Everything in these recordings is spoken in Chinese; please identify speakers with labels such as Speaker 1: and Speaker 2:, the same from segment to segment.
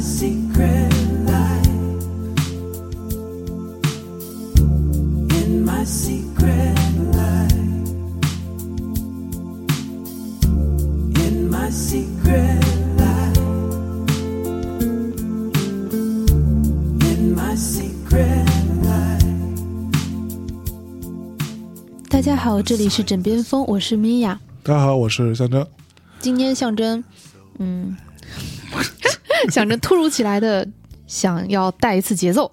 Speaker 1: secret life. In my secret life. In my secret life. In my secret life.
Speaker 2: 大家好，这里是枕边风，我是米娅。
Speaker 3: 大家好，我是象征。
Speaker 2: 今天象征， 嗯，象征突如其来的想要带一次节奏，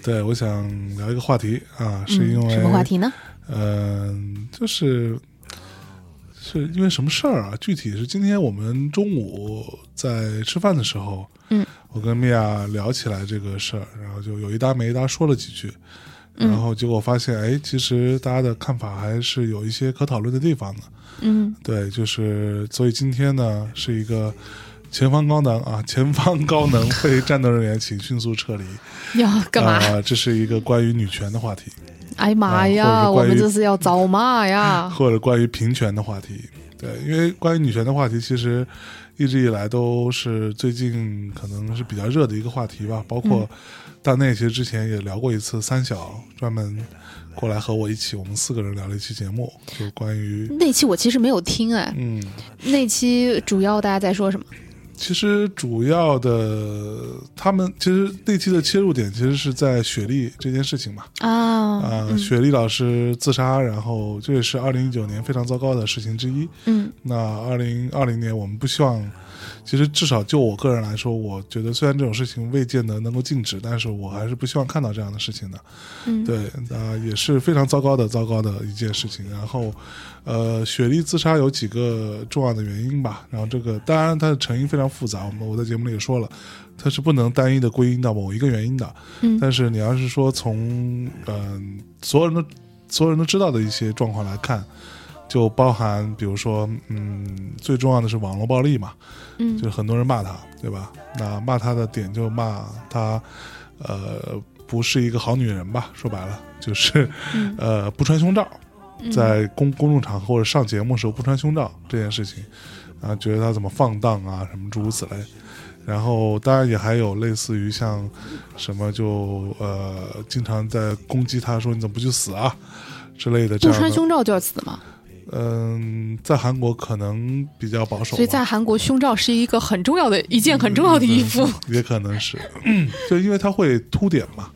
Speaker 3: 对，我想聊一个话题啊，是因
Speaker 2: 嗯，
Speaker 3: 为、
Speaker 2: 什么话？题呢？
Speaker 3: 嗯、就是是因为什么事儿啊？具体是今天我们中午在吃饭的时候，
Speaker 2: 嗯，
Speaker 3: 我跟米娅聊起来这个事儿，然后就有一搭没一搭说了几句，
Speaker 2: 嗯
Speaker 3: 然后结果发现，哎，其实大家的看法还是有一些可讨论的地方的。
Speaker 2: 嗯，
Speaker 3: 对，就是所以今天呢是一个前方高能啊，前方高能被战斗人员请迅速撤离。
Speaker 2: 要干嘛？
Speaker 3: 啊这是一个关于女权的话题，
Speaker 2: 哎妈
Speaker 3: 啊
Speaker 2: 呀，我
Speaker 3: 或者是关于
Speaker 2: 们这是要找骂呀！
Speaker 3: 或者关于平权的话题。对，因为关于女权的话题，其实一直以来都是最近可能是比较热的一个话题吧。包
Speaker 2: 嗯
Speaker 3: 括大内，其实之前也聊过一次，三小专门过来和我一起，我们四个人聊了一期节目，就关于
Speaker 2: 那期我其实没有听哎，
Speaker 3: 嗯，
Speaker 2: 那期主要大家在说什么？
Speaker 3: 其实主要的他们其实那期的切入点其实是在雪莉这件事情嘛。
Speaker 2: 啊，
Speaker 3: 啊、雪莉老师自杀，然后这也是二零一九年非常糟糕的事情之一。
Speaker 2: 嗯
Speaker 3: 那二零二零年，我们不希望，其实至少就我个人来说，我觉得虽然这种事情未见得能够禁止，但是我还是不希望看到这样的事情的。
Speaker 2: 嗯
Speaker 3: 对，啊、也是非常糟糕的、糟糕的一件事情。然后，呃，雪莉自杀有几个重要的原因吧。然后这个当然它的成因非常复杂，我们我在节目里也说了，它是不能单一的归因到某一个原因的。
Speaker 2: 嗯
Speaker 3: 但是你要是说从嗯、所有人都所有人都知道的一些状况来看。就包含，比如说，嗯，最重要的是网络暴力嘛，
Speaker 2: 嗯
Speaker 3: 就是很多人骂他，对吧？那骂他的点就骂他，呃，不是一个好女人吧？说白了就是，
Speaker 2: 嗯
Speaker 3: 呃，不穿胸罩，
Speaker 2: 嗯
Speaker 3: 在公公众场合或者上节目时候不穿胸罩这件事情，啊，觉得他怎么放荡啊，什么诸如此类。然后，当然也还有类似于像什么就呃，经常在攻击他说你怎么不去死啊之类的这
Speaker 2: 不
Speaker 3: 样的。
Speaker 2: 穿胸罩就要死嘛，
Speaker 3: 嗯，在韩国可能比较保守吧，
Speaker 2: 所以在韩国胸罩是一个很重要的一件很重要的衣服。
Speaker 3: 嗯也可能是， 就因为它会凸点 嘛，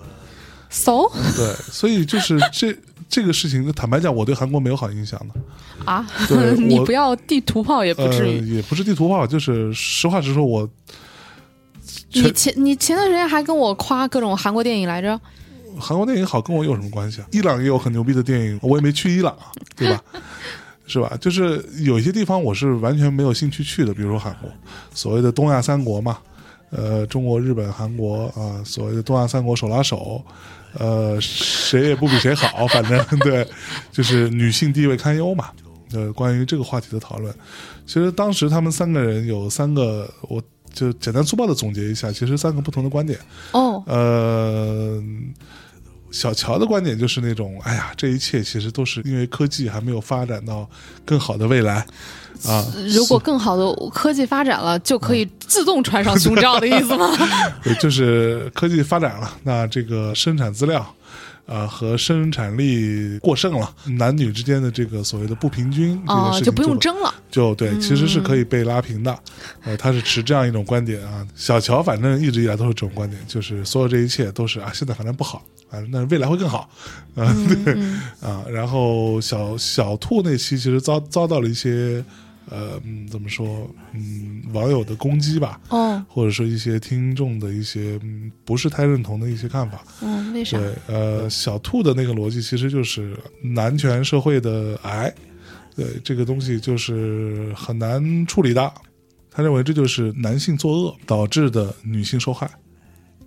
Speaker 2: So
Speaker 3: 对，所以就是这这个事情，坦白讲，我对韩国没有好印象的，
Speaker 2: 啊
Speaker 3: 对，
Speaker 2: 你
Speaker 3: 我
Speaker 2: 不要地图炮也不
Speaker 3: 呃，
Speaker 2: 至于。
Speaker 3: 也不是地图炮，就是实话实说，我
Speaker 2: 你
Speaker 3: 全
Speaker 2: 前你前段时间还跟我夸各种韩国电影来着，
Speaker 3: 韩国电影好跟我有什么关系啊？伊朗也有很牛逼的电影，我也没去伊朗啊，对吧？是吧？就是有一些地方我是完全没有兴趣去的，比如说韩国，所谓的东亚三国嘛，呃，中国、日本、韩国啊、所谓的东亚三国手拉手，呃，谁也不比谁好， 反正对，就是女性地位堪忧嘛。呃，关于这个话题的讨论，其实当时他们三个人有三个，我就简单粗暴的总结一下，其实三个不同的观点。
Speaker 2: 哦，
Speaker 3: 呃，小乔的观点就是那种，哎呀，这一切其实都是因为科技还没有发展到更好的未来啊。
Speaker 2: 如果更好的科技发展了，就可以
Speaker 3: 嗯
Speaker 2: 自动穿上胸罩的意 思吗？
Speaker 3: 对就是科技发展了，那这个生产资料啊、和生产力过剩了，男女之间的这个所谓的不平均这个
Speaker 2: 啊、
Speaker 3: 事情
Speaker 2: 就不用
Speaker 3: 会
Speaker 2: 争了。
Speaker 3: 就对，其实是可以被拉平的。呃，他是持这样一种观点啊。小乔反正一直以来都是这种观点，就是所有这一切都是啊，现在反正不好啊，那未来会更好 啊，对啊。然后小小兔那期其实遭遭到了一些呃、嗯，怎么说嗯，网友的攻击吧，
Speaker 2: 哦，
Speaker 3: 或者说一些听众的一些、嗯、不是太认同的一些看法。
Speaker 2: 嗯，为啥？
Speaker 3: 对，呃，小兔的那个逻辑其实就是男权社会的癌，对这个东西就是很难处理的。他认为这就是男性作恶导致的女性受害，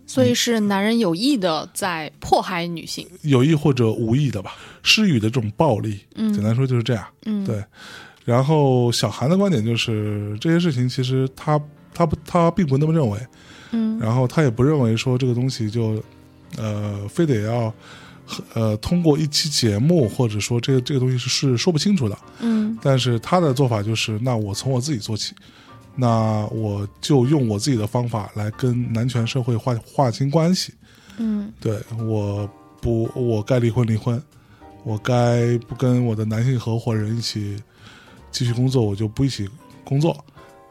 Speaker 2: 所以是男人有意的在迫害女性。
Speaker 3: 有意或者无意的吧，施予的这种暴力，
Speaker 2: 嗯
Speaker 3: 简单说就是这样。
Speaker 2: 嗯，
Speaker 3: 对然后小韩的观点就是这些事情其实他他不他并不那么认为，
Speaker 2: 嗯
Speaker 3: 然后他也不认为说这个东西就，呃，非得要，呃，通过一期节目或者说这个这个东西是是说不清楚的。
Speaker 2: 嗯
Speaker 3: 但是他的做法就是，那我从我自己做起，那我就用我自己的方法来跟男权社会划划清关系。
Speaker 2: 嗯
Speaker 3: 对，我不，我该离婚离婚，我该不跟我的男性合伙人一起继续工作，我就不一起工作。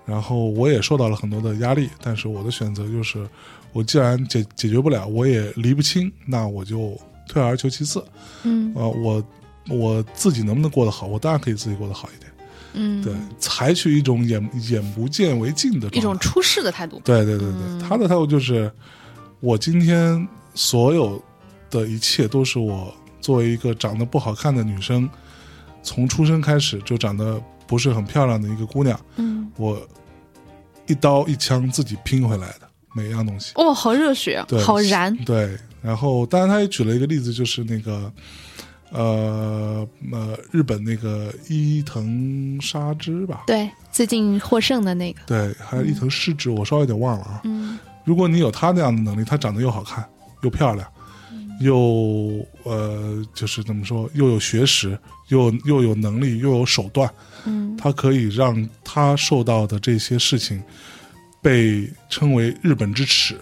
Speaker 3: 然后我也受到了很多的压力，但是我的选择就是，我既然解解决不了，我也离不清，那我就退而求其次。
Speaker 2: 嗯
Speaker 3: 啊，我我自己能不能过得好，我当然可以自己过得好一点。
Speaker 2: 嗯，
Speaker 3: 对，采取一种眼眼不见为净的
Speaker 4: 一种
Speaker 3: 状态。
Speaker 4: 出世的态度。
Speaker 3: 对对对对，他的态度就是，我今天所有的一切都是我作为一个长得不好看的女生，从出生开始就长得不是很漂亮的一个姑娘，
Speaker 2: 嗯，
Speaker 3: 我一刀一枪自己拼回来的每一样东西。
Speaker 2: 哦，好热血啊
Speaker 3: 对，
Speaker 2: 好燃，
Speaker 3: 对，然后当然他也举了一个例子，就是那个，呃呃，日本那个伊藤沙织吧，
Speaker 2: 对，最近获胜的那个，
Speaker 3: 对，还有伊藤诗织，我稍微有点忘了啊。
Speaker 2: 嗯
Speaker 3: 如果你有他那样的能力，他长得又好看又漂亮，
Speaker 2: 嗯
Speaker 3: 又呃，就是怎么说，又有学识，又又有能力，又有手段，
Speaker 2: 嗯
Speaker 3: 他可以让他受到的这些事情被称为日本之耻，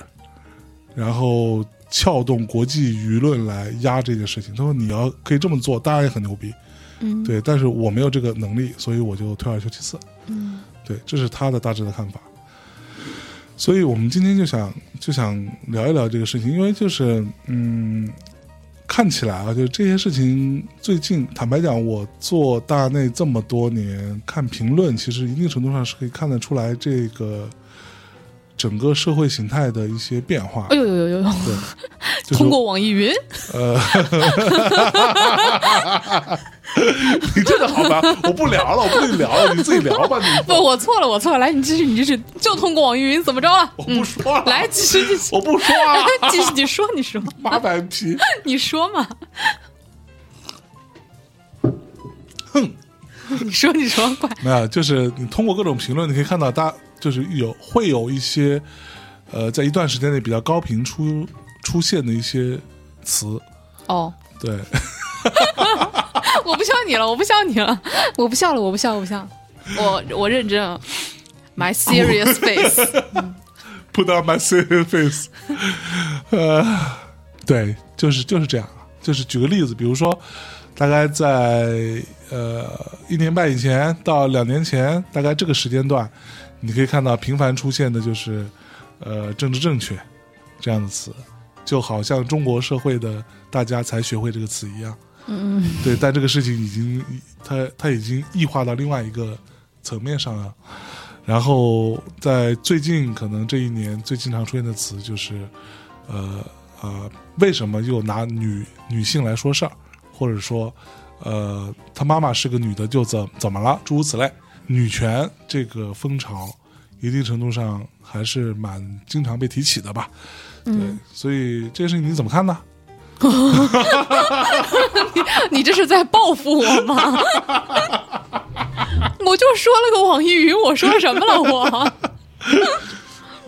Speaker 3: 然后撬动国际舆论来压这件事情。他说你要可以这么做，当然也很牛逼，
Speaker 2: 嗯，
Speaker 3: 对，但是我没有这个能力，所以我就退而求其次。
Speaker 2: 嗯，
Speaker 3: 对，这是他的大致的看法。所以我们今天就想就想聊一聊这个事情，因为就是嗯，看起来啊，就是这些事情最近，坦白讲，我做大内这么多年，看评论，其实一定程度上是可以看得出来这个整个社会形态的一些变化
Speaker 4: 哎。呦呦呦呦！呦！
Speaker 3: 对，就是
Speaker 4: 通过网易云，
Speaker 3: 呃，你真的好吧？我不聊了，我不跟你聊了，你自己聊吧，你
Speaker 4: 不，
Speaker 2: 哦
Speaker 4: 我错了，我错了。来，你继续，你继续，就通过网易云，怎么着了？
Speaker 3: 我不说了，
Speaker 4: 来，继续，继续，
Speaker 3: 我不说了，
Speaker 4: 继 续，你说，你说，
Speaker 3: 妈蛋 皮，
Speaker 4: 你说嘛，
Speaker 3: 哼，
Speaker 4: 你说，你说，快，
Speaker 3: 没有，就是你通过各种评论，你可以看到大家就是有会有一些，呃，在一段时间内比较高频出出现的一些词，
Speaker 4: 哦，
Speaker 3: 对，
Speaker 4: 我不笑你了，我不笑你了， 我不笑了，我不笑，我不笑，我我认真啊，my serious face，
Speaker 3: put on my serious face，呃，对，就是就是这样啊，就是举个例子，比如说，大概在呃一年半以前到两年前，大概这个时间段，你可以看到频繁出现的就是呃政治正确这样的词，就好像中国社会的大家才学会这个词一样。嗯，对，但这个事情已经它它已经异化到另外一个层面上了。然后在最近可能这一年最经常出现的词就是，呃呃，为什么又拿女女性来说事儿，或者说，呃，她妈妈是个女的就怎怎么了，诸如此类。女权这个风潮，一定程度上还是蛮经常被提起的吧。对，所以这事情你怎么看呢？
Speaker 4: 你这是在报复我吗？ 我就说了个网易云，我说什么了我？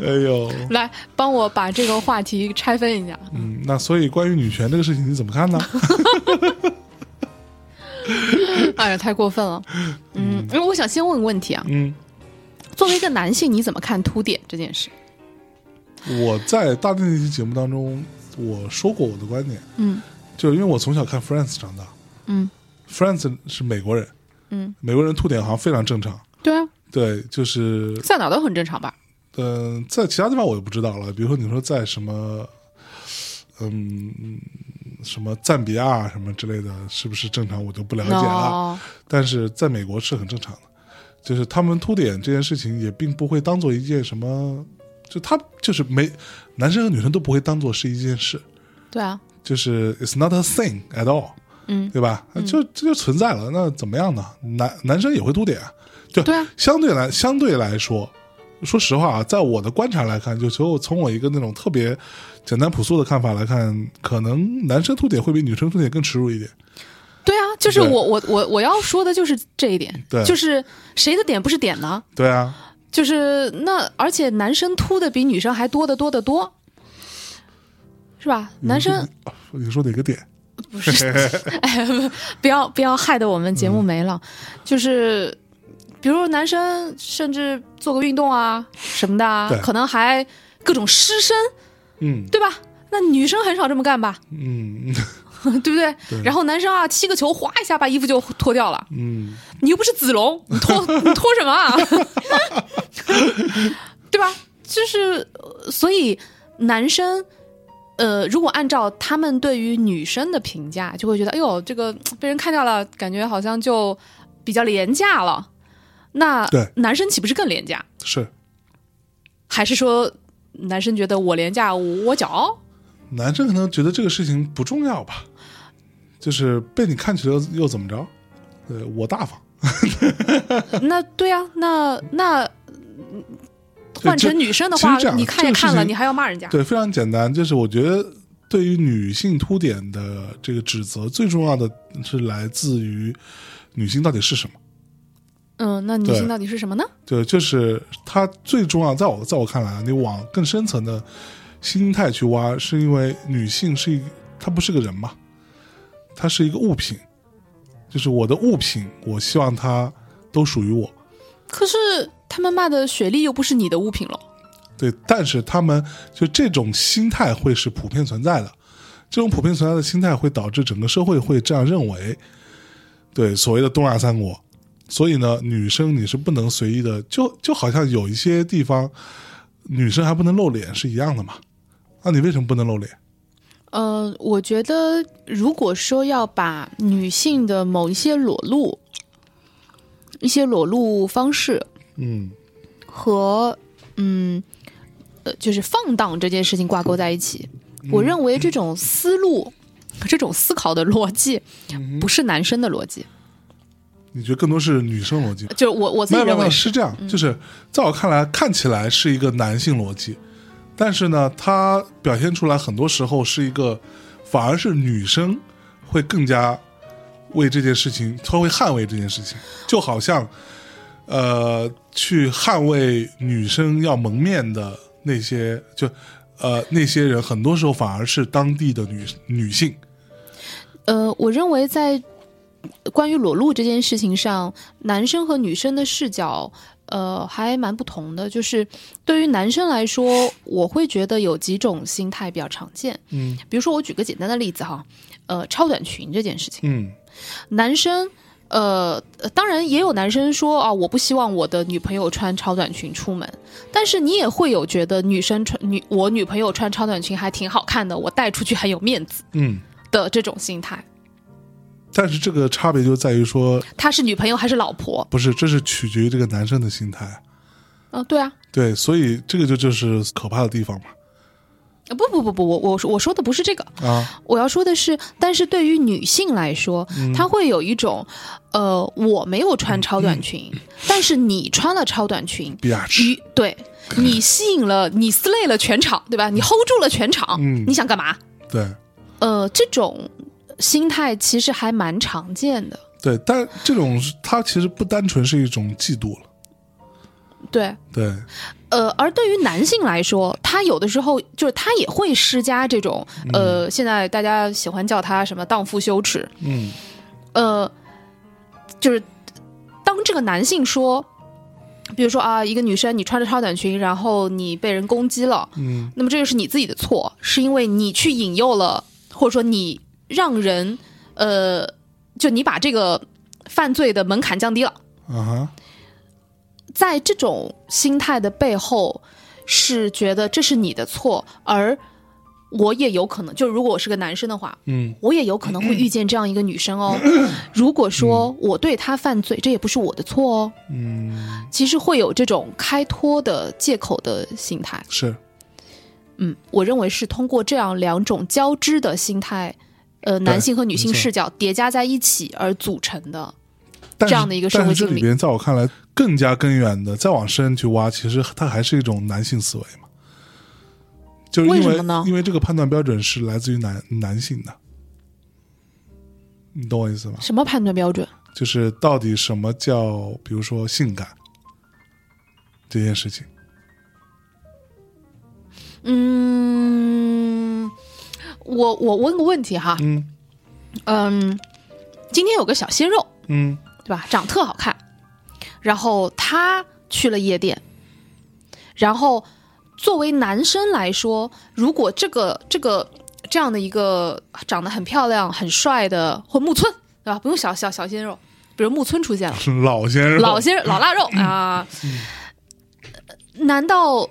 Speaker 3: 哎呦，
Speaker 4: 来，帮我把这个话题拆分一下。
Speaker 3: 嗯，那所以关于女权这个事情你怎么看呢？
Speaker 4: 哎呀，太过分了。嗯，因为我想先问个问题啊，
Speaker 3: 嗯，
Speaker 4: 作为一个男性，你怎么看凸点这件事？
Speaker 3: 我在大内那期节目当中，我说过我的观点，
Speaker 4: 嗯，
Speaker 3: 就是因为我从小看 Friends 长大，
Speaker 4: 嗯
Speaker 3: ，Friends 是美国人，
Speaker 4: 嗯，
Speaker 3: 美国人吐点好像非常正常，
Speaker 4: 对啊，
Speaker 3: 对，就是
Speaker 4: 在哪都很正常吧？
Speaker 3: 嗯、呃在其他地方我就不知道了，比如说你说在什么，嗯，什么赞比亚啊什么之类的，是不是正常，我就不了解啊了。
Speaker 4: 哦，
Speaker 3: 但是在美国是很正常的，就是他们凸点这件事情也并不会当做一件什么，就他就是没男生和女生都不会当做是一件事，
Speaker 4: 对啊，
Speaker 3: 就是 it's not a thing at all，
Speaker 4: 嗯
Speaker 3: 对吧？就这就存在了，那怎么样呢？男男生也会凸点啊，就
Speaker 4: 对啊
Speaker 3: 相对来相对来说。说实话啊，在我的观察来看，就就从我一个那种特别简单朴素的看法来看，可能男生凸点会比女生凸点更耻辱一点。
Speaker 4: 对啊，就是
Speaker 3: 对
Speaker 4: 我我我我要说的就是这一点，
Speaker 3: 对
Speaker 4: 就是谁的点不是点呢？
Speaker 3: 对啊，
Speaker 4: 就是那，而且男生秃的比女生还多得多得多，是吧？
Speaker 3: 嗯
Speaker 4: 男 生
Speaker 3: 哦你说哪个点？
Speaker 4: 不
Speaker 3: 嗯
Speaker 4: 是，哎，不要不要害得我们节目没了，就是比如说男生甚至做个运动啊什么的啊
Speaker 3: 对，
Speaker 4: 可能还各种湿身，
Speaker 3: 嗯
Speaker 4: 对吧？那女生很少这么干吧，
Speaker 3: 嗯
Speaker 4: 对不对？
Speaker 3: 对
Speaker 4: 然后男生啊，踢个球，哗一下把衣服就脱掉了。
Speaker 3: 嗯，
Speaker 4: 你又不是子龙，你脱你脱什么啊？ 对吧？就是呃所以男生，呃，如果按照他们对于女生的评价，就会觉得，哎呦，这个被人看掉了，感觉好像就比较廉价了。那
Speaker 3: 对
Speaker 4: 男生岂不是更廉价？
Speaker 3: 是
Speaker 4: 还是说男生觉得我廉价，我骄傲？
Speaker 3: 男生可能觉得这个事情不重要吧，就是被你看起来又又怎么着？对我大方，
Speaker 4: 那对呀、那那嗯换
Speaker 3: 这
Speaker 4: 成女生的
Speaker 3: 其
Speaker 4: 话
Speaker 3: 实这，样
Speaker 4: 你看也
Speaker 3: 这个事
Speaker 4: 看了，
Speaker 3: 情
Speaker 4: 你还要骂人家？
Speaker 3: 对，非常简单，就是我觉得对于女性凸点的这个指责，最重要的是来自于女性到底是什么。
Speaker 4: 嗯，那女
Speaker 3: 对
Speaker 4: 性到底是什么呢？
Speaker 3: 对，就是它最重要，在我在我看来啊，你往更深层的心态去挖，是因为女性是一，她不是个人嘛，她是一个物品，就是我的物品，我希望它都属于我。
Speaker 4: 可是他们骂的雪莉又不是你的物品了。
Speaker 3: 对，但是他们就这种心态会是普遍存在的，这种普遍存在的心态会导致整个社会会这样认为，对所谓的东亚三国。所以呢，女生你是不能随意的，就就好像有一些地方女生还不能露脸是一样的嘛。那你为什么不能露脸？
Speaker 2: 呃，我觉得如果说要把女性的某一些裸露、一些裸露方式
Speaker 3: 嗯
Speaker 2: 和嗯呃，就是放荡这件事情挂钩在一起，
Speaker 3: 嗯
Speaker 2: 我认为这种思路、这种思考的逻辑
Speaker 3: 嗯
Speaker 2: 不
Speaker 3: 哼，
Speaker 2: 是男生的逻辑，
Speaker 3: 你觉得更多是女生逻辑？
Speaker 2: 就是我我自己
Speaker 3: 没有没
Speaker 2: 认
Speaker 3: 有没
Speaker 2: 为嗯
Speaker 3: 有，
Speaker 2: 是
Speaker 3: 是这样，就是在我看来，看起来是一个男性逻辑，但是呢，它表现出来很多时候是一个，反而是女生会更加为这件事情，她会捍卫这件事情，就好像，呃，去捍卫女生要蒙面的那些，就呃那些人，很多时候反而是当地的女女性，
Speaker 2: 呃，我认为在关于裸露这件事情上，男生和女生的视角，呃，还蛮不同的。就是对于男生来说，我会觉得有几种心态比较常见。
Speaker 3: 嗯
Speaker 2: 比如说，我举个简单的例子哈，呃，超短裙这件事情，
Speaker 3: 嗯
Speaker 2: 男生。呃，呃当然也有男生说啊，我不希望我的女朋友穿超短裙出门，但是你也会有觉得女生穿女我女朋友穿超短裙还挺好看的，我带出去很有面子
Speaker 3: 嗯，
Speaker 2: 的这种心态。
Speaker 3: 但是这个差别就在于说，
Speaker 2: 她是女朋友还是老婆？
Speaker 3: 不是，这是取决于这个男生的心态。
Speaker 2: 啊，对啊，
Speaker 3: 对，所以这个就就是可怕的地方嘛。
Speaker 2: 呃不不不不，我我说我说的不是这个，
Speaker 3: 啊，
Speaker 2: 我要说的是，但是对于女性来说，她会有一种，呃，我没有穿超短裙，但是你穿了超短裙，
Speaker 3: 比亚
Speaker 2: 于
Speaker 3: 池，
Speaker 2: 对你吸引了，你撕累了全场，对吧？你 hold 住了全场，
Speaker 3: 嗯
Speaker 2: 你想干嘛？
Speaker 3: 对
Speaker 2: 呃，这种心态其实还蛮常见的，
Speaker 3: 对，但这种是它其实不单纯是一种嫉妒了，
Speaker 2: 对。
Speaker 3: 对，
Speaker 2: 呃，而对于男性来说，他有的时候就是他也会施加这种，呃，现在大家喜欢叫他什么荡妇羞耻，
Speaker 3: 嗯
Speaker 2: 呃，就是当这个男性说，比如说啊，一个女生你穿着超短裙，然后你被人攻击了，
Speaker 3: 嗯
Speaker 2: 那么这就是你自己的错，是因为你去引诱了，或者说你让人，呃，就你把这个犯罪的门槛降低了。
Speaker 3: 啊哈，
Speaker 2: 在这种心态的背后，是觉得这是你的错，而我也有可能，就如果我是个男生的话，
Speaker 3: 嗯
Speaker 2: 我也有可能会遇见这样一个女生哦。 如果说我对她犯罪，这也不是我的错哦。
Speaker 3: 嗯，
Speaker 2: 其实会有这种开脱的借口的心态。
Speaker 3: 是
Speaker 2: 嗯，我认为是通过这样两种交织的心态，呃，男性和女性
Speaker 3: 没错
Speaker 2: 视角叠加在一起而组成的。
Speaker 3: 但是
Speaker 2: 这样的一个社会
Speaker 3: 但是这
Speaker 2: 经
Speaker 3: 里
Speaker 2: 历
Speaker 3: 边，在我看来，更加根源的，再往深去挖，其实它还是一种男性思维嘛。就是因
Speaker 2: 为什么呢
Speaker 3: 因为这个判断标准是来自于男男性的，你懂我意思吗？
Speaker 2: 什么判断标准？
Speaker 3: 就是到底什么叫，比如说性感这件事情，
Speaker 2: 嗯，我我问个问题哈，
Speaker 3: 嗯
Speaker 2: 嗯，今天有个小鲜肉，
Speaker 3: 嗯
Speaker 2: 对吧？长得特好看，然后他去了夜店，然后作为男生来说，如果这个这个这样的一个长得很漂亮、很帅的，或木村对吧？不用小小小鲜肉，比如木村出现了，
Speaker 3: 老先生，
Speaker 2: 老鲜肉老腊肉啊，难道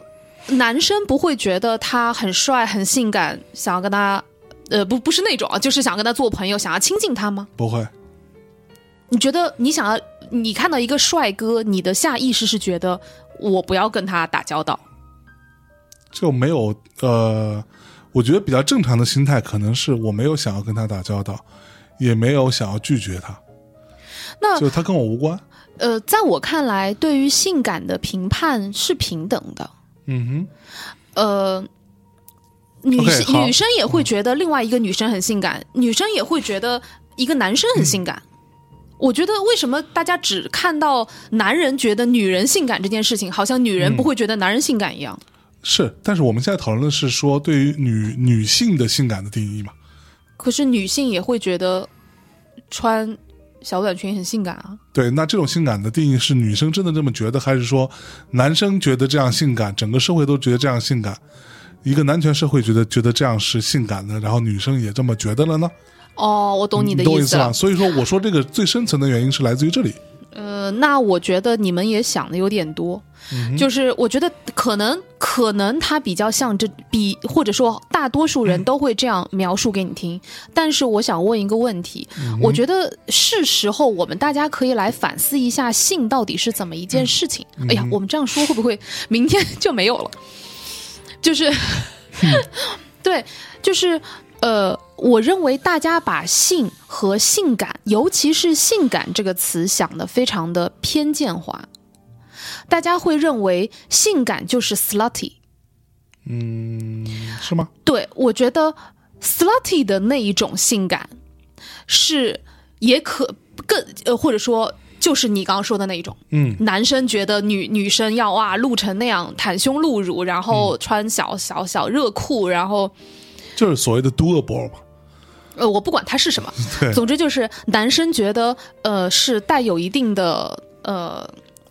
Speaker 2: 男生不会觉得他很帅、很性感，想要跟他？呃，不，不是那种啊，就是想跟他做朋友，想要亲近他吗？
Speaker 3: 不会，
Speaker 2: 你觉得你想要你看到一个帅哥，你的下意识是觉得我不要跟他打交道，
Speaker 3: 就没有呃，我觉得比较正常的心态可能是我没有想要跟他打交道，也没有想要拒绝他，
Speaker 2: 那
Speaker 3: 就他跟我无关。
Speaker 2: 呃，在我看来，对于性感的评判是平等的。
Speaker 3: 嗯
Speaker 2: 呃，女
Speaker 3: OK，
Speaker 2: 性
Speaker 3: 好
Speaker 2: 女生也会觉得另外一个女生很性感，女生也会觉得一个男生很性感。我觉得为什么大家只看到男人觉得女人性感这件事情，好像女人不会觉得男人性感一样？
Speaker 3: 哼，是，但是我们现在讨论的是说对于女女性的性感的定义嘛？
Speaker 2: 可是女性也会觉得穿小短裙很性感啊。
Speaker 3: 对，那这种性感的定义是女生真的这么觉得，还是说男生觉得这样性感，整个社会都觉得这样性感？一个男权社会觉得觉得这样是性感的，然后女生也这么觉得了呢？
Speaker 2: 哦，我懂你的
Speaker 3: 嗯懂我
Speaker 2: 意
Speaker 3: 意
Speaker 2: 思
Speaker 3: 思
Speaker 2: 了
Speaker 3: 吧？。所以说，我说这个最深层的原因是来自于这里。
Speaker 2: 呃，那我觉得你们也想的有点多，就是我觉得可能可能它比较像这比或者说大多数人都会这样描述给你听，但是我想问一个问题，我觉得是时候我们大家可以来反思一下性到底是怎么一件事情。哎呀，我们这样说会不会明天 就没有了？就是，对，就是呃，我认为大家把性和性感，尤其是性感这个词想的非常的偏见化，大家会认为性感就是 slutty。
Speaker 3: 嗯，是吗？
Speaker 2: 对我觉得 slutty 的那一种性感是也可更呃，或者说就是你刚刚说的那一种，
Speaker 3: 嗯，
Speaker 2: 男生觉得女女生要哇露成那样，袒胸露乳，然后穿小小小热裤，然后
Speaker 3: 就是所谓的 doable 嘛。
Speaker 2: 呃，我不管它是什么，
Speaker 3: 对，
Speaker 2: 总之就是男生觉得呃是带有一定的呃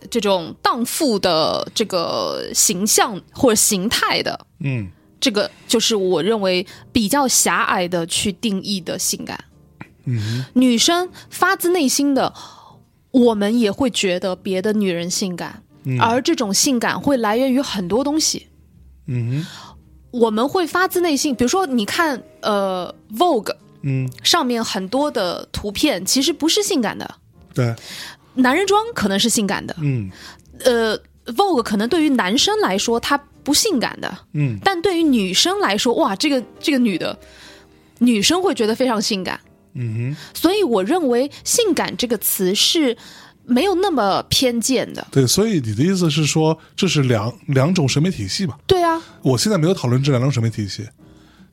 Speaker 2: 这种荡妇的这个形象或者形态的，
Speaker 3: 嗯，
Speaker 2: 这个就是我认为比较狭隘的去定义的性感。
Speaker 3: 嗯
Speaker 2: 女生发自内心的，我们也会觉得别的女人性感，
Speaker 3: 嗯
Speaker 2: 而这种性感会来源于很多东西。
Speaker 3: 嗯哼
Speaker 2: 我们会发自内心，比如说你看，呃，Vogue
Speaker 3: 嗯，
Speaker 2: 上面很多的图片其实不是性感的，
Speaker 3: 对，
Speaker 2: 男人装可能是性感的，
Speaker 3: 嗯
Speaker 2: 呃，Vogue 可能对于男生来说它不性感的，
Speaker 3: 嗯
Speaker 2: 但对于女生来说，哇，这个这个女的，女生会觉得非常性感。
Speaker 3: 嗯哼，
Speaker 2: 所以我认为“性感”这个词是没有那么偏见的。
Speaker 3: 对，所以你的意思是说，这是两两种审美体系嘛？
Speaker 2: 对啊，
Speaker 3: 我现在没有讨论这两种审美体系，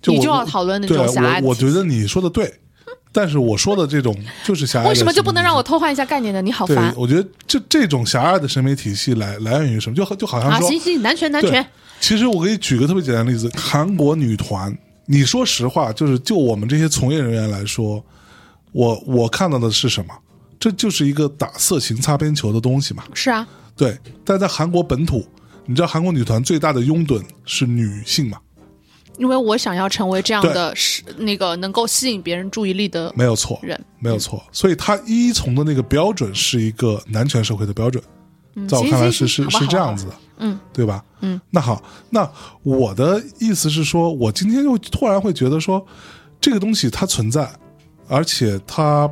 Speaker 3: 就
Speaker 2: 你
Speaker 3: 我
Speaker 2: 就要讨论那
Speaker 3: 对啊
Speaker 2: 种狭隘的
Speaker 3: 我我
Speaker 2: 体
Speaker 3: 觉得你说的对，但是我说的这种就是狭隘
Speaker 2: 为
Speaker 3: 的审美体系。
Speaker 2: 什么就不能让我偷换一下概念呢？你好
Speaker 3: 对
Speaker 2: 烦，
Speaker 3: 我觉得这这种狭隘的审美体系来来源于什么？就好就好像
Speaker 4: 啊，
Speaker 3: 哎说，
Speaker 4: 行行，男权男
Speaker 3: 对
Speaker 4: 权，，
Speaker 3: 其实我给你举个特别简单的例子，韩国女团，你说实话，就是就我们这些从业人员来说，我我看到的是什么？这就是一个打色情擦边球的东西嘛。
Speaker 2: 是啊，
Speaker 3: 对，但在韩国本土，你知道韩国女团最大的拥趸是女性嘛？
Speaker 2: 因为我想要成为这样
Speaker 3: 对
Speaker 2: 的是那个能够吸引别人注意力的
Speaker 3: 没有错，
Speaker 2: 人。
Speaker 3: 没有错。所以她依从的那个标准是一个男权社会的标准，在我看来是
Speaker 4: 行行
Speaker 3: 是是
Speaker 4: 好吧
Speaker 3: 这
Speaker 4: 好
Speaker 3: 样
Speaker 4: 吧
Speaker 3: 子的，
Speaker 2: 嗯，
Speaker 3: 对吧？嗯，那好，那我的意思是说，我今天又突然会觉得说，这个东西它存在，而且它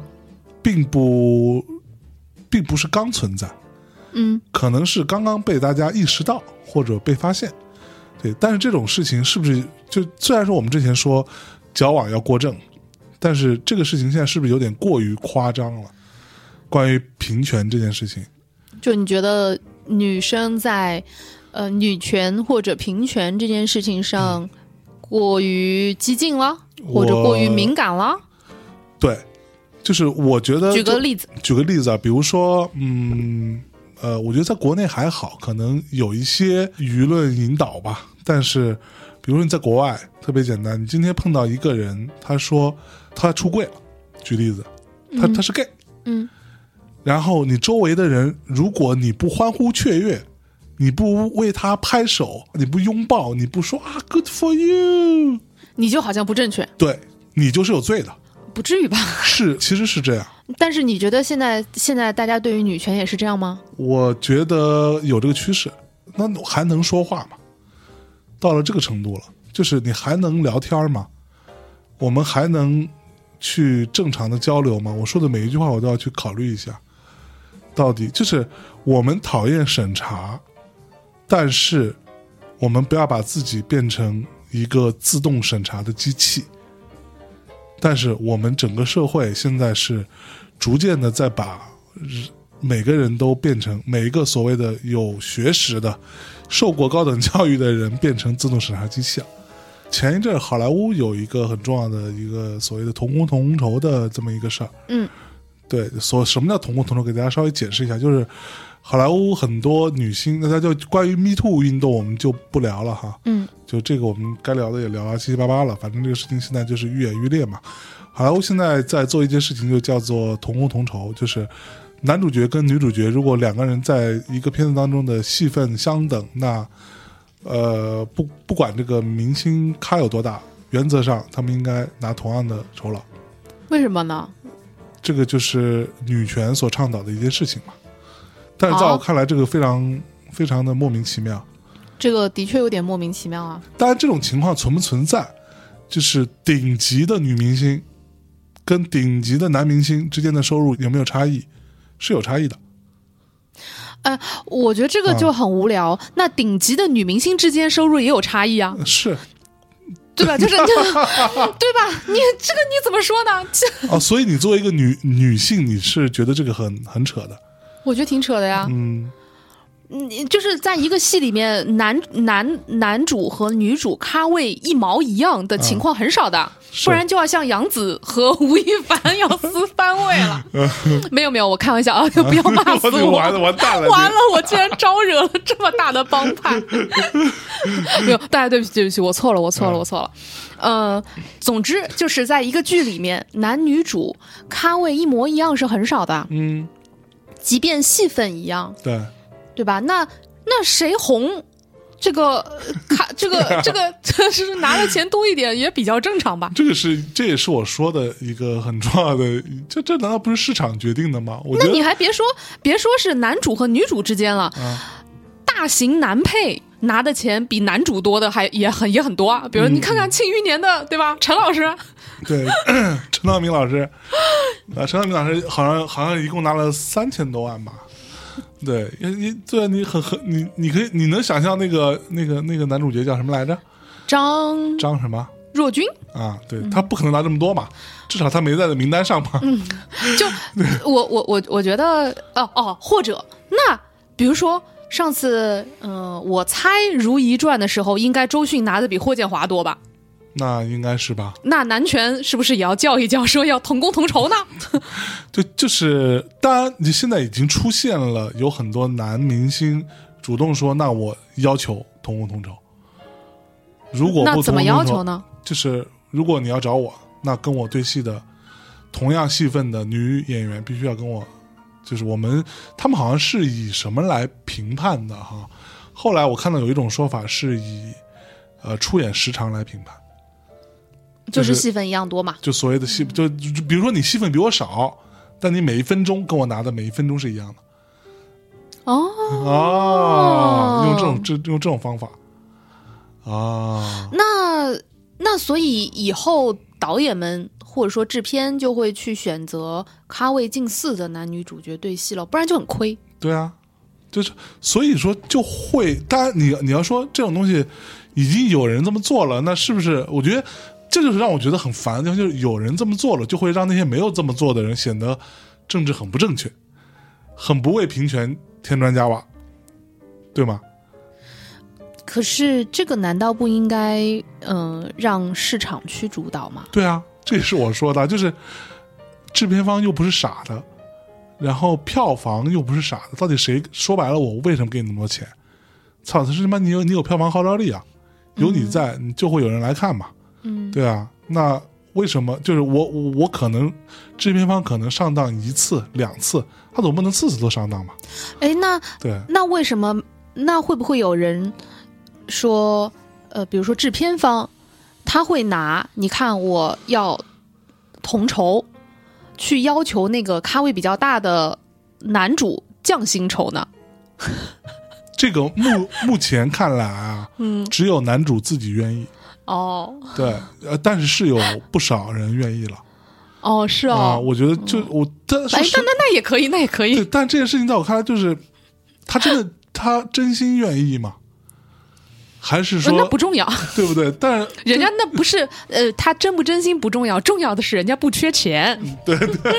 Speaker 3: 并不并不是刚存在，
Speaker 2: 嗯，
Speaker 3: 可能是刚刚被大家意识到或者被发现。对，但是这种事情是不是就虽然说我们之前说矫枉要过正，但是这个事情现在是不是有点过于夸张了？关于平权这件事情，
Speaker 2: 就你觉得女生在呃女权或者平权这件事情上过于激进了，或者
Speaker 3: 我
Speaker 2: 过于敏感了？
Speaker 3: 对，就是我觉得
Speaker 2: 举个
Speaker 3: 就
Speaker 2: 例子，
Speaker 3: 举个例子啊，比如说，嗯，呃，我觉得在国内还好，可能有一些舆论引导吧。但是，比如说你在国外，特别简单，你今天碰到一个人，他说他出柜了，举例子，他、他是 gay，
Speaker 2: 嗯，
Speaker 3: 然后你周围的人，如果你不欢呼雀跃，你不为他拍手，你不拥抱，你不说啊 “good for you”，
Speaker 2: 你就好像不正确，
Speaker 3: 对你就是有罪的。
Speaker 2: 不至于吧？
Speaker 3: 是，其实是这样。
Speaker 2: 但是你觉得现在现在大家对于女权也是这样吗？
Speaker 3: 我觉得有这个趋势，那还能说话吗？到了这个程度了，就是你还能聊天吗？我们还能去正常的交流吗？我说的每一句话，我都要去考虑一下，到底就是我们讨厌审查，但是我们不要把自己变成一个自动审查的机器。但是我们整个社会现在是逐渐的在把每个人都变成每一个所谓的有学识的、受过高等教育的人变成自动审查机器了。前一阵儿好莱坞有一个很重要的一个所谓的同工同酬的这么一个事儿，
Speaker 2: 嗯，
Speaker 3: 对，所什么叫同工同酬？给大家稍微解释一下，就是好莱坞很多女星，那它就关于 Me Too 运动我们就不聊了哈，
Speaker 2: 嗯，
Speaker 3: 就这个我们该聊的也聊啊，七七八八了，反正这个事情现在就是愈演愈烈嘛。好莱坞现在在做一件事情，就叫做同工同酬，就是男主角跟女主角如果两个人在一个片子当中的戏份相等，那呃不不管这个明星咖有多大，原则上他们应该拿同样的酬劳。
Speaker 2: 为什么呢？
Speaker 3: 这个就是女权所倡导的一件事情嘛。但是在
Speaker 2: 哦
Speaker 3: 我看来，这个非常非常的莫名其妙。
Speaker 2: 这个的确有点莫名其妙啊。
Speaker 3: 当然，这种情况存不存在，就是顶级的女明星跟顶级的男明星之间的收入有没有差异，是有差异的。
Speaker 2: 我觉得这个就很无聊。那顶级的女明星之间收入也有差异啊，
Speaker 3: 是
Speaker 2: 对吧？就是， 对吧？你这个你怎么说呢？这
Speaker 3: 哦，所以你作为一个女女性，你是觉得这个很很扯的。
Speaker 2: 我觉得挺扯的呀。
Speaker 3: 嗯，
Speaker 2: 你就是在一个戏里面，男男男主和女主咖位一毛一样的情况很少的，
Speaker 3: 嗯是
Speaker 2: 不然就要像杨紫和吴亦凡要撕番位了。 没有没有，我开玩笑啊， 不要骂 死
Speaker 3: 嗯就
Speaker 2: 我！
Speaker 3: 完了，完蛋 了，
Speaker 2: 完了，我竟然招惹了这么大的帮派。没有，大家对不起，对不起，我错了，我错了，
Speaker 3: 嗯
Speaker 2: 我错了。呃，总之就是在一个剧里面，男女主咖位一模一样是很少的，
Speaker 3: 你。嗯，
Speaker 2: 即便戏份一样，
Speaker 3: 对，
Speaker 2: 对吧？那那谁红，这个呃咖，这个这个， 这是拿的钱多一点也比较正常吧？
Speaker 3: 这个是这也是我说的一个很重要的，这这难道不是市场决定的吗？我觉
Speaker 2: 那
Speaker 3: 得
Speaker 2: 你还别说，别说是男主和女主之间了，大型男配拿的钱比男主多的还也很也很多啊。比如你看看《庆余年》的，对吧？陈老师，
Speaker 3: 对 陈道明老师，啊，陈道明老师好像好像一共拿了三千多万吧。对，你你对啊你很很你你可以你能想象那个那个那个男主角叫什么来着？
Speaker 2: 张
Speaker 3: 张什么
Speaker 2: 若昀，
Speaker 3: 啊？对
Speaker 2: 嗯
Speaker 3: 他不可能拿这么多嘛，至少他没在这名单上嘛。
Speaker 2: 就我我我我觉得，哦哦，或者那比如说。上次，嗯、我猜《如懿传》的时候，应该周迅拿的比霍建华多吧？
Speaker 3: 那应该是吧？
Speaker 2: 那男权是不是也要叫一叫，说要同工同酬呢？
Speaker 3: 就就是，当然你现在已经出现了有很多男明星主动说，那我要求同工同酬。如果不
Speaker 2: 那
Speaker 3: 同
Speaker 2: 怎么
Speaker 3: 工
Speaker 2: 要
Speaker 3: 同酬
Speaker 2: 求呢？
Speaker 3: 就是如果你要找我，那跟我对戏的同样戏份的女演员必须要跟我，就是我们他们好像是以什么来评判的哈？后来我看到有一种说法是以呃出演时长来评判，
Speaker 2: 就是是戏份一样多嘛。
Speaker 3: 就所谓的戏，就就比如说你戏份比我少，但你每一分钟跟我拿的每一分钟是一样的
Speaker 2: 哦，
Speaker 3: 啊，用这种这用这种方法啊，
Speaker 2: 那那所以以后导演们或者说制片就会去选择咖位近似的男女主角对戏了，不然就很亏。
Speaker 3: 对啊，就是所以说就会，当然你你要说这种东西已经有人这么做了，那是不是？我觉得这就是让我觉得很烦的地方，就是有人这么做了，就会让那些没有这么做的人显得政治很不正确，很不为平权添砖加瓦，对吗？
Speaker 2: 可是这个难道不应该嗯、呃让市场去主导吗？
Speaker 3: 对啊，这也是我说的，就是制片方又不是傻的，然后票房又不是傻的，到底谁说白了我为什么给你那么多钱？操，他是他妈你有你有票房号召力啊，有你在，你就会有人来看嘛。嗯，对啊，那为什么？就是我我我可能制片方可能上当一次两次，他总不能次次都上当吧？
Speaker 2: 哎，那
Speaker 3: 对，
Speaker 2: 那为什么？那会不会有人说，呃，比如说制片方，他会拿你看我要统筹，去要求那个咖位比较大的男主降薪酬呢？
Speaker 3: 这个目目前看来啊，
Speaker 2: 嗯，
Speaker 3: 只有男主自己愿意，
Speaker 2: 哦，
Speaker 3: 对，呃，但是是有不少人愿意了
Speaker 2: 哦，是
Speaker 3: 啊。
Speaker 2: 哦，
Speaker 3: 我觉得就我，但
Speaker 2: 哎，
Speaker 3: 是
Speaker 2: 那那那也可以，那也可以
Speaker 3: 对，，但这件事情在我看来就是，他真的他真心愿意吗？还是
Speaker 2: 呃那
Speaker 3: 说
Speaker 2: 不重要，
Speaker 3: 对不对？但
Speaker 2: 人家那不是呃，他真不真心不重要，重要的是人家不缺钱。
Speaker 3: 嗯
Speaker 2: 对对，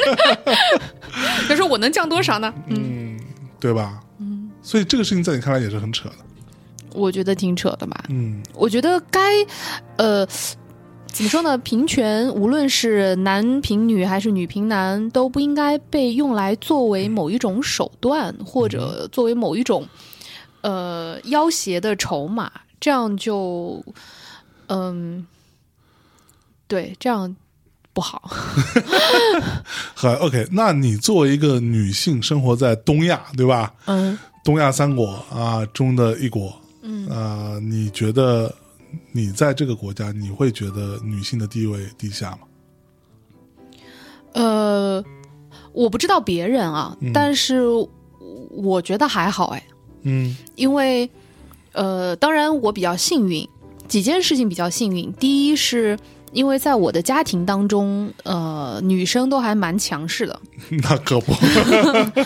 Speaker 2: 他说我能降多少呢？
Speaker 3: 嗯，对吧？嗯，所以这个事情在你看来也是很扯的。
Speaker 2: 我觉得挺扯的吧。
Speaker 3: 嗯，
Speaker 2: 我觉得该，呃，怎么说呢？平权，无论是男平女还是女平男，都不应该被用来作为某一种手段，或者作为某一种呃要挟的筹码。这样就，嗯，对，这样不好。
Speaker 3: 很 OK。那你作为一个女性，生活在东亚，对吧？
Speaker 2: 嗯，
Speaker 3: 东亚三国啊中的一国，嗯啊、你觉得你在这个国家，你会觉得女性的地位低下吗？
Speaker 2: 呃，我不知道别人啊，
Speaker 3: 嗯
Speaker 2: 但是我觉得还好哎。
Speaker 3: 嗯
Speaker 2: 因为，呃，当然我比较幸运，几件事情比较幸运。第一是因为在我的家庭当中，呃，女生都还蛮强势的，
Speaker 3: 那可不，
Speaker 2: 嗯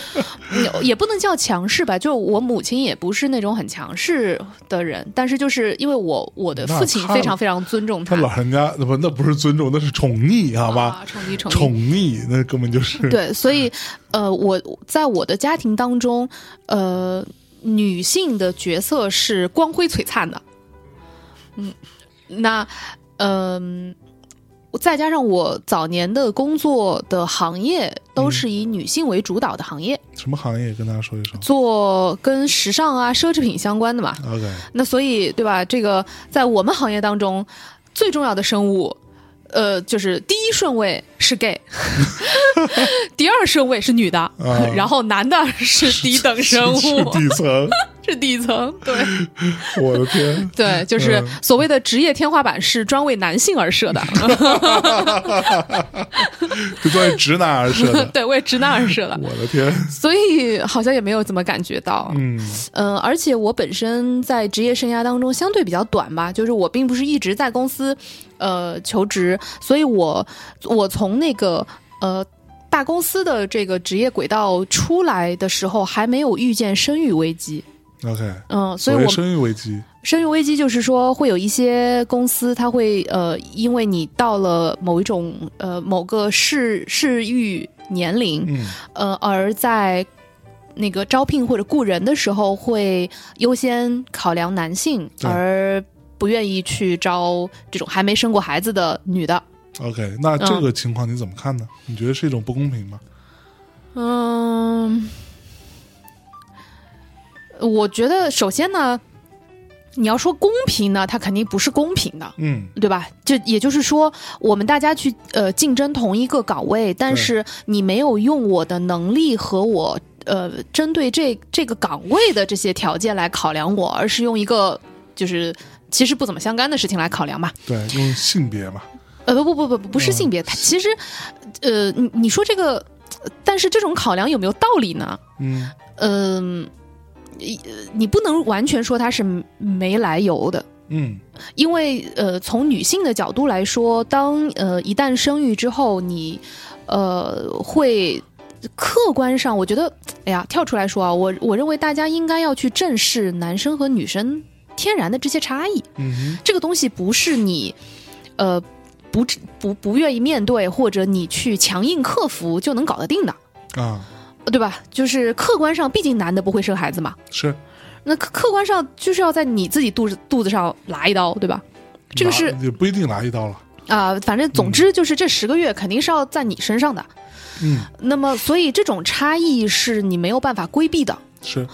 Speaker 2: 也不能叫强势吧，就我母亲也不是那种很强势的人，但是就是因为我我的
Speaker 3: 那
Speaker 2: 父亲
Speaker 3: 她
Speaker 2: 非常非常尊重
Speaker 3: 他
Speaker 2: 她，
Speaker 3: 老人家不，那不是尊重，那是宠溺，好吧？
Speaker 2: 啊，宠溺宠溺
Speaker 3: 宠溺，那根本就是
Speaker 2: 对，所以呃，我在我的家庭当中，呃，女性的角色是光辉璀璨的。嗯，那嗯、再加上我早年的工作的行业都是以女性为主导的行业，
Speaker 3: 什么行业，跟大家说一说。
Speaker 2: 做跟时尚啊、奢侈品相关的嘛。
Speaker 3: OK，
Speaker 2: 那所以对吧？这个在我们行业当中最重要的生物，呃，就是第一顺位是 gay，第二顺位是女的，然后男的是低等生物，
Speaker 3: 是底层，
Speaker 2: 是底层。对
Speaker 3: 我的 天，
Speaker 2: 对，就是
Speaker 3: 嗯
Speaker 2: 所谓的职业天花板是专为男性而设的，
Speaker 3: 就作为直男而 设的，
Speaker 2: 对，为直男而设的，
Speaker 3: 我的天，
Speaker 2: 所以好像也没有怎么感觉到。
Speaker 3: 嗯
Speaker 2: 嗯，而且我本身在职业生涯当中相对比较短吧，就是我并不是一直在公司，呃，求职，所以我我从那个呃大公司的这个职业轨道出来的时候，还没有遇见生育危机，
Speaker 3: ，OK，
Speaker 2: 嗯，所
Speaker 3: 所
Speaker 2: 以
Speaker 3: 谓
Speaker 2: 我
Speaker 3: 生育危机，
Speaker 2: 生育危机就是说会有一些公司，它会呃，因为你到了某一种呃某个适适育年龄，
Speaker 3: 嗯
Speaker 2: 呃，而在那个招聘或者雇人的时候，会优先考量男性，
Speaker 3: 对
Speaker 2: 而不愿意去招这种还没生过孩子的女的。
Speaker 3: ，OK，那这个情况你怎么看呢？你觉得是一种不公平吗？
Speaker 2: 嗯，我觉得首先呢，你要说公平呢，它肯定不是公平的。
Speaker 3: 嗯
Speaker 2: 对吧？就也就是说，我们大家去呃竞争同一个岗位，但
Speaker 3: 对
Speaker 2: 是你没有用我的能力和我呃针对这这个岗位的这些条件来考量我，而是用一个就是其实不怎么相干的事情来考量吧。
Speaker 3: 对，用性别嘛，
Speaker 2: 呃，不不不不不不是
Speaker 3: 嗯
Speaker 2: 性别，它其实呃你你说这个，呃但是这种考量有没有道理呢？
Speaker 3: 嗯
Speaker 2: 嗯、一呃你不能完全说它是没来由的。
Speaker 3: 嗯
Speaker 2: 因为呃，从女性的角度来说，当呃一旦生育之后，你呃会客观上，我觉得，哎呀，跳出来说啊，我我认为大家应该要去正视男生和女生天然的这些差异，
Speaker 3: 嗯
Speaker 2: 这个东西不是你呃不不不愿意面对，或者你去强硬克服就能搞得定的，
Speaker 3: 哼啊，
Speaker 2: 对吧？就是客观上，毕竟男的不会生孩子嘛，
Speaker 3: 是
Speaker 2: 那客客观上就是要在你自己肚子肚子上拉一刀，对吧？这个
Speaker 3: 拿
Speaker 2: 是
Speaker 3: 也不一定拿一刀了，
Speaker 2: 啊、反正总之就是这十个月肯定是要在你身上的。
Speaker 3: 嗯，
Speaker 2: 那么，所以这种差异是你没有办法规避的。
Speaker 3: 是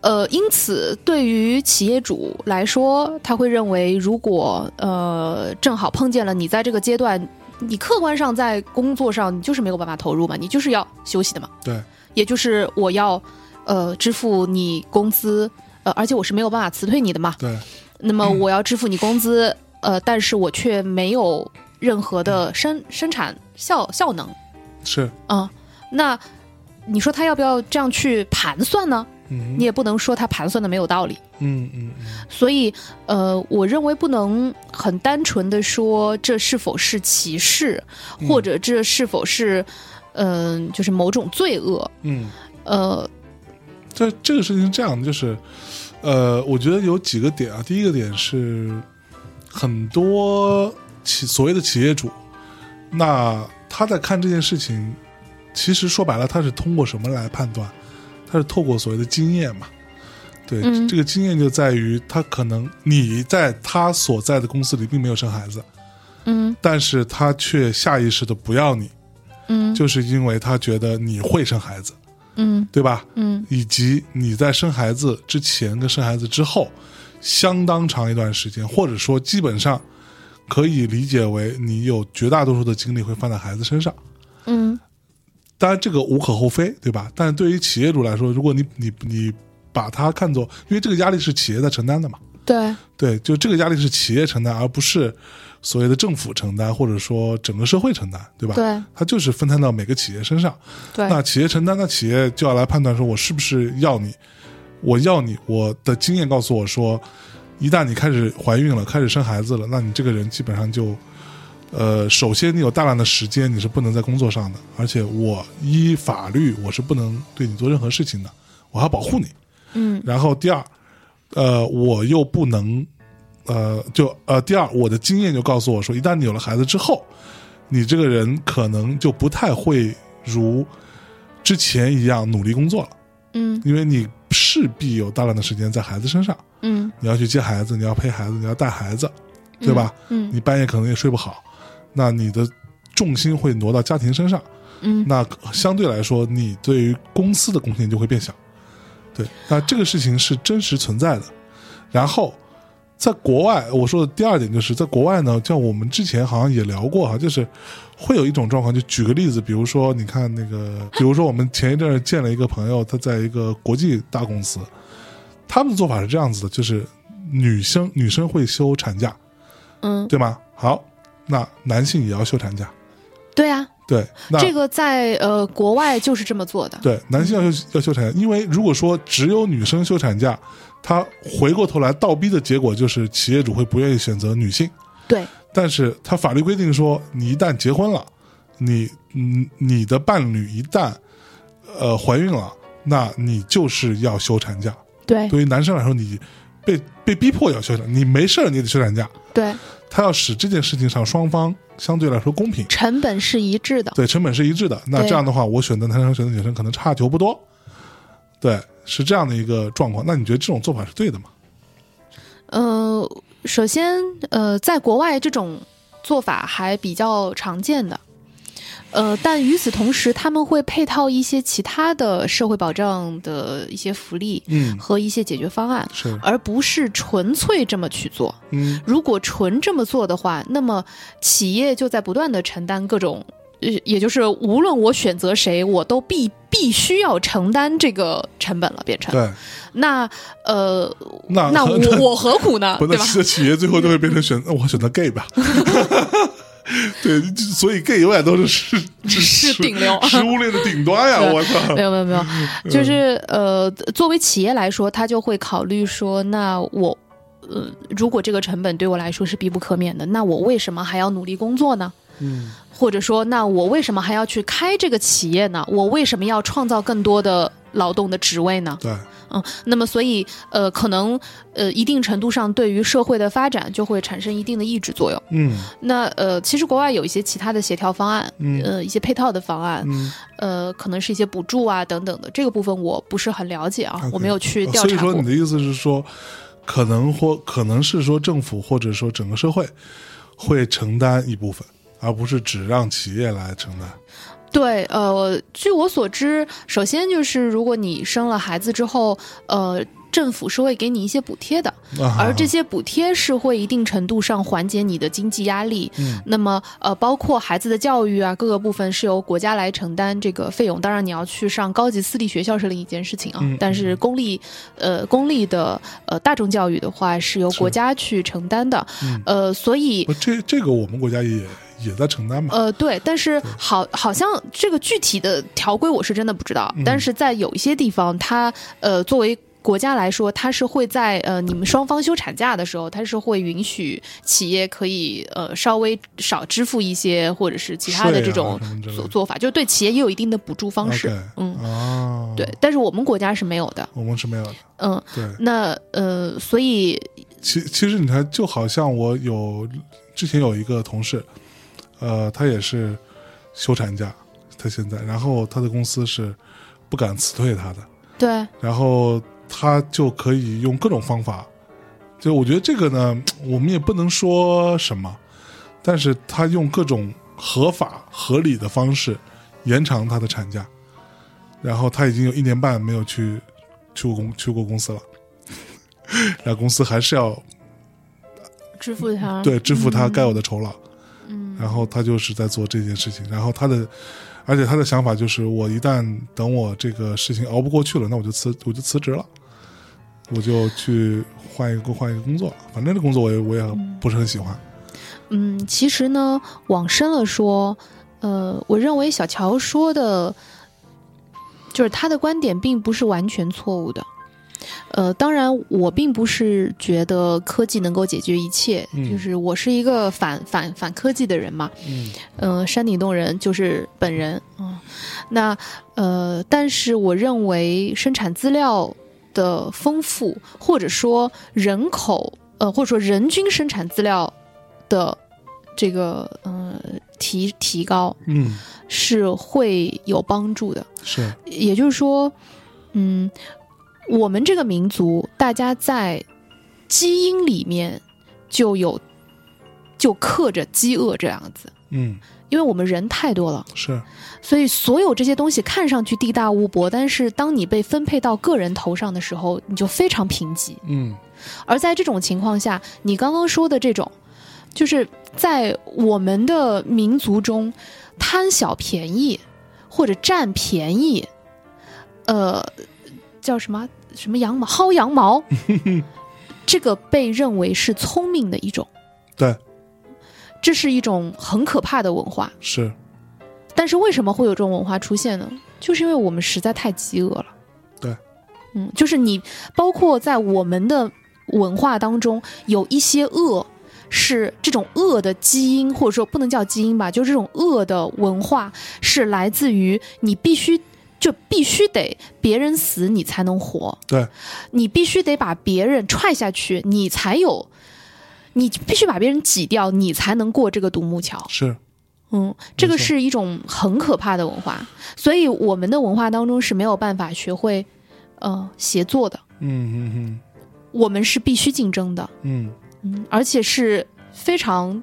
Speaker 2: 呃，因此对于企业主来说，他会认为，如果呃正好碰见了你在这个阶段你客观上在工作上你就是没有办法投入嘛，你就是要休息的嘛。
Speaker 3: 对，
Speaker 2: 也就是我要呃支付你工资，呃，而且我是没有办法辞退你的嘛。
Speaker 3: 对，
Speaker 2: 那么我要支付你工资，呃，但是我却没有任何的生生产效效能
Speaker 3: 是，
Speaker 2: 啊、那你说他要不要这样去盘算呢？
Speaker 3: 嗯
Speaker 2: 你也不能说他盘算的没有道理。
Speaker 3: 嗯嗯嗯，
Speaker 2: 所以，呃，我认为不能很单纯的说这是否是歧视，或者这是否是，嗯、就是某种罪恶，
Speaker 3: 嗯，
Speaker 2: 呃，
Speaker 3: 这这个事情是这样的，就是，呃，我觉得有几个点啊。第一个点是，很多企所谓的企业主，那他在看这件事情，其实说白了，他是通过什么来判断？他是透过所谓的经验嘛。对，
Speaker 2: 嗯
Speaker 3: 这个经验就在于他可能你在他所在的公司里并没有生孩子，
Speaker 2: 嗯
Speaker 3: 但是他却下意识的不要你，
Speaker 2: 嗯
Speaker 3: 就是因为他觉得你会生孩子，
Speaker 2: 嗯
Speaker 3: 对吧？
Speaker 2: 嗯
Speaker 3: 以及你在生孩子之前跟生孩子之后，相当长一段时间，或者说基本上可以理解为你有绝大多数的精力会放在孩子身上。
Speaker 2: 嗯
Speaker 3: 当然，这个无可厚非，对吧？但是对于企业主来说，如果你你你把它看作，因为这个压力是企业在承担的嘛，
Speaker 2: 对，
Speaker 3: 对，就这个压力是企业承担，而不是所谓的政府承担，或者说整个社会承担，对吧？
Speaker 2: 对
Speaker 3: 它就是分摊到每个企业身上。
Speaker 2: 对
Speaker 3: 那企业承担，那企业就要来判断说，我是不是要你？我要你，我的经验告诉我说，一旦你开始怀孕了，开始生孩子了，那你这个人基本上就，呃，首先你有大量的时间，你是不能在工作上的，而且我依法律我是不能对你做任何事情的，我还要保护你。
Speaker 2: 嗯
Speaker 3: 然后第二，呃，我又不能，呃，就呃，第二，我的经验就告诉我说，一旦你有了孩子之后，你这个人可能就不太会如之前一样努力工作了，
Speaker 2: 嗯
Speaker 3: 因为你势必有大量的时间在孩子身上，
Speaker 2: 嗯
Speaker 3: 你要去接孩子，你要陪孩子，你要带孩子，对吧？
Speaker 2: 嗯
Speaker 3: 你半夜可能也睡不好，那你的重心会挪到家庭身上，
Speaker 2: 嗯，
Speaker 3: 那相对来说，你对于公司的贡献就会变小。对，那这个事情是真实存在的。然后，在国外，我说的第二点就是，在国外呢，像我们之前好像也聊过哈，就是会有一种状况，就举个例子，比如说，你看那个，比如说我们前一阵儿见了一个朋友，他在一个国际大公司，他们的做法是这样子的，就是女生女生会休产假，
Speaker 2: 嗯
Speaker 3: 对吗？好，那男性也要休产假，
Speaker 2: 对啊，
Speaker 3: 对，那
Speaker 2: 这个在呃国外就是这么做的，
Speaker 3: 对，男性要休要休产假，因为如果说只有女生休产假，他回过头来倒逼的结果就是企业主会不愿意选择女性，
Speaker 2: 对
Speaker 3: 但是他法律规定说，你一旦结婚了，你你你的伴侣一旦呃怀孕了，那你就是要休产假。
Speaker 2: 对
Speaker 3: 对于男生来说，你被被逼迫要休产，你没事儿你也得休产假，
Speaker 2: 对，
Speaker 3: 他要使这件事情上双方相对来说公平。
Speaker 2: 成本是一致的，
Speaker 3: 对，成本是一致的。那
Speaker 2: 对
Speaker 3: 这样的话，我选择男生选择女生可能差球不多，对，是这样的一个状况。那你觉得这种做法是对的吗？
Speaker 2: 呃，首先，呃，在国外这种做法还比较常见的，呃，但与此同时，他们会配套一些其他的社会保障的一些福利
Speaker 3: 嗯，
Speaker 2: 和一些解决方案，
Speaker 3: 是，
Speaker 2: 而不是纯粹这么去做。
Speaker 3: 嗯
Speaker 2: 如果纯这么做的话，那么企业就在不断的承担各种，呃也就是无论我选择谁，我都必必须要承担这个成本了，变成
Speaker 3: 对，
Speaker 2: 那呃，
Speaker 3: 那
Speaker 2: 那
Speaker 3: 和
Speaker 2: 我我何苦呢？
Speaker 3: 不，
Speaker 2: 对
Speaker 3: 那
Speaker 2: 吧？
Speaker 3: 这企业最后都会变成选，那我选择 gay 吧。 对，所以 gay 永远都是是
Speaker 2: 是嗯顶流
Speaker 3: 食物链的顶端呀！
Speaker 2: 对
Speaker 3: 我操，
Speaker 2: 没有没有没有，就是呃，作为企业来说，他就会考虑说，那我呃，如果这个成本对我来说是必不可免的，那我为什么还要努力工作呢？
Speaker 3: 嗯，
Speaker 2: 或者说，那我为什么还要去开这个企业呢？我为什么要创造更多的劳动的职位呢？
Speaker 3: 对，
Speaker 2: 嗯，那么所以呃，可能呃，一定程度上对于社会的发展就会产生一定的抑制作用。
Speaker 3: 嗯
Speaker 2: 那呃，其实国外有一些其他的协调方案，
Speaker 3: 嗯
Speaker 2: 呃，一些配套的方案，
Speaker 3: 嗯，
Speaker 2: 呃，可能是一些补助啊等等的，这个部分我不是很了解啊
Speaker 3: OK
Speaker 2: 我没有去
Speaker 3: 哦
Speaker 2: 调
Speaker 3: 所以
Speaker 2: 查
Speaker 3: 说，
Speaker 2: 过
Speaker 3: 你。的意思是说，可能或可能是说政府或者说整个社会会承担一部分，而不是只让企业来承担。
Speaker 2: 对，呃，据我所知，首先就是如果你生了孩子之后，呃。政府是会给你一些补贴的，
Speaker 3: 啊
Speaker 2: 而这些补贴是会一定程度上缓解你的经济压力。
Speaker 3: 嗯
Speaker 2: 那么，呃，包括孩子的教育啊，各个部分是由国家来承担这个费用。当然，你要去上高级私立学校是另一件事情啊。
Speaker 3: 嗯
Speaker 2: 但是公立，呃，公立的呃大众教育的话是由国家去承担的。
Speaker 3: 嗯
Speaker 2: 呃，所以
Speaker 3: 不这这个我们国家也也在承担嘛，
Speaker 2: 呃，对，但是好，好像这个具体的条规我是真的不知道，
Speaker 3: 嗯
Speaker 2: 但是在有一些地方，它呃作为。国家来说，它是会在呃你们双方休产假的时候，它是会允许企业可以呃稍微少支付一些，或者是其他的
Speaker 3: 税啊
Speaker 2: 这种
Speaker 3: 什么之类的
Speaker 2: 做做法，就是对企业也有一定的补助方式。
Speaker 3: OK
Speaker 2: 嗯，
Speaker 3: 啊，
Speaker 2: 对，，但是我们国家是没有的。
Speaker 3: 我们是没有的。
Speaker 2: 嗯，
Speaker 3: 对，
Speaker 2: 那呃，所以
Speaker 3: 其其实你看，就好像我有之前有一个同事，呃，他也是休产假，他现在，然后他的公司是不敢辞退他的，
Speaker 2: 对，啊
Speaker 3: 然后他就可以用各种方法。就我觉得这个呢，我们也不能说什么，但是他用各种合法合理的方式延长他的产假，然后他已经有一年半没有去去过公去过公司了， 然后公司还是要
Speaker 2: 支付啊它。
Speaker 3: 对，支付他该有的酬劳。嗯，然后他就是在做这件事情，然后他的，而且他的想法就是，我一旦等我这个事情熬不过去了，那我就辞，我就辞职了，我就去换一个换一个工作了。反正这工作我也我也不是很喜欢。
Speaker 2: 嗯，其实呢，往深了说，呃，我认为小乔说的，就是他的观点并不是完全错误的。呃，当然，我并不是觉得科技能够解决一切，
Speaker 3: 嗯
Speaker 2: 就是我是一个反反反科技的人嘛。
Speaker 3: 嗯
Speaker 2: 嗯、山顶洞人就是本人啊、嗯那呃，但是我认为生产资料的丰富，或者说人口呃，或者说人均生产资料的这个呃提提高
Speaker 3: 嗯，
Speaker 2: 是会有帮助的。
Speaker 3: 是
Speaker 2: 也就是说，嗯，我们这个民族大家在基因里面就有就刻着饥饿这样子。
Speaker 3: 嗯
Speaker 2: 因为我们人太多了，
Speaker 3: 是
Speaker 2: 所以所有这些东西看上去地大物博，但是当你被分配到个人头上的时候，你就非常贫瘠。
Speaker 3: 嗯
Speaker 2: 而在这种情况下，你刚刚说的这种，就是在我们的民族中，贪小便宜或者占便宜，呃，叫什么什么羊毛薅羊毛，这个被认为是聪明的一种，
Speaker 3: 对
Speaker 2: 这是一种很可怕的文化。
Speaker 3: 是
Speaker 2: 但是为什么会有这种文化出现呢？就是因为我们实在太饥饿了。
Speaker 3: 对，
Speaker 2: 嗯，就是你包括在我们的文化当中，有一些恶是这种恶的基因，或者说不能叫基因吧，就是这种恶的文化是来自于你必须。就必须得别人死你才能活，
Speaker 3: 对
Speaker 2: 你必须得把别人踹下去，你才有，你必须把别人挤掉，你才能过这个独木桥。
Speaker 3: 是
Speaker 2: 嗯，这
Speaker 3: 没
Speaker 2: 个
Speaker 3: 错
Speaker 2: 是一种很可怕的文化，所以我们的文化当中是没有办法学会，呃，协作的。
Speaker 3: 嗯嗯
Speaker 2: 我们是必须竞争的，
Speaker 3: 嗯嗯
Speaker 2: 嗯，而且是非常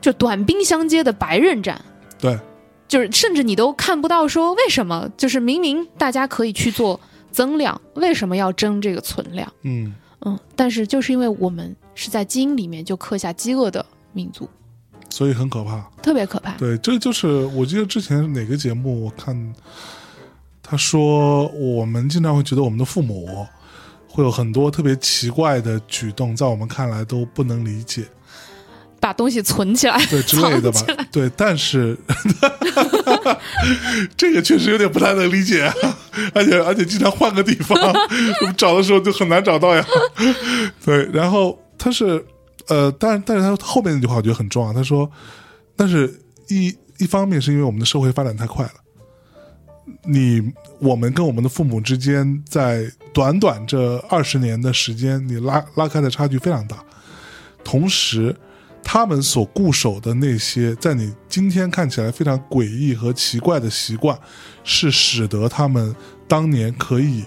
Speaker 2: 就短兵相接的白刃战，
Speaker 3: 对
Speaker 2: 就是甚至你都看不到说为什么，就是明明大家可以去做增量，为什么要争这个存量？
Speaker 3: 嗯
Speaker 2: 嗯，但是就是因为我们是在基因里面就刻下饥饿的民族，
Speaker 3: 所以很可怕。
Speaker 2: 特别可怕。
Speaker 3: 对，这就是我记得之前哪个节目我看，他说我们经常会觉得我们的父母会有很多特别奇怪的举动，在我们看来都不能理解，
Speaker 2: 把东西存起来，
Speaker 3: 对之类的吧
Speaker 2: 藏起来。
Speaker 3: 对，但是 这个确实有点不太能理解啊、而且而且经常换个地方，我们找的时候就很难找到呀。对，然后他是呃，但但是他后面那句话我觉得很重啊要，他说，但是一一方面是因为我们的社会发展太快了，你我们跟我们的父母之间在短短这二十年的时间，你拉拉开的差距非常大，同时。他们所固守的那些，在你今天看起来非常诡异和奇怪的习惯，是使得他们当年可以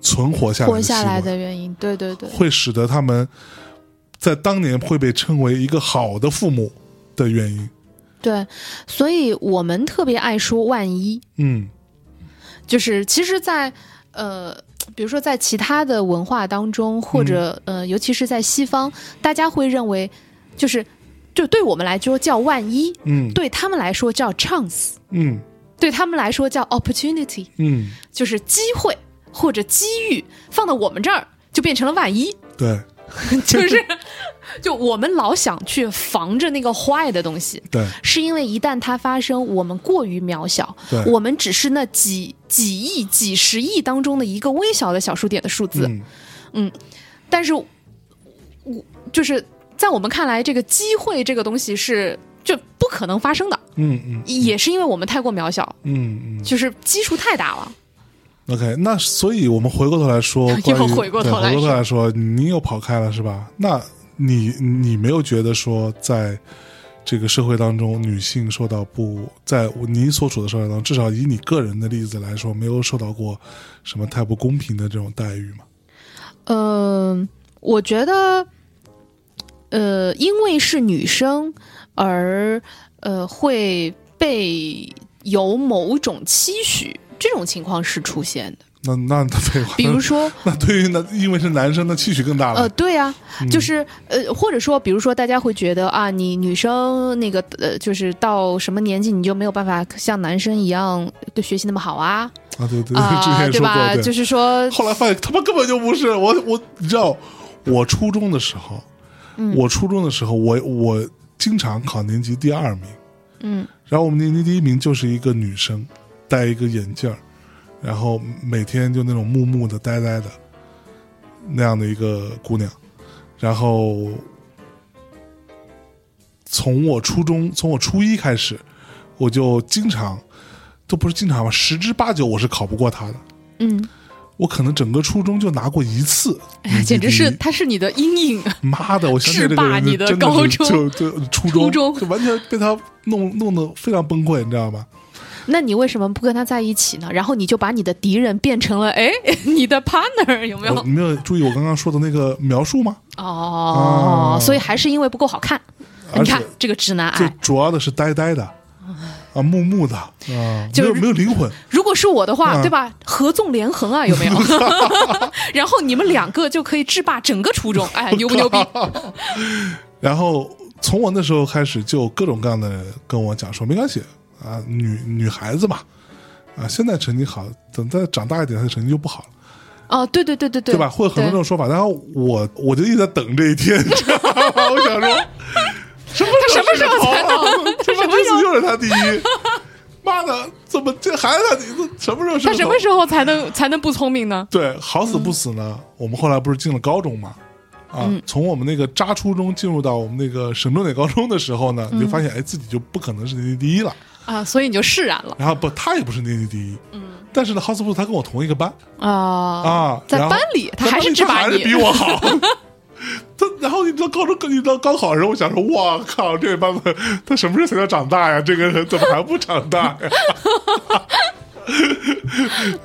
Speaker 3: 存活下来
Speaker 2: 活
Speaker 3: 的习
Speaker 2: 下
Speaker 3: 惯
Speaker 2: 来。的原因，对对对。
Speaker 3: 会使得他们在当年会被称为一个好的父母的原因。
Speaker 2: 对，所以我们特别爱说万一，
Speaker 3: 嗯
Speaker 2: 就是其实在，呃，比如说在其他的文化当中，或者、呃，尤其是在西方，大家会认为就是就对我们来说叫万一，
Speaker 3: 嗯
Speaker 2: 对他们来说叫 chance，
Speaker 3: 嗯
Speaker 2: 对他们来说叫 opportunity，
Speaker 3: 嗯，
Speaker 2: 就是机会或者机遇，放到我们这儿就变成了万一，
Speaker 3: 对
Speaker 2: 就是就我们老想去防着那个坏的东西，
Speaker 3: 对
Speaker 2: 是因为一旦它发生，我们过于渺小，
Speaker 3: 对，
Speaker 2: 我们只是那几几亿、几十亿当中的一个微小的小数点的数字。
Speaker 3: 嗯
Speaker 2: 但是，我就是在我们看来，这个机会这个东西是就不可能发生的，
Speaker 3: 嗯嗯
Speaker 2: 也是因为我们太过渺小，
Speaker 3: 嗯嗯
Speaker 2: 就是基数太大了。
Speaker 3: ，OK，那所以我们回过头来说，
Speaker 2: 又
Speaker 3: 关于
Speaker 2: 回过
Speaker 3: 对
Speaker 2: 头来
Speaker 3: 回过头来说，你又跑开了是吧？那你你没有觉得说在。这个社会当中，女性受到不在你所处的社会当中，至少以你个人的例子来说，没有受到过什么太不公平的这种待遇嘛？
Speaker 2: 嗯、我觉得，呃，因为是女生而呃会被有某种期许，这种情况是出现的。
Speaker 3: 那那那废话，
Speaker 2: 比如说，
Speaker 3: 那对于那因为是男生，那期许更大了。嗯
Speaker 2: 呃，对啊，就是呃，或者说，比如说，大家会觉得啊，你女生那个呃，就是到什么年纪你就没有办法像男生一样对学习那么好啊
Speaker 3: 啊，对对对，
Speaker 2: 啊、
Speaker 3: 之前也
Speaker 2: 对
Speaker 3: 说过，
Speaker 2: 吧？
Speaker 3: 对，
Speaker 2: 就是说，
Speaker 3: 后来发现他妈根本就不是我，我你知道，我初中的时候，
Speaker 2: 嗯
Speaker 3: 我初中的时候，我我经常考年级第二名，
Speaker 2: 嗯
Speaker 3: 然后我们年级第一名就是一个女生，戴一个眼镜儿，然后每天就那种木木的、呆呆的那样的一个姑娘，然后从我初中，从我初一开始，我就经常，都不是经常吧，十之八九我是考不过她的。
Speaker 2: 嗯，
Speaker 3: 我可能整个初中就拿过一次，
Speaker 2: 哎 呀，简直是
Speaker 3: 嗯
Speaker 2: 他是你的阴 影，
Speaker 3: 妈的！我想起
Speaker 2: 制
Speaker 3: 这个
Speaker 2: 霸
Speaker 3: 人
Speaker 2: 你的
Speaker 3: 真的
Speaker 2: 高
Speaker 3: 是
Speaker 2: 中
Speaker 3: 就就初
Speaker 2: 初
Speaker 3: 中
Speaker 2: 中
Speaker 3: 就完全被他弄弄得非常崩溃，你知道吗？
Speaker 2: 那你为什么不跟他在一起呢？然后你就把你的敌人变成了哎， 你的 partner 有没有
Speaker 3: 我？你没有注意我刚刚说的那个描述吗？
Speaker 2: 哦，
Speaker 3: 啊
Speaker 2: 所以还是因为不够好看。哎你
Speaker 3: 而且
Speaker 2: 看这个直男哎
Speaker 3: 最
Speaker 2: 癌，
Speaker 3: 主要的是呆呆的，啊，木木的，啊，没
Speaker 2: 就是
Speaker 3: 有没有灵魂，
Speaker 2: 如果是我的话，
Speaker 3: 嗯
Speaker 2: 对吧？合纵连横啊，有 没有？ 然后你们两个就可以制霸整个初中，哎，牛不牛逼？
Speaker 3: 然后从我那时候开始，就各种各样的人跟我讲说，没关系啊，女女孩子嘛，啊，现在成绩好，等再长大一点，她的成绩就不好了。
Speaker 2: 哦，对对对对对，
Speaker 3: 对吧？会有很多这种说法，然后我我就一直在等这一天，你知道吗？我 想说，什么
Speaker 2: 他什么时候才
Speaker 3: 才
Speaker 2: 能
Speaker 3: 他妈
Speaker 2: 他什么
Speaker 3: 这
Speaker 2: 时候
Speaker 3: 次啊又是他第一，妈的，怎么这孩子他第一什么时候是
Speaker 2: 他
Speaker 3: 个
Speaker 2: 什
Speaker 3: 头啊
Speaker 2: 么时候才能才能不聪明呢？
Speaker 3: 对，好死不死呢，我们后来不是进了高中嘛，啊，从我们那个渣初中进入到我们那个省重点高中的时候呢，你就发现哎，自己就不可能是年级第一了。
Speaker 2: 啊，所以你就释然了
Speaker 3: 然后不，他也不是年级第一，嗯，但是呢，好死不死他跟我同一个班，
Speaker 2: 啊
Speaker 3: 啊，
Speaker 2: 在
Speaker 3: 然后
Speaker 2: 班里他
Speaker 3: 在
Speaker 2: 还
Speaker 3: 班
Speaker 2: 是
Speaker 3: 里
Speaker 2: 制
Speaker 3: 他
Speaker 2: 霸
Speaker 3: 还是
Speaker 2: 你
Speaker 3: 比，我好。 他然后你知道高中，你知道高考的时候，我想说，我靠，这帮子他什么时候才能长大呀？这个人怎么还不长大呀？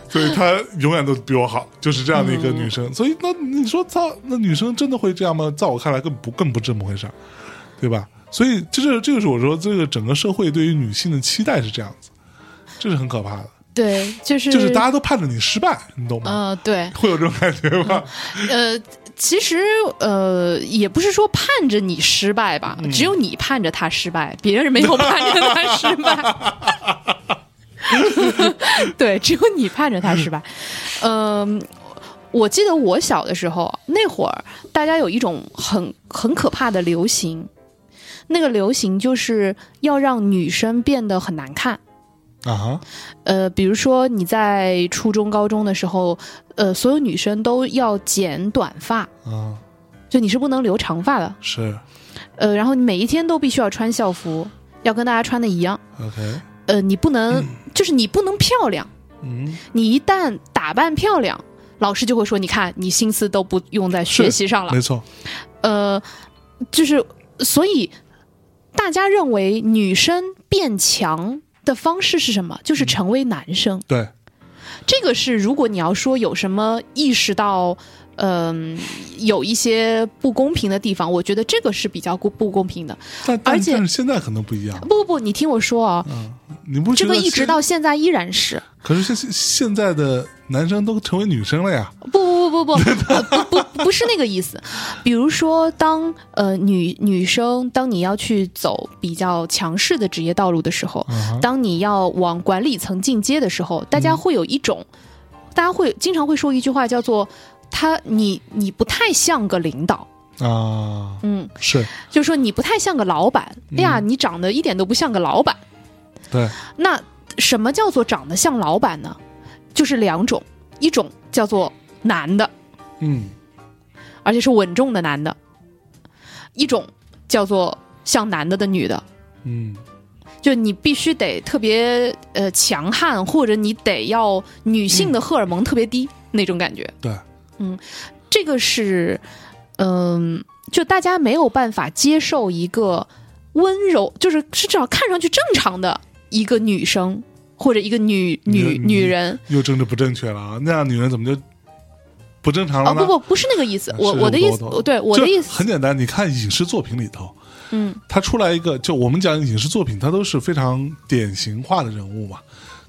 Speaker 3: 所以她永远都比我好，就是这样的一个女生。所以那你说，操，那女生真的会这样吗？在我看来，更不更不是这么回事儿，对吧？所以这是这个是我说，这个整个社会对于女性的期待是这样子，这是很可怕的，
Speaker 2: 对，就是
Speaker 3: 就是大家都盼着你失败，你懂吗？
Speaker 2: 呃，对，
Speaker 3: 会有这种感觉吧？
Speaker 2: 呃，其实呃，也不是说盼着你失败吧，只有你盼着他失败，别人没有盼着他失败。 对，只有你盼着他失败。嗯、我记得我小的时候，那会儿大家有一种很很可怕的流行，那个流行就是要让女生变得很难看。
Speaker 3: 啊哈，
Speaker 2: 呃，比如说你在初中、高中的时候，呃，所有女生都要剪短发，
Speaker 3: 啊，
Speaker 2: 就你是不能留长发的。
Speaker 3: 是
Speaker 2: 呃，然后你每一天都必须要穿校服，要跟大家穿的一样。
Speaker 3: OK，
Speaker 2: 呃，你不能，就是你不能漂亮，
Speaker 3: 嗯，
Speaker 2: 你一旦打扮漂亮，老师就会说，你看你心思都不用在学
Speaker 3: 是
Speaker 2: 习上了
Speaker 3: 没。错，
Speaker 2: 呃，就是所以大家认为女生变强的方式是什么？就是成为男生。
Speaker 3: 对，
Speaker 2: 这个是如果你要说有什么意识到，嗯、有一些不公平的地方，我觉得这个是比较不不公平的。
Speaker 3: 但但
Speaker 2: 而且
Speaker 3: 但是现在可能不一样，
Speaker 2: 不不不，你听我说啊，
Speaker 3: 嗯，你不觉
Speaker 2: 这
Speaker 3: 得
Speaker 2: 个一直
Speaker 3: 现
Speaker 2: 到现在依然是。
Speaker 3: 可是现现在的男生都成为女生了呀？
Speaker 2: 不不不不不呃不不不是那个意思。比如说，当呃女女生，当你要去走比较强势的职业道路的时候，
Speaker 3: 啊
Speaker 2: 当你要往管理层进阶的时候，大家会有一种，大家会经常会说一句话叫做“他你你不太像个领导”，
Speaker 3: 啊，
Speaker 2: 嗯，
Speaker 3: 是
Speaker 2: 就是说你不太像个老板。哎呀，
Speaker 3: 嗯
Speaker 2: 你长得一点都不像个老板。
Speaker 3: 对，
Speaker 2: 那什么叫做长得像老板呢？就是两种，一种叫做男的，
Speaker 3: 嗯，
Speaker 2: 而且是稳重的男的；一种叫做像男的的女的，
Speaker 3: 嗯，
Speaker 2: 就你必须得特别呃强悍，或者你得要女性的荷尔蒙特别低、那种感觉。嗯
Speaker 3: 对，
Speaker 2: 这个是，嗯、就大家没有办法接受一个温柔，就是是至少看上去正常的一个女生或者一个女
Speaker 3: 女
Speaker 2: 女女人。
Speaker 3: 又政治不正确了啊！那样女人怎么就不正常了
Speaker 2: 哦
Speaker 3: 呢？
Speaker 2: 不不不是那个意思，我
Speaker 3: 是
Speaker 2: 我的意
Speaker 3: 我懂
Speaker 2: 思，
Speaker 3: 我懂
Speaker 2: 对我
Speaker 3: 就
Speaker 2: 的意思
Speaker 3: 很，简单，你看影视作品里头，
Speaker 2: 嗯，
Speaker 3: 他出来一个，就我们讲影视作品，他都是非常典型化的人物嘛，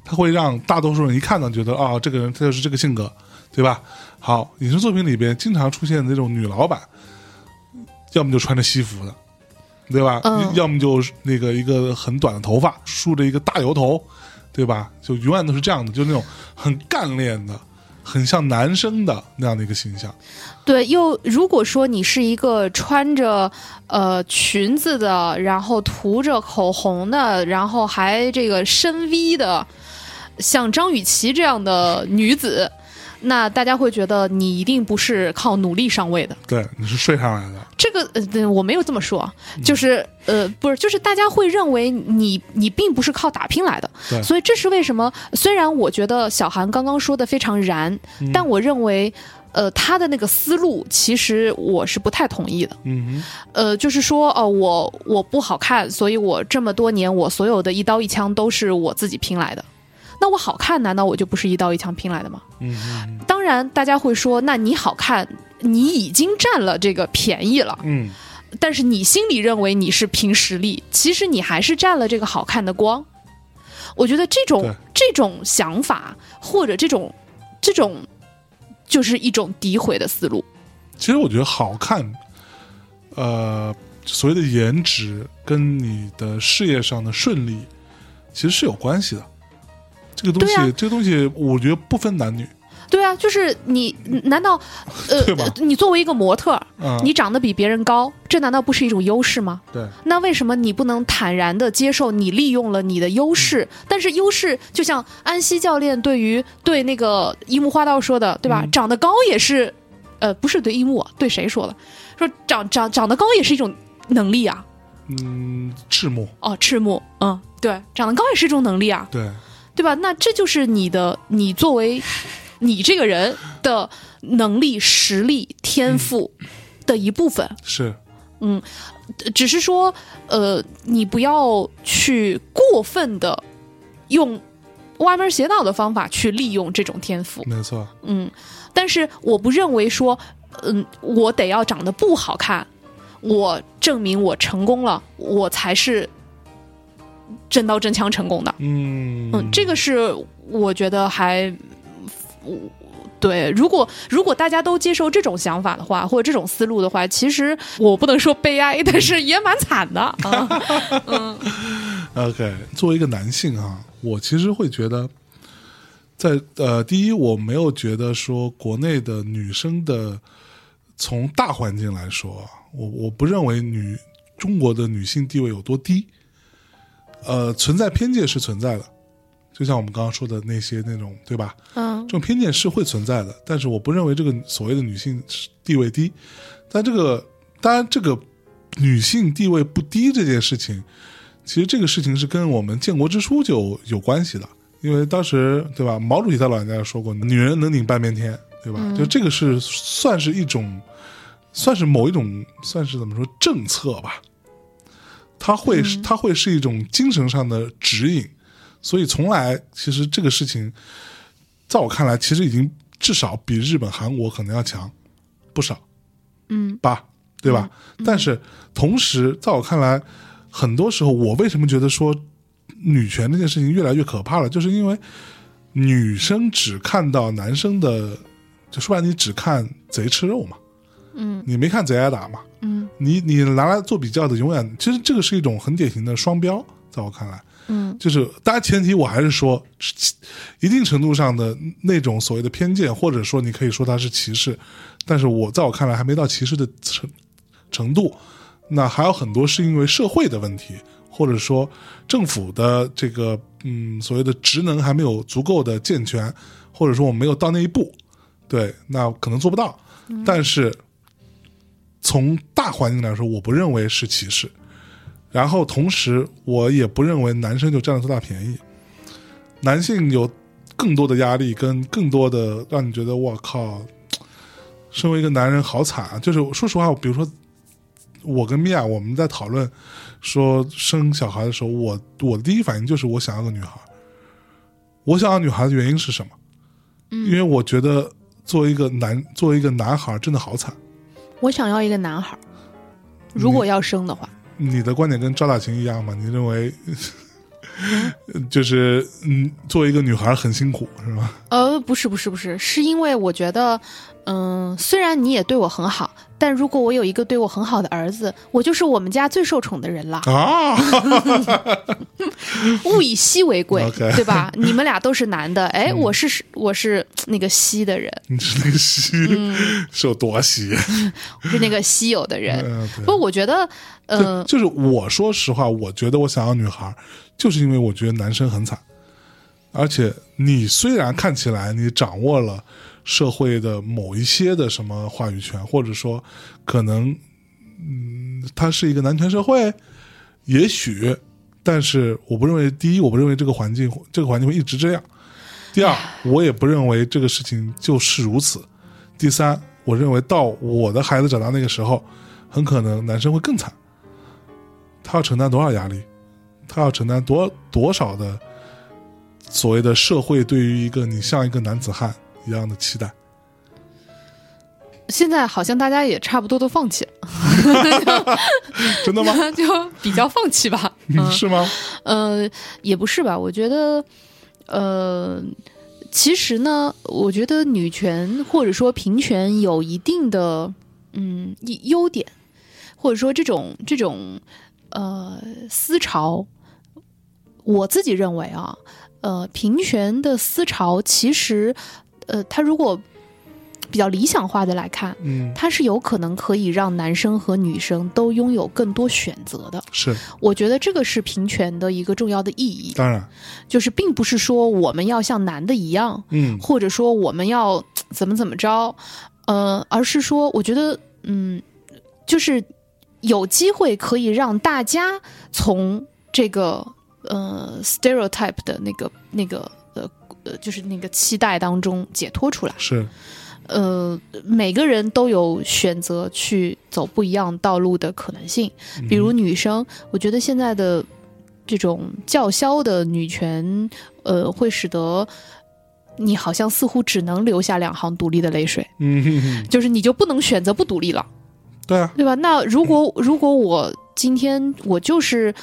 Speaker 3: 他会让大多数人一看到觉得啊、这个人他就是这个性格，对吧？好，影视作品里边经常出现那种女老板，要么就穿着西服的，对吧？
Speaker 2: 嗯
Speaker 3: 要么就是那个一个很短的头发，梳着一个大油头，对吧？就永远都是这样的，就那种很干练的。很像男生的那样的一个形象，
Speaker 2: 对，又如果说你是一个穿着呃裙子的，然后涂着口红的，然后还这个深 V 的，像张雨绮这样的女子，那大家会觉得你一定不是靠努力上位的。
Speaker 3: 对，你是睡上来的，
Speaker 2: 这个呃对，我没有这么说，就是呃，不是，就是大家会认为你你并不是靠打拼来
Speaker 3: 对
Speaker 2: 的，所以这是为什么？虽然我觉得小韩刚刚说的非常燃，但我认为。呃，他的那个思路其实我是不太同意的。
Speaker 3: 嗯
Speaker 2: 呃，就是说，哦、我我不好看，所以我这么多年我所有的一刀一枪都是我自己拼来的。那我好看，难道我就不是一刀一枪拼来的吗？
Speaker 3: 哼，嗯哼，
Speaker 2: 当然，大家会说，那你好看，你已经占了这个便宜了。
Speaker 3: 嗯，
Speaker 2: 但是你心里认为你是凭实力，其实你还是占了这个好看的光。我觉得这
Speaker 3: 对
Speaker 2: 种这种想法或者这种这种就是一种诋毁的思路。
Speaker 3: 其实我觉得好看，呃，所谓的颜值跟你的事业上的顺利，其实是有关系的。这个东西，
Speaker 2: 对啊
Speaker 3: 这个东西，我觉得不分男女
Speaker 2: 对啊，就是你难道呃
Speaker 3: 对吧
Speaker 2: 你作为一个模特儿，
Speaker 3: 啊。
Speaker 2: 你长得比别人高，这难道不是一种优势吗？
Speaker 3: 对，
Speaker 2: 那为什么你不能坦然的接受你利用了你的优势？但是优势就像安西教练对于对那个樱木花道说的，对吧？
Speaker 3: 嗯
Speaker 2: 长得高也是，呃，不是对樱木，对谁说的？说长长长得高也是一种能力啊。
Speaker 3: 嗯，赤木，
Speaker 2: 哦，赤木，嗯，对，长得高也是一种能力啊，
Speaker 3: 对，
Speaker 2: 对吧？那这就是你的，你作为你这个人的能力、实力、天赋的一部分。
Speaker 3: 是，
Speaker 2: 只是说，呃，你不要去过分的用歪门邪道的方法去利用这种天赋，
Speaker 3: 没错，
Speaker 2: 嗯。但是我不认为说，嗯，我得要长得不好看，我证明我成功了，我才是真刀真枪成功的。
Speaker 3: 嗯，
Speaker 2: 嗯，这个是我觉得还，我对，如果如果大家都接受这种想法的话，或者这种思路的话，其实我不能说悲哀，但是也蛮惨的啊。
Speaker 3: OK，作为一个男性啊，我其实会觉得在，呃，第一，我没有觉得说国内的女生的从大环境来说，啊我我不认为女中国的女性地位有多低，呃，存在偏见是存在的，就像我们刚刚说的那些那种，对吧？
Speaker 2: 嗯
Speaker 3: 这种偏见是会存在的，但是我不认为这个所谓的女性地位低，但这个当然这个女性地位不低这件事情，其实这个事情是跟我们建国之初就有关系的，因为当时对吧，毛主席他老人家说过，女人能顶半边天，对吧？就这个是算是一种，算是某一种，算是怎么说政策吧，它会、它会是一种精神上的指引，所以从来其实这个事情。在我看来，其实已经至少比日本、韩国可能要强不少，嗯，吧，对吧？但是同时，在我看来，很多时候我为什么觉得说女权这件事情越来越可怕了，就是因为女生只看到男生的，就说白了，你只看贼吃肉嘛，
Speaker 2: 嗯
Speaker 3: 你没看贼挨打嘛，
Speaker 2: 嗯
Speaker 3: 你你拿来做比较的，永远其实这个是一种很典型的双标，在我看来，
Speaker 2: 嗯
Speaker 3: 就是当然前提我还是说，一定程度上的那种所谓的偏见，或者说你可以说它是歧视，但是我在我看来还没到歧视的程程度，那还有很多是因为社会的问题，或者说政府的这个嗯所谓的职能还没有足够的健全，或者说我们没有到那一步，对，那可能做不到，但是从大环境来说，我不认为是歧视。然后同时，我也不认为男生就占了多大便宜，男性有更多的压力跟更多的让你觉得我靠，身为一个男人好惨啊！就是说实话，比如说我跟米娅我们在讨论说生小孩的时候，我我的第一反应就是我想要个女孩。我想要女孩的原因是什么？因为我觉得作为一个男作为一个男孩真的好惨。
Speaker 2: 我想要一个男孩儿，如果要生的话，
Speaker 3: 你的观点跟赵大琴一样吗？你认为 就是嗯，作为一个女孩很辛苦是吧？
Speaker 2: 呃，不是不是不是，是因为我觉得，嗯、虽然你也对我很好，但如果我有一个对我很好的儿子，我就是我们家最受宠的人了。
Speaker 3: 啊，
Speaker 2: 物以稀为 贵
Speaker 3: OK
Speaker 2: 对吧？你们俩都是男的，哎，
Speaker 3: 嗯
Speaker 2: 我是我是那个稀的 人，
Speaker 3: 你是那个稀、 是有多稀？
Speaker 2: 我是那个稀有的人。
Speaker 3: 嗯，
Speaker 2: 不
Speaker 3: 对
Speaker 2: 过我觉得，
Speaker 3: 就
Speaker 2: 呃，
Speaker 3: 就是我说实话，我觉得我想要女孩，就是因为我觉得男生很惨，而且你虽然看起来你掌握了社会的某一些的什么话语权，或者说可能嗯，它是一个男权社会，也许，但是我不认为，第一，我不认为这个环境这个环境会一直这样；第二，我也不认为这个事情就是如此；第三，我认为到我的孩子长大那个时候，很可能男生会更惨。他要承担多少压力，他要承担多多少的所谓的社会对于一个你像一个男子汉一样的期待。
Speaker 2: 现在好像大家也差不多都放弃
Speaker 3: 真的吗？
Speaker 2: 了，就比较放弃吧。 嗯，
Speaker 3: 是吗？
Speaker 2: 呃，也不是吧？我觉得，呃，其实呢，我觉得女权或者说平权有一定的嗯一优点，或者说这种这种呃思潮，我自己认为啊，呃，平权的思潮其实，呃，它如果比较理想化的来看。
Speaker 3: 嗯，
Speaker 2: 它是有可能可以让男生和女生都拥有更多选择的，
Speaker 3: 是，
Speaker 2: 我觉得这个是平权的一个重要的意义，
Speaker 3: 当然，
Speaker 2: 就是并不是说我们要像男的一样，
Speaker 3: 嗯
Speaker 2: 或者说我们要怎么怎么着，呃，而是说，我觉得，嗯，就是有机会可以让大家从这个呃 stereotype 的那个那个呃呃，就是那个期待当中解脱出来。
Speaker 3: 是，
Speaker 2: 呃，每个人都有选择去走不一样道路的可能性。比如女生，我觉得现在的这种叫嚣的女权，呃，会使得你好像似乎只能留下两行独立的泪水，
Speaker 3: 嗯哼哼，
Speaker 2: 就是你就不能选择不独立了，
Speaker 3: 对啊，
Speaker 2: 对吧？那如果如果我今天我就是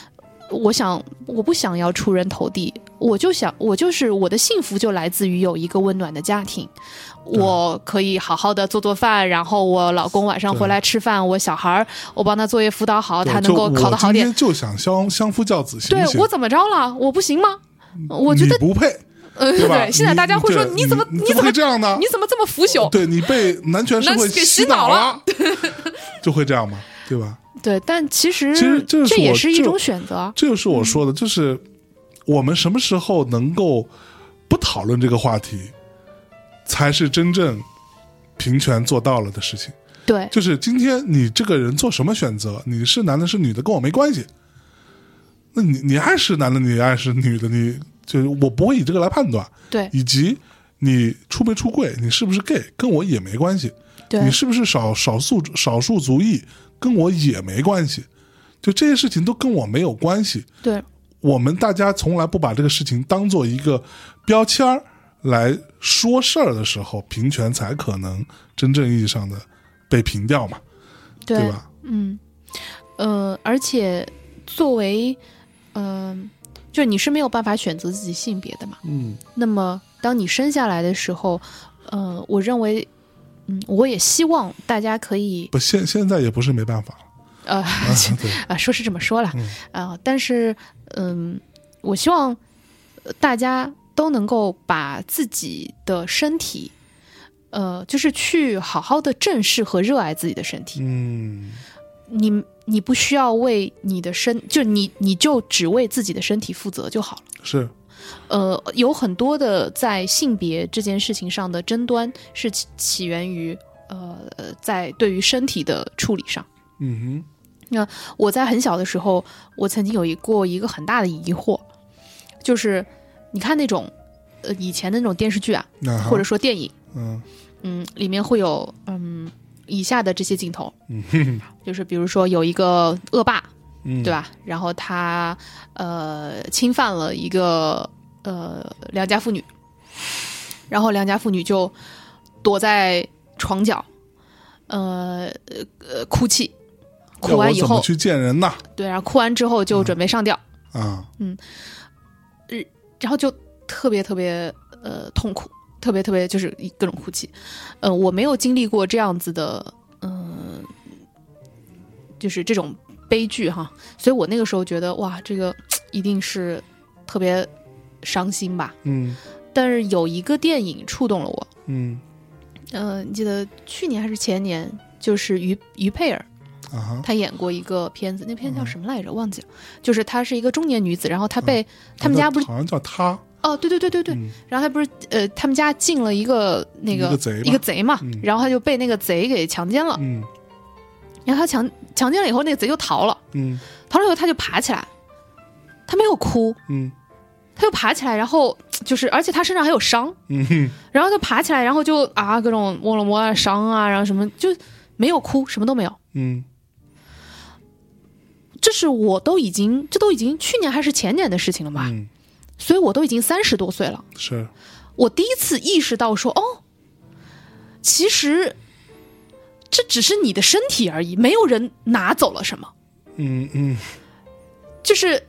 Speaker 2: 我想我不想要出人头地，我就想我就是我的幸福就来自于有一个温暖的家庭，
Speaker 3: 对
Speaker 2: 我可以好好的做做饭，然后我老公晚上
Speaker 3: 对
Speaker 2: 回来吃饭，我小孩儿我帮他作业辅导好，
Speaker 3: 对
Speaker 2: 他能够
Speaker 3: 就
Speaker 2: 考得好点
Speaker 3: 我。今天就想相相夫教子，行
Speaker 2: 对
Speaker 3: 不行？
Speaker 2: 我怎么着了？我不行吗？我觉得
Speaker 3: 你，不配，
Speaker 2: 呃，
Speaker 3: 对吧？
Speaker 2: 对， 现在大家会说
Speaker 3: 对
Speaker 2: 你怎么
Speaker 3: 你
Speaker 2: 你怎
Speaker 3: 会
Speaker 2: 么
Speaker 3: 这样呢
Speaker 2: 你？怎么这么腐朽？
Speaker 3: 对你被男权社
Speaker 2: 那
Speaker 3: 会
Speaker 2: 给洗
Speaker 3: 脑
Speaker 2: 脑
Speaker 3: 了， 就会这样吗？对吧？
Speaker 2: 对，但其实
Speaker 3: 其实这是
Speaker 2: 也
Speaker 3: 我
Speaker 2: 是一
Speaker 3: 这
Speaker 2: 种选择啊。
Speaker 3: 这就是我说的，就是我们什么时候能够不讨论这个话题，才是真正平权做到了的事情。
Speaker 2: 对，
Speaker 3: 就是今天你这个人做什么选择，你是男的是女的跟我没关系。那你你爱是男的，你爱是女的，你就是我不会以这个来判断，
Speaker 2: 对，
Speaker 3: 以及你出没出柜，你是不是 gay 跟我也没关系。
Speaker 2: 对
Speaker 3: 你，是不是少少数少数族裔，跟我也没关系，就这些事情都跟我没有关系。
Speaker 2: 对，
Speaker 3: 我们大家从来不把这个事情当做一个标签儿来说事儿的时候，平权才可能真正意义上的被平掉嘛，对
Speaker 2: 对，
Speaker 3: 吧？
Speaker 2: 嗯，呃，而且作为，嗯、就是你是没有办法选择自己性别的嘛。
Speaker 3: 嗯
Speaker 2: 那么当你生下来的时候，呃，我认为，嗯，我也希望大家可以，
Speaker 3: 不现现在也不是没办法了，
Speaker 2: 呃，
Speaker 3: 啊对，
Speaker 2: 啊，说是这么说了，啊、
Speaker 3: 嗯
Speaker 2: 但是，嗯，我希望呃大家都能够把自己的身体，呃，就是去好好的正视和热爱自己的身体。
Speaker 3: 嗯
Speaker 2: 你你不需要为你的身，就你你就只为自己的身体负责就好了。
Speaker 3: 是
Speaker 2: 呃，有很多的在性别这件事情上的争端是起起源于呃，呃在对于身体的处理上。
Speaker 3: 嗯哼
Speaker 2: 我在很小的时候，我曾经有一过一个很大的疑惑，就是你看那种呃以前的那种电视剧啊，
Speaker 3: 那哈
Speaker 2: 或者说电影，
Speaker 3: 嗯
Speaker 2: 嗯，里面会有嗯以下的这些镜头，
Speaker 3: 嗯哼
Speaker 2: 就是比如说有一个恶霸，
Speaker 3: 嗯
Speaker 2: 对吧？然后他呃侵犯了一个呃良家妇女，然后良家妇女就躲在床角，呃呃哭泣，哭
Speaker 3: 要
Speaker 2: 完
Speaker 3: 我
Speaker 2: 以
Speaker 3: 怎么
Speaker 2: 后，
Speaker 3: 去嗯见人呐？
Speaker 2: 对，然后哭完之后就准备上吊。
Speaker 3: 啊，
Speaker 2: 然后就特别特别呃痛苦，特别特别就是一各种哭泣。呃，我没有经历过这样子的，嗯、就是这种悲剧哈，所以我那个时候觉得哇，这个一定是特别伤心吧。
Speaker 3: 嗯
Speaker 2: 但是有一个电影触动了我，
Speaker 3: 嗯
Speaker 2: 呃，你记得去年还是前年，就是于于佩尔，
Speaker 3: 啊哈，
Speaker 2: 她演过一个片子，那片叫什么来着？忘记了。就是她是一个中年女子，然后她被、他们家不是
Speaker 3: 好像叫他
Speaker 2: 嗯哦，对对对对对，
Speaker 3: 嗯
Speaker 2: 然后他不是呃，他们家进了一个那个
Speaker 3: 一个贼吧
Speaker 2: 贼嘛，
Speaker 3: 嗯
Speaker 2: 然后他就被那个贼给强奸了。
Speaker 3: 嗯
Speaker 2: 然后他强强奸了以后，那个贼就逃了，
Speaker 3: 嗯
Speaker 2: 逃了以后他就爬起来，他没有哭，
Speaker 3: 嗯
Speaker 2: 他就爬起来，然后就是而且他身上还有伤，
Speaker 3: 嗯哼
Speaker 2: 然后就爬起来，然后就啊各种摸了摸啊伤啊，然后什么就没有哭，什么都没有。
Speaker 3: 嗯
Speaker 2: 这是我都已经这都已经去年还是前年的事情了吧？
Speaker 3: 嗯
Speaker 2: 所以我都已经三十多岁了。
Speaker 3: 是
Speaker 2: 我第一次意识到说，哦，其实这只是你的身体而已，没有人拿走了什么。
Speaker 3: 嗯嗯
Speaker 2: 就是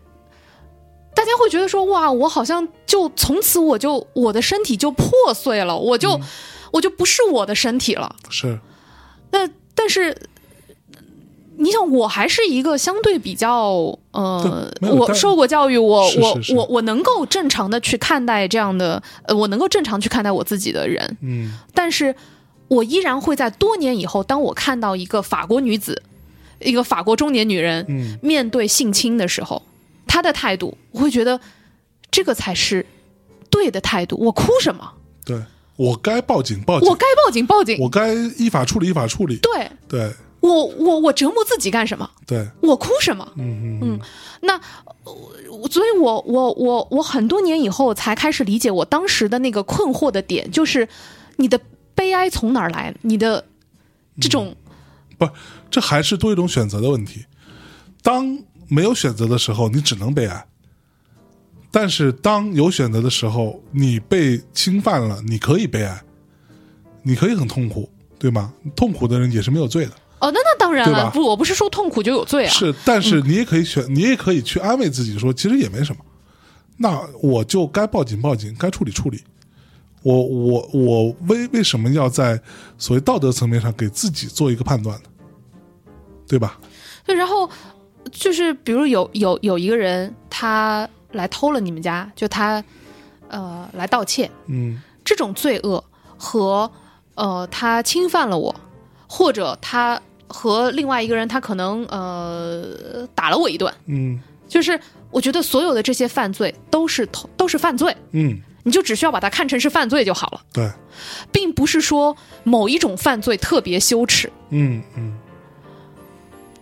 Speaker 2: 大家会觉得说，哇，我好像就从此我就我的身体就破碎了，我
Speaker 3: 嗯
Speaker 2: 就、我就不是我的身体了。
Speaker 3: 是
Speaker 2: 那但是。你想，我还是一个相对比较，呃，
Speaker 3: 对没有
Speaker 2: 我
Speaker 3: 但
Speaker 2: 受过教育，我
Speaker 3: 是是是
Speaker 2: 我我我能够正常的去看待这样的，呃，我能够正常去看待我自己的人，
Speaker 3: 嗯
Speaker 2: 但是我依然会在多年以后，当我看到一个法国女子，一个法国中年女人
Speaker 3: 嗯
Speaker 2: 面对性侵的时候，她的态度，我会觉得这个才是对的态度。我哭什么？
Speaker 3: 对，我该报警报警
Speaker 2: 我，该报警报警。
Speaker 3: 我该依法处理依法处理，
Speaker 2: 对
Speaker 3: 对
Speaker 2: 我我我折磨自己干什么？
Speaker 3: 对，
Speaker 2: 我哭什么？
Speaker 3: 嗯嗯嗯
Speaker 2: 那我所以我，我我我很多年以后才开始理解我当时的那个困惑的点，就是你的悲哀从哪儿来？你的这种、
Speaker 3: 嗯不，这还是多一种选择的问题。当没有选择的时候，你只能悲哀；但是当有选择的时候，你被侵犯了，你可以悲哀，你可以很痛苦，对吗？痛苦的人也是没有罪的，
Speaker 2: 哦，那那当然
Speaker 3: 对吧
Speaker 2: 了，不，我不是说痛苦就有罪啊，
Speaker 3: 是。但是你也可以选，你也可以去安慰自己说，其实也没什么。那我就该报警报警，该处理处理。我我我为为什么要在所谓道德层面上给自己做一个判断呢？对吧？
Speaker 2: 对，然后就是比如有有有一个人他来偷了你们家，就他呃来盗窃，
Speaker 3: 嗯
Speaker 2: 这种罪恶和呃他侵犯了我，或者他和另外一个人他可能呃打了我一顿，
Speaker 3: 嗯
Speaker 2: 就是我觉得所有的这些犯罪都是同都是犯罪，
Speaker 3: 嗯。
Speaker 2: 你就只需要把它看成是犯罪就好了，
Speaker 3: 对，
Speaker 2: 并不是说某一种犯罪特别羞耻。
Speaker 3: 嗯嗯，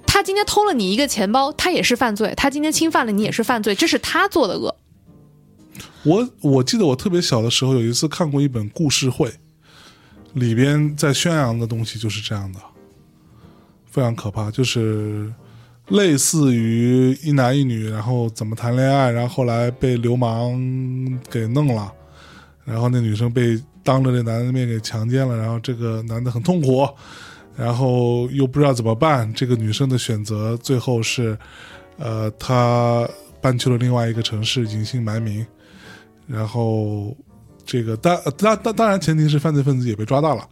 Speaker 2: 他今天偷了你一个钱包，他也是犯罪；他今天侵犯了你也是犯罪，这是他做的恶。
Speaker 3: 我我记得我特别小的时候有一次看过一本故事会，里边在宣扬的东西就是这样的，非常可怕，就是类似于一男一女，然后怎么谈恋爱，然后后来被流氓给弄了，然后那女生被当着那男的面给强奸了，然后这个男的很痛苦，然后又不知道怎么办，这个女生的选择最后是，呃，她搬去了另外一个城市，隐姓埋名，然后这个当当当当然前提是犯罪分子也被抓到了。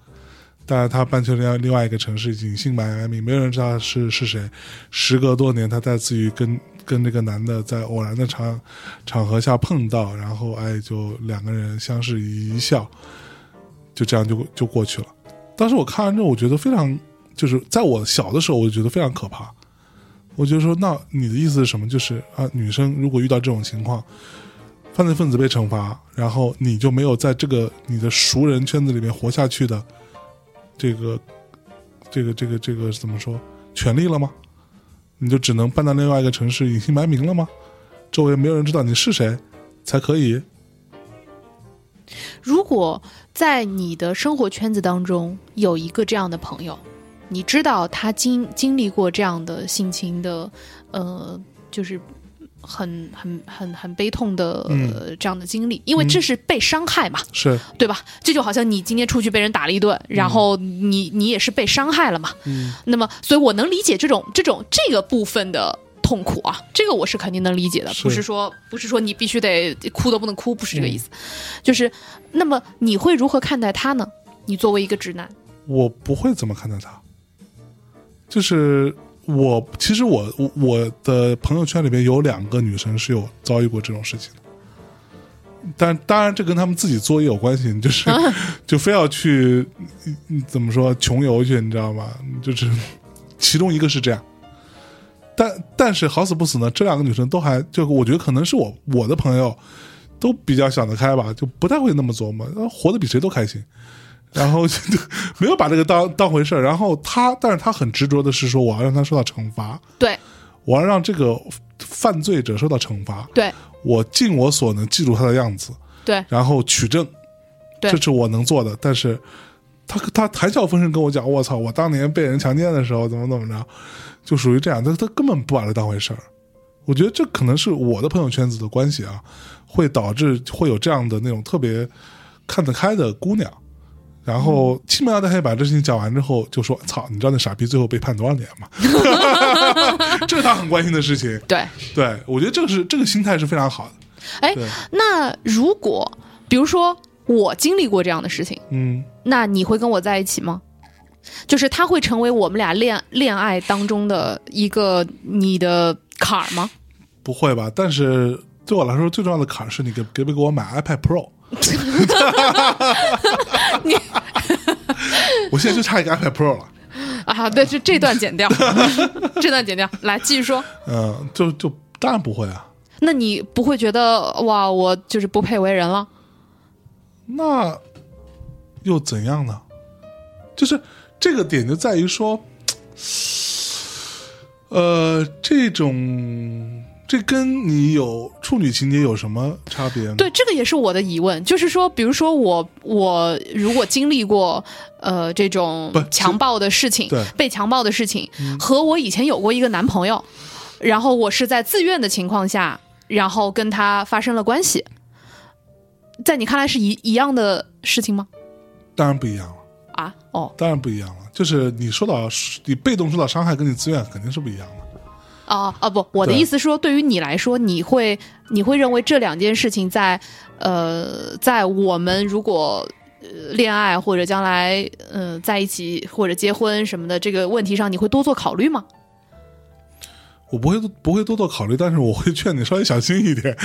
Speaker 3: 但是他搬去了另外另外一个城市，隐姓埋名，哎没有人知道他是是谁。时隔多年，他再次与跟跟这个男的在偶然的场场合下碰到，然后哎，就两个人相视一笑，就这样就就过去了。当时我看完之后，我觉得非常，就是啊在我小的时候，我就觉得非常可怕。我就说，那你的意思是什么？就是啊，女生如果遇到这种情况，犯罪分子被惩罚，然后你就没有在这个你的熟人圈子里面活下去的这个这个这个这个怎么说权利了吗？你就只能搬到另外一个城市隐姓埋名了吗？周围没有人知道你是谁，才可以。
Speaker 2: 如果在你的生活圈子当中有一个这样的朋友，你知道他经经历过这样的性侵的，呃，就是很很很很悲痛的、呃这样的经历，因为这是被伤害嘛，
Speaker 3: 是，
Speaker 2: 对吧？这就好像你今天出去被人打了一顿，然后你你也是被伤害了嘛，
Speaker 3: 嗯，
Speaker 2: 那么，所以我能理解这种这种这个部分的痛苦啊，这个我是肯定能理解的，
Speaker 3: 是
Speaker 2: 不是说不是说你必须得哭都不能哭，不是这个意思，
Speaker 3: 嗯
Speaker 2: 就是那么你会如何看待他呢？你作为一个直男，
Speaker 3: 我不会怎么看待他。就是我，其实我我我的朋友圈里边有两个女生是有遭遇过这种事情的，但当然这跟他们自己作业有关系，就是就非要去嗯嗯怎么说穷游去，你知道吗？就是其中一个是这样。但但是好死不死呢，这两个女生都还就我觉得可能是我我的朋友都比较想得开吧，就不太会那么琢磨，呃活得比谁都开心。然后就没有把这个当当回事儿。然后他，但是他很执着的是说，我要让他受到惩罚，
Speaker 2: 对
Speaker 3: 我要让这个犯罪者受到惩罚，
Speaker 2: 对
Speaker 3: 我尽我所能记住他的样子，
Speaker 2: 对，
Speaker 3: 然后取证，
Speaker 2: 对
Speaker 3: 这是我能做的。但是他他谈笑风生跟我讲，我操，我当年被人强奸的时候怎么怎么着，就属于这样，他他根本不把这当回事儿。我觉得这可能是我的朋友圈子的关系啊，会导致会有这样的那种特别看得开的姑娘。然
Speaker 2: 嗯
Speaker 3: 后轻描淡写把这事情讲完之后，就说：“操，你知道那傻逼最后被判多少年 吗？” 这是他很关心的事情。
Speaker 2: 对。
Speaker 3: 对，我觉得这个是这个心态是非常好的。
Speaker 2: 哎
Speaker 3: 对，
Speaker 2: 那如果比如说我经历过这样的事情，
Speaker 3: 嗯，
Speaker 2: 那你会跟我在一起吗？就是他会成为我们俩恋恋爱当中的一个你的坎儿吗？
Speaker 3: 不会吧？但是对我来说，最重要的坎儿是你给给不给我买 iPad Pro？我现在就差一个 iPad Pro 了。
Speaker 2: 啊，对，就这段 剪掉，这段剪掉，来继续说。
Speaker 3: 嗯，就就当然不会啊。
Speaker 2: 那你不会觉得哇，我就是不配为人了？
Speaker 3: 那又怎样呢？就是这个点就在于说，呃，这种这跟你有处女情节有什么差别呢？
Speaker 2: 对，这个也是我的疑问，就是说，比如说我我如果经历过呃这种
Speaker 3: 不
Speaker 2: 强暴的事情
Speaker 3: 对，嗯
Speaker 2: 被强暴的事情，和我以前有过一个男朋友，然后我是在自愿的情况下，然后跟他发生了关系，在你看来是一一样的事情吗？
Speaker 3: 当然不一样了。
Speaker 2: 啊，哦
Speaker 3: 当然不一样了，就是你受到你被动受到伤害，跟你自愿肯定是不一样的。
Speaker 2: 啊啊不，我的
Speaker 3: 对
Speaker 2: 意思是说，对于你来说，你会你会认为这两件事情在呃，在我们如果呃恋爱或者将来呃在一起或者结婚什么的这个问题上，你会多做考虑吗？
Speaker 3: 我不会不会多做考虑，但是我会劝你稍微小心一点。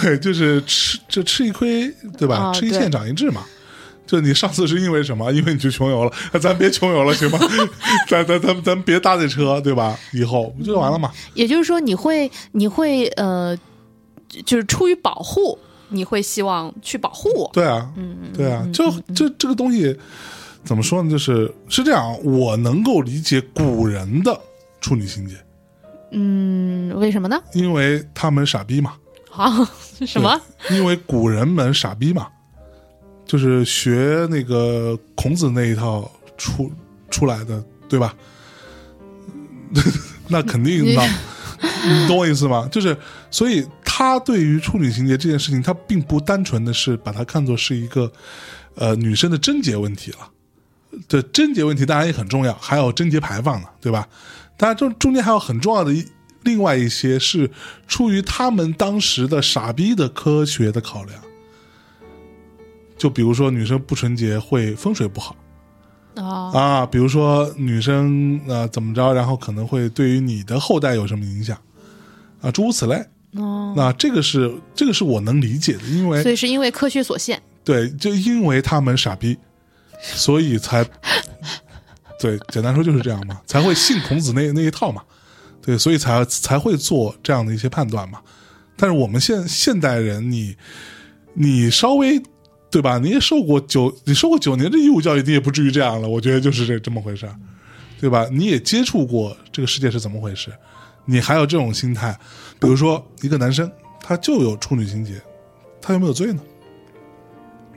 Speaker 3: 对，就是吃这吃一亏，对吧？
Speaker 2: 啊
Speaker 3: 吃一
Speaker 2: 对
Speaker 3: 堑长一智嘛。就你上次是因为什么？因为你去穷游了，那咱别穷游了，行吗？咱咱咱咱别搭这车，对吧？以后不就完了吗？
Speaker 2: 也就是说，你会你会呃，就是出于保护，你会希望去保护我。
Speaker 3: 对啊，对啊，就这这个东西怎么说呢？就是是这样，我能够理解古人的处女情节，
Speaker 2: 嗯，为什么呢？
Speaker 3: 因为他们傻逼嘛。
Speaker 2: 啊， 什么？
Speaker 3: 因为古人们傻逼嘛，就是学那个孔子那一套出出来的，对吧？ 那肯定的，你懂我意思吗？就是，所以他对于处女情节这件事情，他并不单纯的是把它看作是一个呃女生的贞洁问题了。对贞洁问题当然也很重要，还有贞洁牌坊呢，对吧？当然中中间还有很重要的一另外一些是出于他们当时的傻逼的科学的考量。就比如说，女生不纯洁会风水不好
Speaker 2: 啊，
Speaker 3: 啊，比如说女生呃怎么着，然后可能会对于你的后代有什么影响啊，诸如此类。
Speaker 2: 哦，
Speaker 3: 那这个是这个是我能理解的，因为
Speaker 2: 所以是因为科学所限，
Speaker 3: 对，就因为他们傻逼，所以才对，简单说就是这样嘛，才会信孔子那那一套嘛，对，所以才才会做这样的一些判断嘛。但是我们现现代人你，你稍微对吧？你也受过九，你受过九年的义务教育，你也不至于这样了。我觉得就是这这么回事儿，对吧？你也接触过这个世界是怎么回事，你还有这种心态。比如说，一个男生他就有处女情节，他有没有罪呢？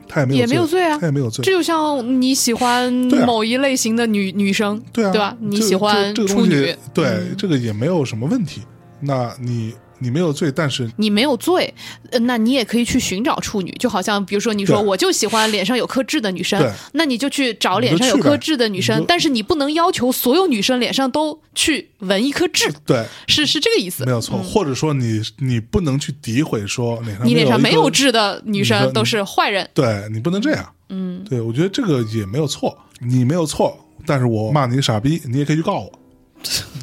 Speaker 3: 他也没有
Speaker 2: 也没有罪啊
Speaker 3: 他也没有罪。
Speaker 2: 这就像你喜欢
Speaker 3: 对啊
Speaker 2: 某一类型的女、女生，
Speaker 3: 对啊，
Speaker 2: 吧？你
Speaker 3: 这
Speaker 2: 喜欢
Speaker 3: 这这个
Speaker 2: 处
Speaker 3: 东西
Speaker 2: 女，
Speaker 3: 对、
Speaker 2: 嗯
Speaker 3: 这个也没有什么问题。那你你没有罪，但是
Speaker 2: 你没有罪，呃那你也可以去寻找处女，就好像比如说你说
Speaker 3: 对
Speaker 2: 我就喜欢脸上有颗痣的女生
Speaker 3: 对，
Speaker 2: 那你就去找脸上有颗痣的女
Speaker 3: 你
Speaker 2: 生
Speaker 3: 就，
Speaker 2: 但是你不能要求所有女生脸上都去纹一颗痣，
Speaker 3: 对
Speaker 2: 是是这个意思
Speaker 3: 嗯没。有错，或者说你你不能去诋毁说脸上
Speaker 2: 你脸上没
Speaker 3: 没有
Speaker 2: 有
Speaker 3: 一个，
Speaker 2: 痣的女
Speaker 3: 你说
Speaker 2: 生
Speaker 3: 你
Speaker 2: 都是坏人，
Speaker 3: 对你不能这样。嗯，对我觉得这个也没有错，你没有错，但是我骂你傻逼，你也可以去告 我。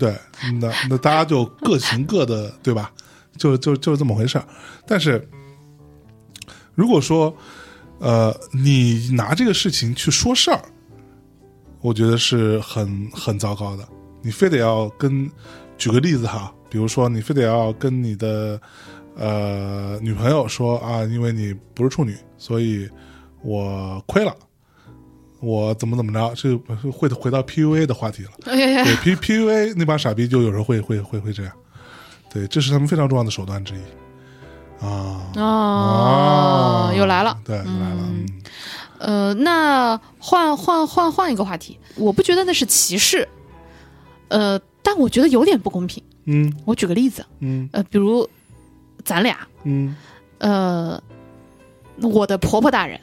Speaker 3: 对，那那大家就各行各的，对吧？就就就是这么回事儿。但是如果说呃，你拿这个事情去说事儿，我觉得是很很糟糕的。你非得要跟，举个例子哈，比如说你非得要跟你的呃女朋友说啊，因为你不是处女，所以我亏了，我怎么怎么着，这个会回到 PUA 的话题了。 对 P PUA 那帮傻逼就有时候会会会会这样，对，这是他们非常重要的手段之一啊。
Speaker 2: 哦，又来了。
Speaker 3: 对，又来了，嗯
Speaker 2: 呃，那换换换换一个话题，我不觉得那是歧视，呃，但我觉得有点不公平。
Speaker 3: 嗯
Speaker 2: 我举个例子，
Speaker 3: 嗯
Speaker 2: 呃，比如咱俩，
Speaker 3: 嗯
Speaker 2: 呃，我的婆婆大人，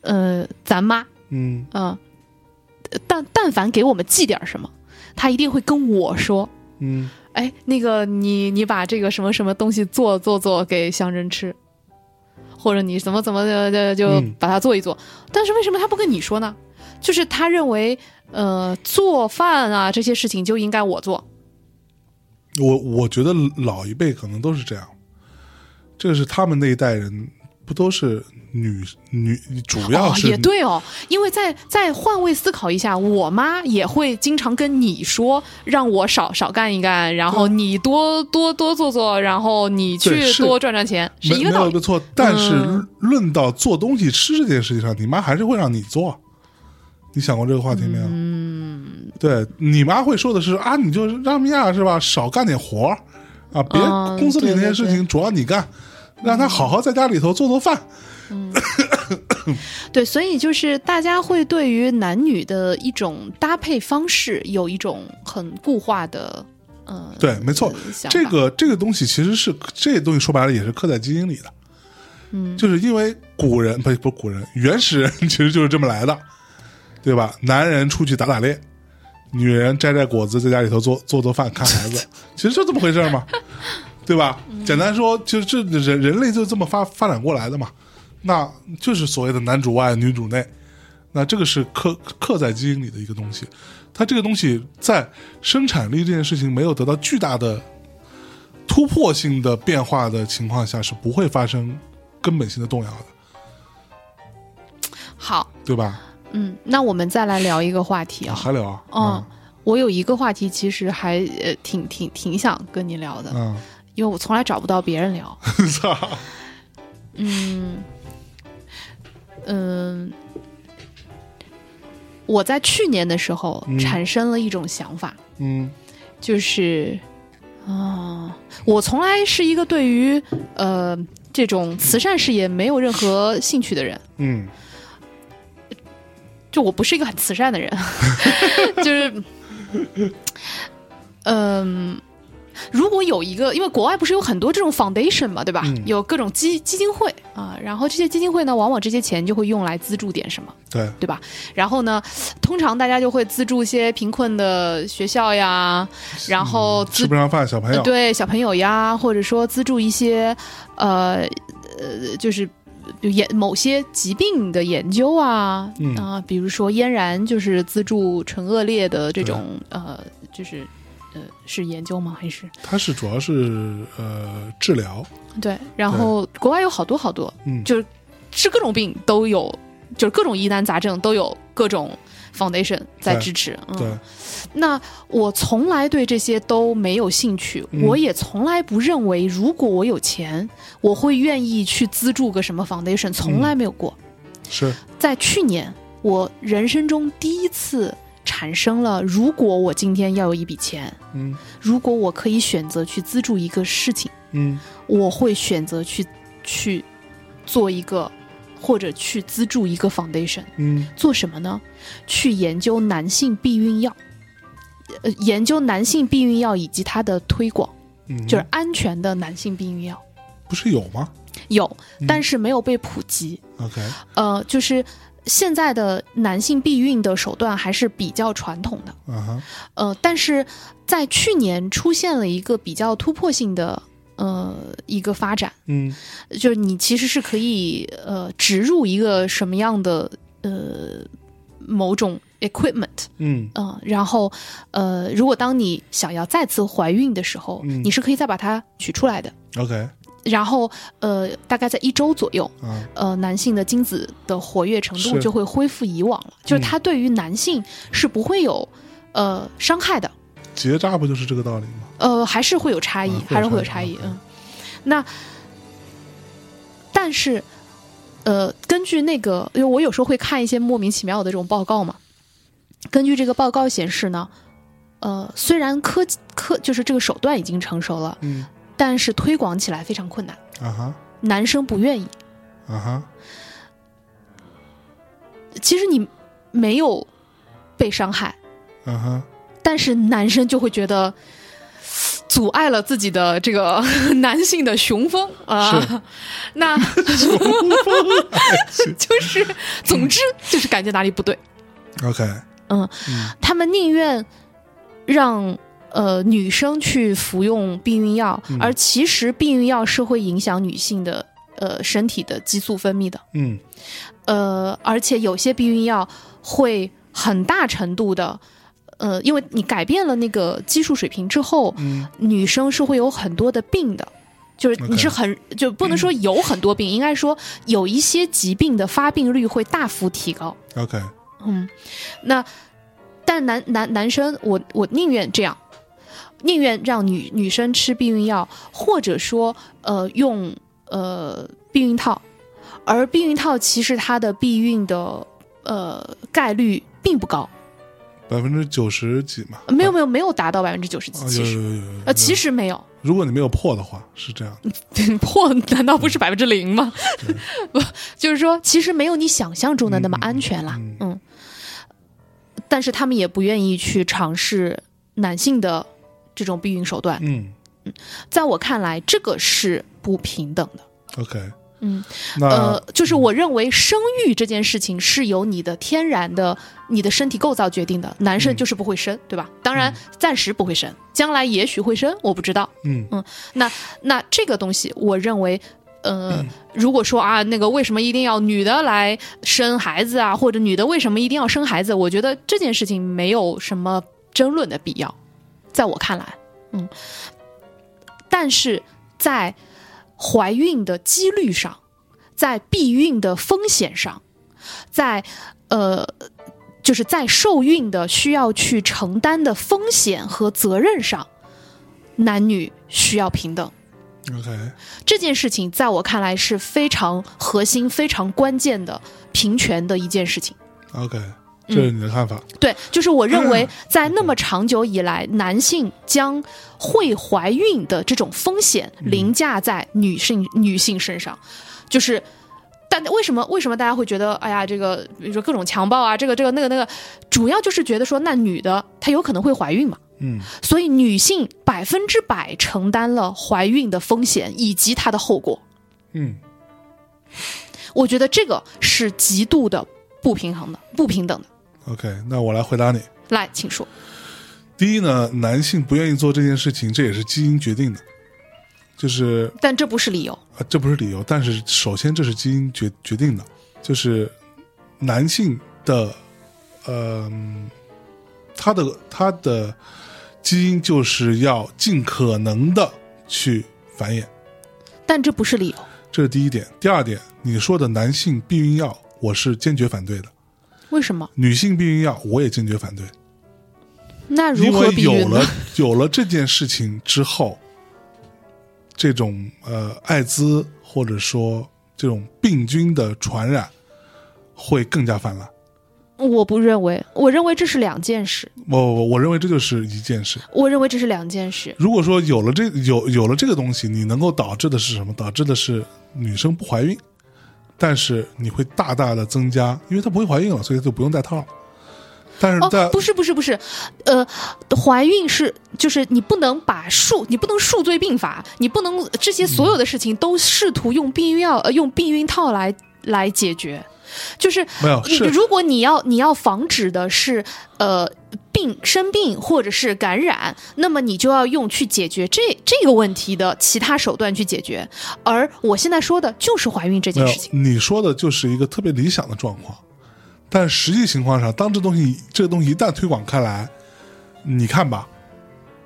Speaker 2: 呃，咱妈，
Speaker 3: 嗯
Speaker 2: 嗯、呃，但但凡给我们寄点儿什么，她一定会跟我说，
Speaker 3: 嗯，
Speaker 2: 哎，那个你你把这个什么什么东西做做做给香珍吃，或者你怎么怎么的的就
Speaker 3: 嗯
Speaker 2: 把它做一做。但是为什么他不跟你说呢？就是他认为，呃，做饭啊这些事情就应该我做。
Speaker 3: 我我觉得老一辈可能都是这样，这是他们那一代人不都是女女，主要
Speaker 2: 哦，
Speaker 3: 是、
Speaker 2: 也对哦，因为再再换位思考一下，我妈也会经常跟你说，让我少少干一干，然后你多多多做做，然后你
Speaker 3: 对
Speaker 2: 去
Speaker 3: 是
Speaker 2: 多赚赚钱，是
Speaker 3: 没
Speaker 2: 一个
Speaker 3: 没
Speaker 2: 道
Speaker 3: 有
Speaker 2: 理。
Speaker 3: 个错，但是
Speaker 2: 嗯
Speaker 3: 论到做东西吃这件事情上，你妈还是会让你做。你想过这个话题没有？嗯，对你妈会说的是啊，你就让米娅是吧，少干点活儿啊，别
Speaker 2: 嗯
Speaker 3: 公司里那些事
Speaker 2: 对对
Speaker 3: 情主要你干，让她好好在家里头做做饭。
Speaker 2: 对，所以就是大家会对于男女的一种搭配方式有一种很固化的，嗯、
Speaker 3: 对，没错，
Speaker 2: 想法
Speaker 3: 这个这个东西其实是这东西说白了也是刻在基因里的，嗯，就是因为古人 不不古人原始人其实就是这么来的，对吧？男人出去打打猎，女人摘摘果子，在家里头做做做饭看 孩子，其实就这么回事儿嘛，对吧？
Speaker 2: 嗯
Speaker 3: 简单说，就是这人人类就这么发发展过来的嘛，那就是所谓的男主外女主内，那这个是刻刻在基因里的一个东西。它这个东西在生产力这件事情没有得到巨大的突破性的变化的情况下，是不会发生根本性的动摇的，
Speaker 2: 好，
Speaker 3: 对吧？
Speaker 2: 嗯，那我们再来聊一个话题啊、
Speaker 3: 还聊啊，
Speaker 2: 嗯，我有一个话题其实还呃挺挺挺想跟你聊的，
Speaker 3: 嗯，
Speaker 2: 因为我从来找不到别人 聊。
Speaker 3: 嗯操，
Speaker 2: 嗯嗯，我在去年的时候
Speaker 3: 嗯
Speaker 2: 产生了一种想法，
Speaker 3: 嗯
Speaker 2: 就是啊、我从来是一个对于呃这种慈善事业没有任何兴趣的人，
Speaker 3: 嗯
Speaker 2: 就我不是一个很慈 善的人，就是嗯、如果有一个，因为国外不是有很多这种 foundation 嘛，对吧？
Speaker 3: 嗯
Speaker 2: 有各种基基金会啊、然后这些基金会呢，往往这些钱就会用来资助点什么，
Speaker 3: 对，
Speaker 2: 对吧？然后呢，通常大家就会资助一些贫困的学校呀，然后资
Speaker 3: 吃不上饭小朋友，
Speaker 2: 呃对小朋友呀，或者说资助一些呃呃，就是比如研某些疾病的研究啊，
Speaker 3: 嗯
Speaker 2: 啊、比如说嫣然就是资助唇腭裂的这种呃，就是呃是研究吗？还是
Speaker 3: 它是主要是呃治疗，
Speaker 2: 对？然后国外有好多好多，
Speaker 3: 嗯，
Speaker 2: 就是是各种病都有，就是各种疑难杂症都有各种 foundation 在
Speaker 3: 对
Speaker 2: 支持，嗯，
Speaker 3: 对，
Speaker 2: 那我从来对这些都没有兴趣，
Speaker 3: 嗯
Speaker 2: 我也从来不认为，如果我有钱，我会愿意去资助个什么 foundation，从来没有过。
Speaker 3: 是
Speaker 2: 在去年，我人生中第一次产生了，如果我今天要有一笔钱，
Speaker 3: 嗯
Speaker 2: 如果我可以选择去资助一个事情，
Speaker 3: 嗯
Speaker 2: 我会选择去去做一个，或者去资助一个 foundation。
Speaker 3: 嗯
Speaker 2: 做什么呢？去研究男性避孕药，呃，研究男性避孕药以及它的推广，
Speaker 3: 嗯，
Speaker 2: 就是安全的男性避孕药
Speaker 3: 不是有吗
Speaker 2: 有
Speaker 3: 嗯，
Speaker 2: 但是没有被普及。
Speaker 3: ？OK，
Speaker 2: 呃，就是现在的男性避孕的手段还是比较传统的。
Speaker 3: 啊哈，
Speaker 2: 呃，但是在去年出现了一个比较突破性的呃一个发展，
Speaker 3: 嗯
Speaker 2: 就是你其实是可以呃植入一个什么样的呃某种 equipment，
Speaker 3: 嗯
Speaker 2: 嗯，然后，呃，如果当你想要再次怀孕的时候，
Speaker 3: 嗯
Speaker 2: 你是可以再把它取出来的。
Speaker 3: ，OK
Speaker 2: 然后，呃，大概在一周左右，
Speaker 3: 啊，
Speaker 2: 呃，男性的精子的活跃程度
Speaker 3: 是
Speaker 2: 就会恢复以往了，就是
Speaker 3: 嗯
Speaker 2: 它对于男性是不会有呃伤害的，
Speaker 3: 结扎不就是这个道理吗？
Speaker 2: 呃，还是会有差异，
Speaker 3: 嗯会有
Speaker 2: 还是会有
Speaker 3: 差
Speaker 2: 差
Speaker 3: 异
Speaker 2: 异。
Speaker 3: 嗯
Speaker 2: 嗯，那但是，呃，根据那个，因为我有时候会看一些莫名其妙的这种报告嘛，根据这个报告显示呢，呃，虽然科技科就是这个手段已经成熟了，
Speaker 3: 嗯
Speaker 2: 但是推广起来非常困难，
Speaker 3: 啊哈
Speaker 2: 男生不愿意。
Speaker 3: 啊哈，
Speaker 2: 其实你没有被伤害，
Speaker 3: 啊哈，
Speaker 2: 但是男生就会觉得。阻碍了自己的这个 男性的雄风啊、
Speaker 3: 是
Speaker 2: 那就是，总之就是感觉哪里不对。
Speaker 3: OK，
Speaker 2: 嗯
Speaker 3: 嗯
Speaker 2: 他们宁愿让呃女生去服用避孕药，
Speaker 3: 嗯
Speaker 2: 而其实避孕药是会影响女性的呃身体的激素分泌的。
Speaker 3: 嗯
Speaker 2: 呃，而且有些避孕药会很大程度的。呃，因为你改变了那个激素水平之后，
Speaker 3: 嗯
Speaker 2: 女生是会有很多的病的，就是
Speaker 3: OK
Speaker 2: 你是很就不能说有很多病，应该说有一些疾病的发病率会大幅提高。
Speaker 3: ，OK，
Speaker 2: 嗯，那但男男男生，我我宁愿这样，宁愿让女女生吃避孕药，或者说呃用呃避孕套，而避孕套其实它的避孕的呃概率并不高，
Speaker 3: 百分之九十几嘛，
Speaker 2: 没有没有没有达到百分之九十几
Speaker 3: 啊，，有
Speaker 2: 其实
Speaker 3: 有有有有，
Speaker 2: 呃其
Speaker 3: 有
Speaker 2: 实没嗯有，
Speaker 3: 如果你没有破的话，是这样 的，
Speaker 2: 破难道不是百分之零吗？ 不，就是说，其实没有你想象中的那么安全啦。
Speaker 3: 嗯
Speaker 2: 嗯，但是他们也不愿意去尝试男性的这种避孕手段。
Speaker 3: 嗯
Speaker 2: 在我看来，这个是不平等的。
Speaker 3: ，OK，
Speaker 2: 嗯，
Speaker 3: 那
Speaker 2: 呃，就是我认为生育这件事情是由你的天然的、你的身体构造决定的。男生
Speaker 3: 嗯
Speaker 2: 就是不会生，对吧？当然，暂时不会生，将来也许会生，我不知道。
Speaker 3: 嗯
Speaker 2: 那这个东西，我认为，呃，如果说啊，那个为什么一定要女的来生孩子啊，或者女的为什么一定要生孩子，我觉得这件事情没有什么争论的必要，在我看来，嗯，但是在怀孕的几率上，在避孕的风险上，在呃。就是在受孕的需要去承担的风险和责任上，男女需要平等。
Speaker 3: ，OK，
Speaker 2: 这件事情在我看来是非常核心、非常关键的平权的一件事情。
Speaker 3: OK，
Speaker 2: 嗯
Speaker 3: 这是你的看法。
Speaker 2: 对，就是我认为在那么长久以来，男性将会怀孕的这种风险凌驾在女性、女性身上，就是。但为什么为什么大家会觉得哎呀，这个比如说各种强暴啊，这个这个那个那个，主要就是觉得说那女的她有可能会怀孕嘛，
Speaker 3: 嗯，
Speaker 2: 所以女性百分之百承担了怀孕的风险以及它的后果。
Speaker 3: 嗯，
Speaker 2: 我觉得这个是极度的不平衡的、不平等的。
Speaker 3: OK，那我来回答你。
Speaker 2: 来，请说。
Speaker 3: 第一呢，男性不愿意做这件事情，这也是基因决定的，就是
Speaker 2: 但这不是理由。
Speaker 3: 啊，这不是理由，但是首先这是基因决决定的，就是男性的，呃，他的他的基因就是要尽可能的去繁衍，
Speaker 2: 但这不是理由。
Speaker 3: 这是第一点。第二点，你说的男性避孕药，我是坚决反对的；
Speaker 2: 为什么？
Speaker 3: 女性避孕药，我也坚决反对。
Speaker 2: 那如
Speaker 3: 因
Speaker 2: 何
Speaker 3: 为
Speaker 2: 避
Speaker 3: 有
Speaker 2: 孕呢
Speaker 3: 了？有了这件事情之后，这种呃艾滋或者说这种病菌的传染会更加泛滥。
Speaker 2: 我不认为，我认为这是两件事。
Speaker 3: 我我我认为这就是一件事。
Speaker 2: 我认为这是两件事。
Speaker 3: 如果说有了这有有了这个东西，你能够导致的是什么？导致的是女生不怀孕，但是你会大大的增加，因为她不会怀孕了，所以她就不用戴套了。但是在、
Speaker 2: 哦，不是不是不是，呃，怀孕是就是你不能把数，你不能数罪并罚，你不能这些所有的事情都试图用避孕药、呃、用避孕套来来解决，就是
Speaker 3: 没有
Speaker 2: 你
Speaker 3: 是
Speaker 2: 如果你要你要防止的是呃病生病或者是感染，那么你就要用去解决这这个问题的其他手段去解决，而我现在说的就是怀孕这
Speaker 3: 没
Speaker 2: 件
Speaker 3: 有
Speaker 2: 事情，
Speaker 3: 你说的就是一个特别理想的状况，但实际情况上，当这东西这个东西一旦推广开来，你看吧，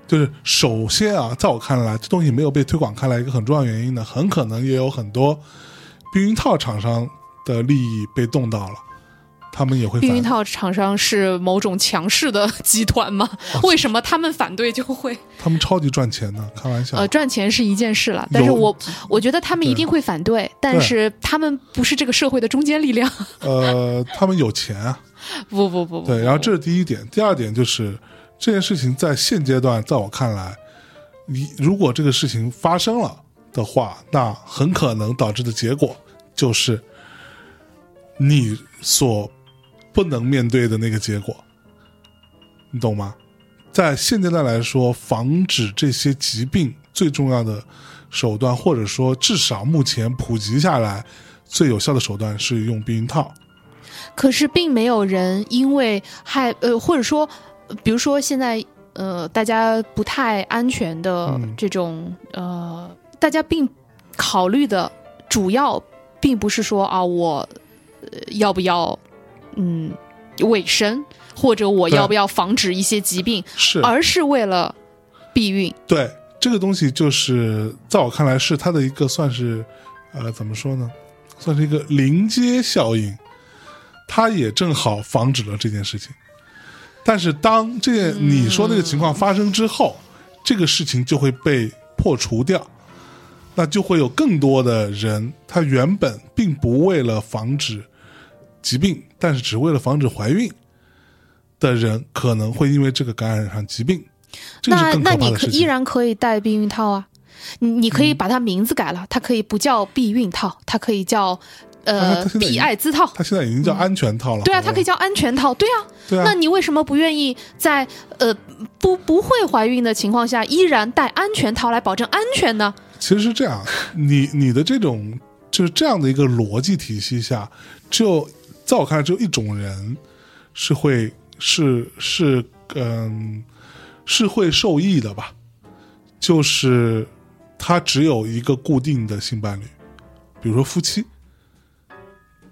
Speaker 3: 就是首先啊，在我看来，这东西没有被推广开来，一个很重要原因呢，很可能也有很多避孕套厂商的利益被动到了，他们也会
Speaker 2: 避
Speaker 3: 反
Speaker 2: 孕套厂商是某种强势的集团吗？为什么他们反对就会
Speaker 3: 他们超级赚钱的，开玩笑，
Speaker 2: 呃赚钱是一件事了？但是
Speaker 3: 有
Speaker 2: 我我觉得他们一定会反对，但
Speaker 3: 对
Speaker 2: 是他们不是这个社会的中坚力量。
Speaker 3: 呃，他们有钱啊，
Speaker 2: 不不不不，
Speaker 3: 对，然后这是第一点，第二点就是这件事情在现阶段，在我看来，你如果这个事情发生了的话，那很可能导致的结果就是你所不能面对的那个结果，你懂吗？在现阶段来说，防止这些疾病最重要的手段，或者说至少目前普及下来最有效的手段是用避孕套。
Speaker 2: 可是并没有人因为害呃，或者说，呃比如说现在呃，大家不太安全的
Speaker 3: 嗯
Speaker 2: 这种、呃，大家并考虑的主要并不是说啊，我、呃、要不要嗯卫生，或者我
Speaker 3: 对
Speaker 2: 要不要防止一些疾病，
Speaker 3: 是，
Speaker 2: 而是为了避孕。
Speaker 3: 对，这个东西就是在我看来是它的一个算是，呃，怎么说呢，算是一个临街效应，它也正好防止了这件事情。但是当这件你说那个情况发生之后，这个事情就会被破除掉，那就会有更多的人，他原本并不为了防止疾病，但是只为了防止怀孕的人，可能会因为这个感染上疾病。这个是
Speaker 2: 那
Speaker 3: 更
Speaker 2: 那
Speaker 3: 可怕
Speaker 2: 你
Speaker 3: 的
Speaker 2: 可
Speaker 3: 事
Speaker 2: 依
Speaker 3: 情。
Speaker 2: 然可以戴避孕套啊，你你可以把它名字改了，它可以不叫避孕套，它可以叫
Speaker 3: 嗯啊它
Speaker 2: 呃
Speaker 3: 现在已
Speaker 2: 避
Speaker 3: 经
Speaker 2: 艾滋套。
Speaker 3: 它现在已经叫安全套了。
Speaker 2: 对啊，
Speaker 3: 好
Speaker 2: 它
Speaker 3: 吧
Speaker 2: 可以叫安全套。对啊，
Speaker 3: 对啊，
Speaker 2: 那你为什么不愿意在呃不不会怀孕的情况下，依然戴安全套来保证安全呢？
Speaker 3: 其实是这样，你你的这种就是这样的一个逻辑体系下，只有在我看来，只有一种人是会是是嗯是会受益的吧，就是他只有一个固定的性伴侣，比如说夫妻，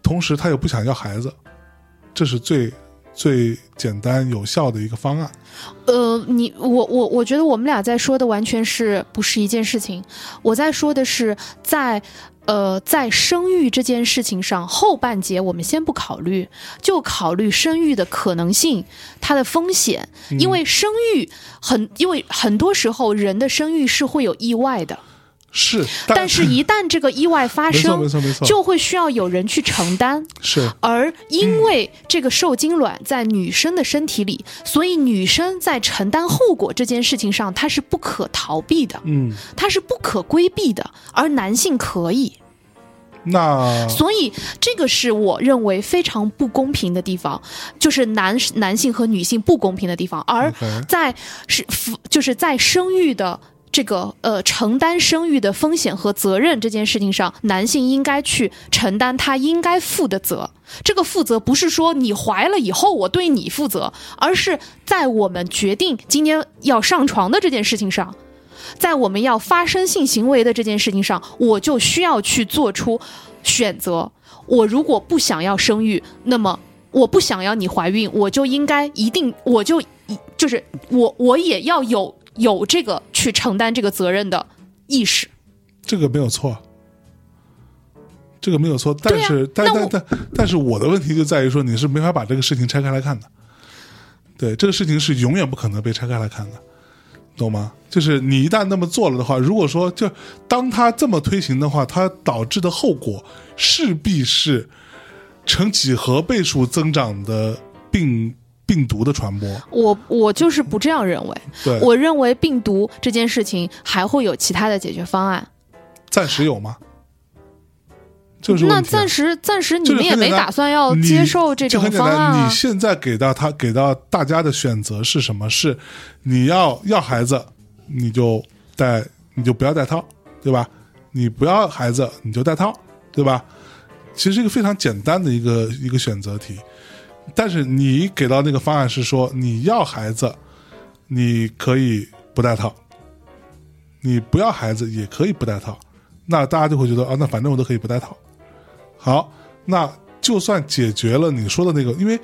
Speaker 3: 同时他又不想要孩子，这是最最简单有效的一个方案。
Speaker 2: 呃，你我我我觉得我们俩在说的完全是不是一件事情。我在说的是在呃在生育这件事情上，后半节我们先不考虑，就考虑生育的可能性、它的风险，
Speaker 3: 嗯
Speaker 2: 因为生育很因为很多时候人的生育是会有意外的，
Speaker 3: 是，
Speaker 2: 但是一旦这个意外发
Speaker 3: 没错
Speaker 2: 生
Speaker 3: 没，错没错，
Speaker 2: 就会需要有人去承担。
Speaker 3: 是
Speaker 2: 而因为这个受精卵在女生的身体里，所以女生在承担后果这件事情上，她是不可逃避的，
Speaker 3: 嗯，
Speaker 2: 她是不可规避的，而男性可以。
Speaker 3: 那
Speaker 2: 所以这个是我认为非常不公平的地方，就是男男性和女性不公平的地方。而
Speaker 3: OK
Speaker 2: 在是服就是在生育的这个呃承担生育的风险和责任这件事情上，男性应该去承担他应该负的责。这个负责不是说你怀了以后我对你负责，而是在我们决定今天要上床的这件事情上，在我们要发生性行为的这件事情上，我就需要去做出选择。我如果不想要生育，那么我不想要你怀孕，我就应该一定，我就一就是我我也要有有这个去承担这个责任的意识。
Speaker 3: 这个没有错，这个没有错，但
Speaker 2: 对呀
Speaker 3: 是、但
Speaker 2: 那
Speaker 3: 但
Speaker 2: 我
Speaker 3: 但但是我的问题就在于说你是没法把这个事情拆开来看的，对，这个事情是永远不可能被拆开来看的，懂吗？就是你一旦那么做了的话，如果说就当他这么推行的话，它导致的后果势必是成几何倍数增长的病病毒的传播，
Speaker 2: 我我就是不这样认为，
Speaker 3: 对，
Speaker 2: 我认为病毒这件事情还会有其他的解决方案。
Speaker 3: 暂时有吗？就是
Speaker 2: 那
Speaker 3: 问题啊
Speaker 2: 暂时暂时你
Speaker 3: 就是
Speaker 2: 们也
Speaker 3: 很简
Speaker 2: 没
Speaker 3: 单
Speaker 2: 打算要
Speaker 3: 你
Speaker 2: 接受这
Speaker 3: 就
Speaker 2: 种
Speaker 3: 很简
Speaker 2: 方
Speaker 3: 单，
Speaker 2: 案啊
Speaker 3: 你？现在给到他给到大家的选择是什么？是你要要孩子，你就戴，你就不要戴套，对吧？你不要孩子，你就戴套，对吧？其实是一个非常简单的一个一个选择题，但是你给到那个方案是说你要孩子，你可以不戴套，你不要孩子也可以不戴套，那大家就会觉得啊，那反正我都可以不戴套。好，那就算解决了你说的那个，因为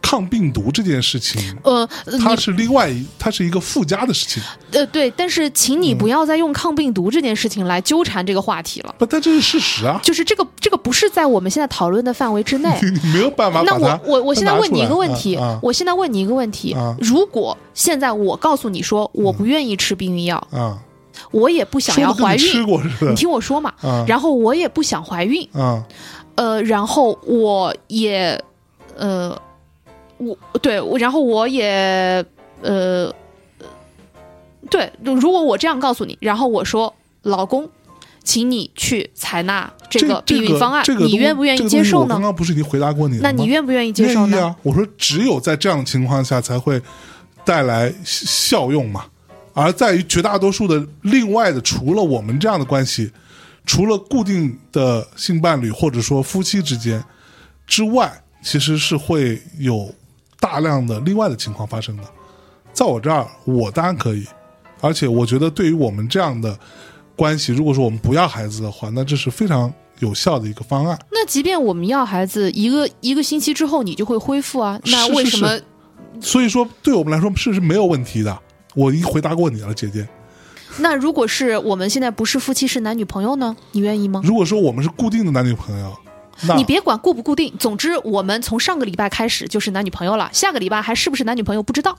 Speaker 3: 抗病毒这件事情，
Speaker 2: 呃，你
Speaker 3: 它是另外一，它是一个附加的事情。
Speaker 2: 呃，对，但是请你不要再用抗病毒这件事情来纠缠这个话题了。
Speaker 3: 不，但这是事实啊，
Speaker 2: 就是这个，这个不是在我们现在讨论的范围之内。
Speaker 3: 你没有办法
Speaker 2: 那
Speaker 3: 把它
Speaker 2: 我我我现在问你一个问题，
Speaker 3: 啊
Speaker 2: 我现在问你一个问题：
Speaker 3: 啊
Speaker 2: 如果现在我告诉你说我不愿意吃避孕药，
Speaker 3: 啊啊，
Speaker 2: 我也不想
Speaker 3: 说
Speaker 2: 要
Speaker 3: 的跟
Speaker 2: 怀
Speaker 3: 你吃
Speaker 2: 孕，
Speaker 3: 过似
Speaker 2: 你
Speaker 3: 的
Speaker 2: 听我说嘛，
Speaker 3: 啊
Speaker 2: 然后我也不想怀孕，
Speaker 3: 啊，
Speaker 2: 呃，然后我也，呃，我对，我然后我也，呃，对，如果我这样告诉你，然后我说，老公，请你去采纳这个避孕方案，
Speaker 3: 这个
Speaker 2: 你
Speaker 3: 东
Speaker 2: 愿不愿
Speaker 3: 这
Speaker 2: 意
Speaker 3: 个
Speaker 2: 接
Speaker 3: 东西
Speaker 2: 受
Speaker 3: 我
Speaker 2: 呢
Speaker 3: 刚？刚不是已经回答过你了吗？
Speaker 2: 那你愿不愿意接受
Speaker 3: 愿意
Speaker 2: 呢？
Speaker 3: 啊？我说只有在这样的情况下才会带来效效用嘛，而在于绝大多数的另外的，除了我们这样的关系，除了固定的性伴侣或者说夫妻之间之外，其实是会有大量的另外的情况发生的。在我这儿，我当然可以，而且我觉得对于我们这样的关系，如果说我们不要孩子的话，那这是非常有效的一个方案。
Speaker 2: 那即便我们要孩子一个一个星期之后，你就会恢复啊，那
Speaker 3: 是
Speaker 2: 为
Speaker 3: 是
Speaker 2: 什么？
Speaker 3: 是所以说，对我们来说是是没有问题的。我已经回答过你了，姐姐。
Speaker 2: 那如果是我们现在不是夫妻，是男女朋友呢？你愿意吗？
Speaker 3: 如果说我们是固定的男女朋友，那
Speaker 2: 你别管固不固定，总之我们从上个礼拜开始就是男女朋友了，下个礼拜还是不是男女朋友不知道。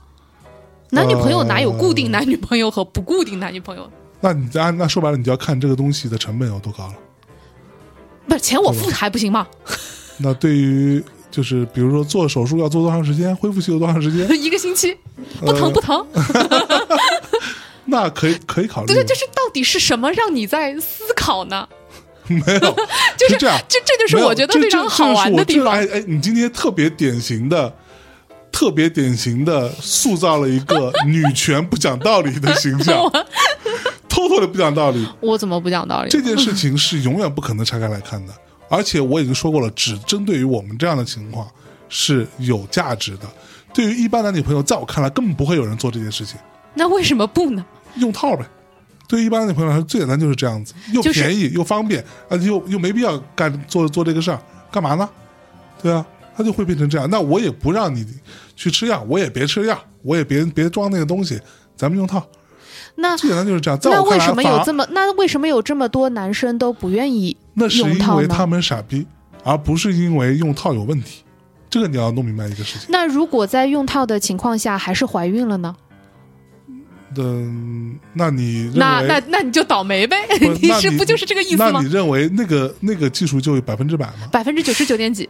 Speaker 2: 男女朋友哪有固
Speaker 3: 呃
Speaker 2: 定男女朋友和不固定男女朋友？
Speaker 3: 那你按那说白了，你就要看这个东西的成本有多高了。
Speaker 2: 不是钱我付还不行吗？
Speaker 3: 那对于就是比如说做手术要做多长时间，恢复期有多长时间，呃
Speaker 2: 一个星期不疼不疼，
Speaker 3: 嗯那可以可以考虑。
Speaker 2: 对对，就是到底是什么让你在思考呢？
Speaker 3: 没有，
Speaker 2: 就是
Speaker 3: 这样。
Speaker 2: 这这就是
Speaker 3: 没有
Speaker 2: 我觉得
Speaker 3: 这
Speaker 2: 非常
Speaker 3: 这
Speaker 2: 好
Speaker 3: 这是
Speaker 2: 玩
Speaker 3: 我
Speaker 2: 的地
Speaker 3: 这
Speaker 2: 方。
Speaker 3: 哎哎，你今天特别典型的。特别典型的塑造了一个女权不讲道理的形 象，偷偷的不讲道理。
Speaker 2: 我怎么不讲道理？
Speaker 3: 这件事情是永远不可能拆开来看的。而且我已经说过了，只针对于我们这样的情况是有价值的。对于一般男女朋友，在我看来根本不会有人做这件事情，
Speaker 2: 那为什么不呢？
Speaker 3: 用套呗。对于一般男女朋友来说，最简单就是这样子，又
Speaker 2: 就是
Speaker 3: 便宜又方便，啊，又又没必要干做做这个事儿，干嘛呢？对啊，他就会变成这样。那我也不让你去吃药，我也别吃药，我也别别装那个东西，咱们用套，
Speaker 2: 那
Speaker 3: 最简单就是这样。在
Speaker 2: 那
Speaker 3: 我
Speaker 2: 为
Speaker 3: 看来，
Speaker 2: 什么
Speaker 3: 反
Speaker 2: 有
Speaker 3: 而
Speaker 2: 这么那为什么有这么多男生都不愿意
Speaker 3: 那是
Speaker 2: 用
Speaker 3: 因
Speaker 2: 套
Speaker 3: 为
Speaker 2: 呢
Speaker 3: 他？们傻逼，而不是因为用套有问题。这个你要弄明白一个事情。
Speaker 2: 那如果在用套的情况下还是怀孕了呢？
Speaker 3: 嗯，那你认为
Speaker 4: 那那那你就倒霉呗，
Speaker 3: 不
Speaker 4: 你
Speaker 3: 那
Speaker 4: 是
Speaker 3: 你
Speaker 4: 不就是这个意思
Speaker 3: 那
Speaker 4: 吗
Speaker 3: 你？认为那个那个技术就有百分之百吗？
Speaker 2: 百分之九十九点几，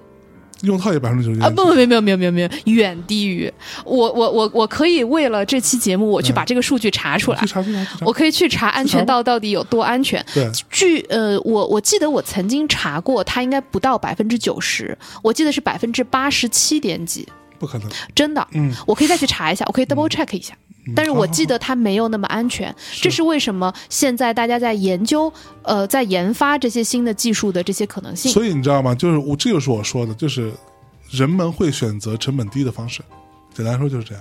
Speaker 3: 用套也百分之九十
Speaker 2: 啊，不，没有没有没有没有没有，远低于我我我我可以为了这期节目，我去把这个数据查出来，
Speaker 3: 嗯去查去查去查
Speaker 2: 我可以去查安全道到底有多安全。
Speaker 3: 对，
Speaker 2: 据呃，我我记得我曾经查过，它应该不到百分之九十，我记得是百分之八十七点几，
Speaker 3: 不可能，
Speaker 2: 真的。
Speaker 3: 嗯，
Speaker 2: 我可以再去查一下，我可以 double check 一下。
Speaker 3: 嗯
Speaker 2: 但是我记，
Speaker 3: 好
Speaker 2: 得它没有那么安全，
Speaker 3: 好好
Speaker 2: 这是为什么？现在大家在研究，呃，在研发这些新的技术的这些可能性。
Speaker 3: 所以你知道吗？就是我，这就是我说的，就是人们会选择成本低的方式，简单说就是这样。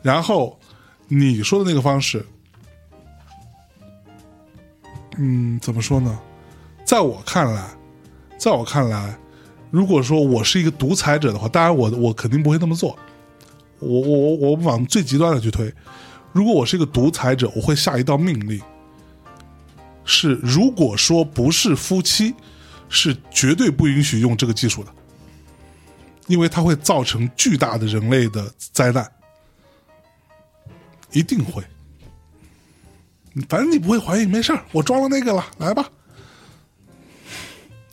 Speaker 3: 然后你说的那个方式，嗯，怎么说呢？在我看来，在我看来，如果说我是一个独裁者的话，当然我我肯定不会那么做。我我我我往最极端的去推，如果我是一个独裁者，我会下一道命令，是如果说不是夫妻，是绝对不允许用这个技术的，因为它会造成巨大的人类的灾难，一定会。反正你不会怀孕，没事儿，我装了那个了，来吧，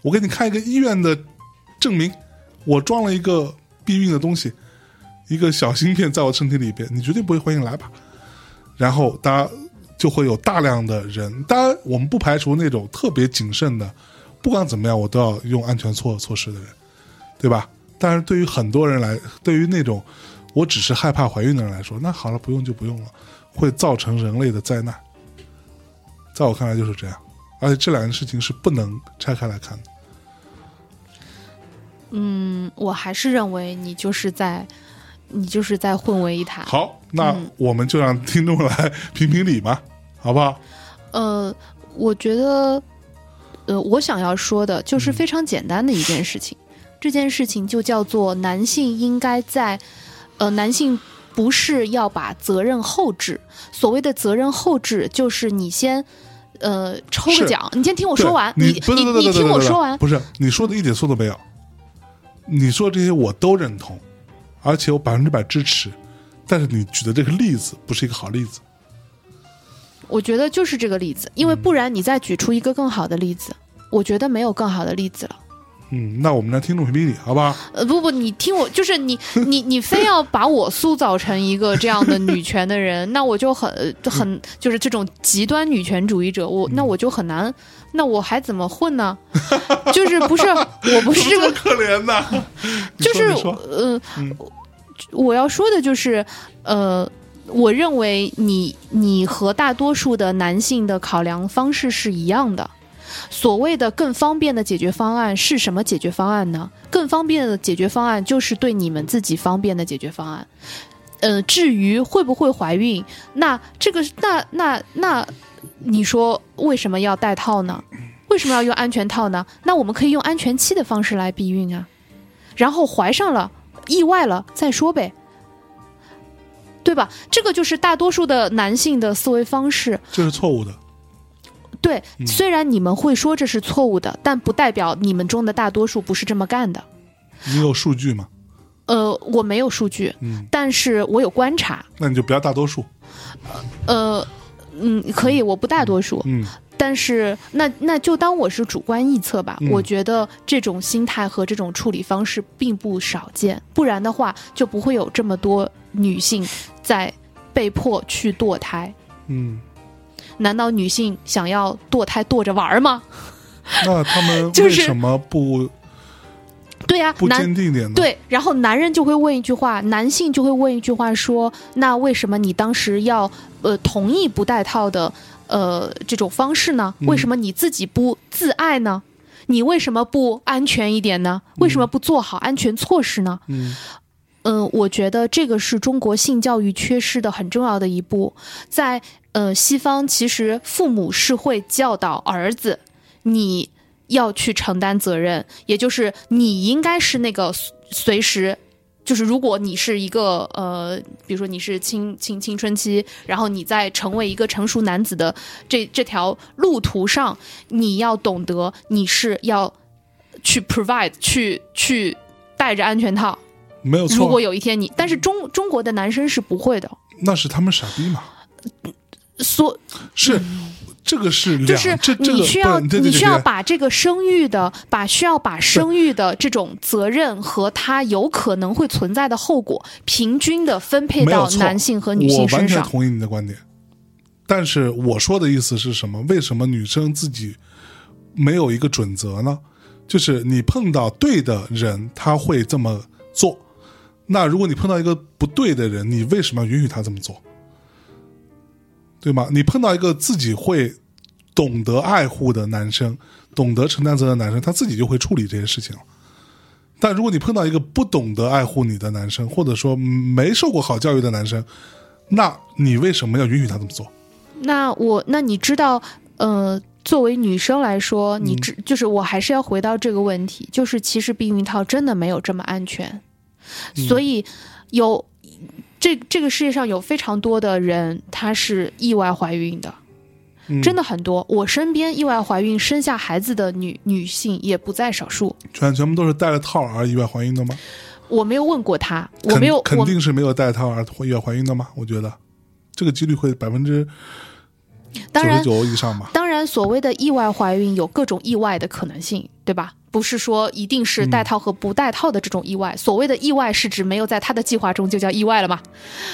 Speaker 3: 我给你看一个医院的证明，我装了一个避孕的东西，一个小芯片在我身体里边，你绝对不会怀孕，来吧。然后大家就会有大量的人，当然我们不排除那种特别谨慎的，不管怎么样，我都要用安全措措施的人，对吧？但是对于很多人来，对于那种我只是害怕怀孕的人来说，那好了，不用就不用了，会造成人类的灾难。在我看来就是这样，而且这两件事情是不能拆开来看的。
Speaker 2: 嗯，我还是认为你就是在，你就是在混为一谈。
Speaker 3: 好，那我们就让听众来评评理嘛，好不好？
Speaker 2: 呃，我觉得，呃，我想要说的就是
Speaker 3: 嗯
Speaker 2: 非常简单的一件事情，这件事情就叫做男性应该在，呃，男性。不是要把责任后置，所谓的责任后置就是你先，呃，抽
Speaker 3: 是
Speaker 2: 个奖，你先听我
Speaker 3: 对
Speaker 2: 说完，
Speaker 3: 你
Speaker 2: 你
Speaker 3: 不是
Speaker 2: 你
Speaker 3: 不
Speaker 2: 你
Speaker 3: 是不是
Speaker 2: 听
Speaker 3: 不
Speaker 2: 我
Speaker 3: 是
Speaker 2: 说完，
Speaker 3: 不是你说的一点错都没有，你说这些我都认同，而且我百分之百支持，但是你举的这个例子不是一个好例子。
Speaker 2: 我觉得就是这个例子，
Speaker 3: 嗯
Speaker 2: 因为不然你再举出一个更好的例子，我觉得没有更好的例子了。
Speaker 3: 嗯，那我们来听众评评理，好不好？
Speaker 2: 呃，不不，你听我，就是你你你非要把我塑造成一个这样的女权的人，那我就很呃很就是这种极端女权主义者，我那我就很难，那我还怎么混呢？就是不是我不 是这
Speaker 3: 这
Speaker 2: 个
Speaker 3: 么，可怜 呐，你
Speaker 2: 就
Speaker 3: 说
Speaker 2: 是
Speaker 3: 你说
Speaker 2: 呃
Speaker 3: 嗯，
Speaker 2: 我要说的就是呃。我认为你你和大多数的男性的考量方式是一样的，所谓的更方便的解决方案是什么解决方案呢？更方便的解决方案就是对你们自己方便的解决方案。呃，至于会不会怀孕，那这个那那那，你说为什么要戴套呢？为什么要用安全套呢？那我们可以用安全期的方式来避孕啊，然后怀上了，意外了再说呗，对吧？这个就是大多数的男性的思维方式。
Speaker 3: 这是错误的。
Speaker 2: 对，
Speaker 3: 嗯
Speaker 2: 虽然你们会说这是错误的，但不代表你们中的大多数不是这么干的。
Speaker 3: 你有数据吗？
Speaker 2: 呃，我没有数据，
Speaker 3: 嗯，
Speaker 2: 但是我有观察。
Speaker 3: 那你就不要大多数。
Speaker 2: 呃，嗯，可以，我不大多数，
Speaker 3: 嗯，
Speaker 2: 但是那那就当我是主观臆测吧。
Speaker 3: 嗯
Speaker 2: 我觉得这种心态和这种处理方式并不少见，不然的话就不会有这么多女性在被迫去堕胎。
Speaker 3: 嗯，
Speaker 2: 难道女性想要堕胎堕着玩儿吗？
Speaker 3: 那他们
Speaker 2: 就
Speaker 3: 为
Speaker 2: 是
Speaker 3: 什么不
Speaker 2: 对呀、
Speaker 3: 不
Speaker 2: 男
Speaker 3: 坚定一点呢？，
Speaker 2: 对，然后男人就会问一句话，男性就会问一句话说：“那为什么你当时要呃同意不戴套的呃这种方式呢？
Speaker 3: 嗯
Speaker 2: 为什么你自己不自爱呢？你为什么不安全一点呢？为什么不做好安全措施呢？”
Speaker 3: 嗯
Speaker 2: 嗯，我觉得这个是中国性教育缺失的很重要的一步。在呃西方，其实父母是会教导儿子，你要去承担责任，也就是你应该是那个随随时。就是如果你是一个呃，比如说你是青青青春期，然后你在成为一个成熟男子的这这条路途上，你要懂得你是要去 provide 去去戴着安全套，
Speaker 3: 没有
Speaker 2: 如
Speaker 3: 错
Speaker 2: 果，有一天你，但是中中国的男生是不会的，
Speaker 3: 那是他们傻逼嘛。
Speaker 2: 所
Speaker 3: 是，这个是两，
Speaker 2: 嗯就是
Speaker 3: 这这
Speaker 2: 你
Speaker 3: 个
Speaker 2: 需要
Speaker 3: 不对对
Speaker 2: 你
Speaker 3: 对
Speaker 2: 需要
Speaker 3: 对
Speaker 2: 把这个生育的把需要把生育的这种责任和它有可能会存在的后果平均的分配
Speaker 3: 没有
Speaker 2: 到
Speaker 3: 错
Speaker 2: 男性和女性
Speaker 3: 我完
Speaker 2: 身
Speaker 3: 全
Speaker 2: 上。
Speaker 3: 同意你的观点，但是我说的意思是什么？为什么女生自己没有一个准则呢？就是你碰到对的人，他会这么做。那如果你碰到一个不对的人，你为什么要允许他这么做？对吗？你碰到一个自己会懂得爱护的男生，懂得承担责任的男生，他自己就会处理这些事情了。但如果你碰到一个不懂得爱护你的男生，或者说没受过好教育的男生，那你为什么要允许他这么做？
Speaker 2: 那我那你知道，呃，作为女生来说，
Speaker 3: 嗯
Speaker 2: 你知、就是我还是要回到这个问题，就是其实避孕套真的没有这么安全，
Speaker 3: 嗯
Speaker 2: 所以有这这个世界上有非常多的人她是意外怀孕的。
Speaker 3: 嗯、
Speaker 2: 真的很多。我身边意外怀孕生下孩子的女女性也不在少数。
Speaker 3: 全全部都是戴了套而意外怀孕的吗？
Speaker 2: 我没有问过她，我
Speaker 3: 肯
Speaker 2: 没有，
Speaker 3: 肯
Speaker 2: 我
Speaker 3: 定是没有戴套而意外怀孕的吗？我觉得这个几率会百分之九
Speaker 2: 当
Speaker 3: 十
Speaker 2: 然
Speaker 3: 九以上吧。
Speaker 2: 当然，所谓的意外怀孕有各种意外的可能性，对吧？不是说一定是带套和不带套的这种意外。所谓的意外是指没有在她的计划中就叫意外了嘛？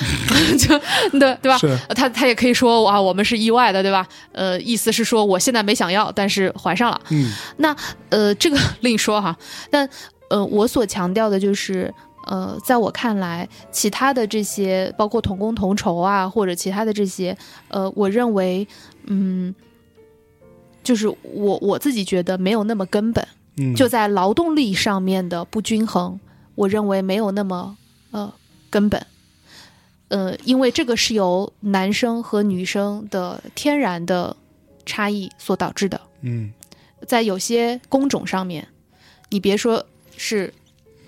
Speaker 2: 就对对吧？
Speaker 3: 是
Speaker 2: 呃她她也可以说啊，我们是意外的，对吧？呃，意思是说我现在没想要，但是怀上了。
Speaker 3: 嗯，
Speaker 2: 那呃，这个另说哈。但呃，我所强调的就是，呃，在我看来，其他的这些，包括同工同酬啊，或者其他的这些，呃，我认为，嗯，就是我我自己觉得没有那么根本，
Speaker 3: 嗯，
Speaker 2: 就在劳动力上面的不均衡，我认为没有那么呃根本。呃，因为这个是由男生和女生的天然的差异所导致的。
Speaker 3: 嗯
Speaker 2: 在有些工种上面，你别说是，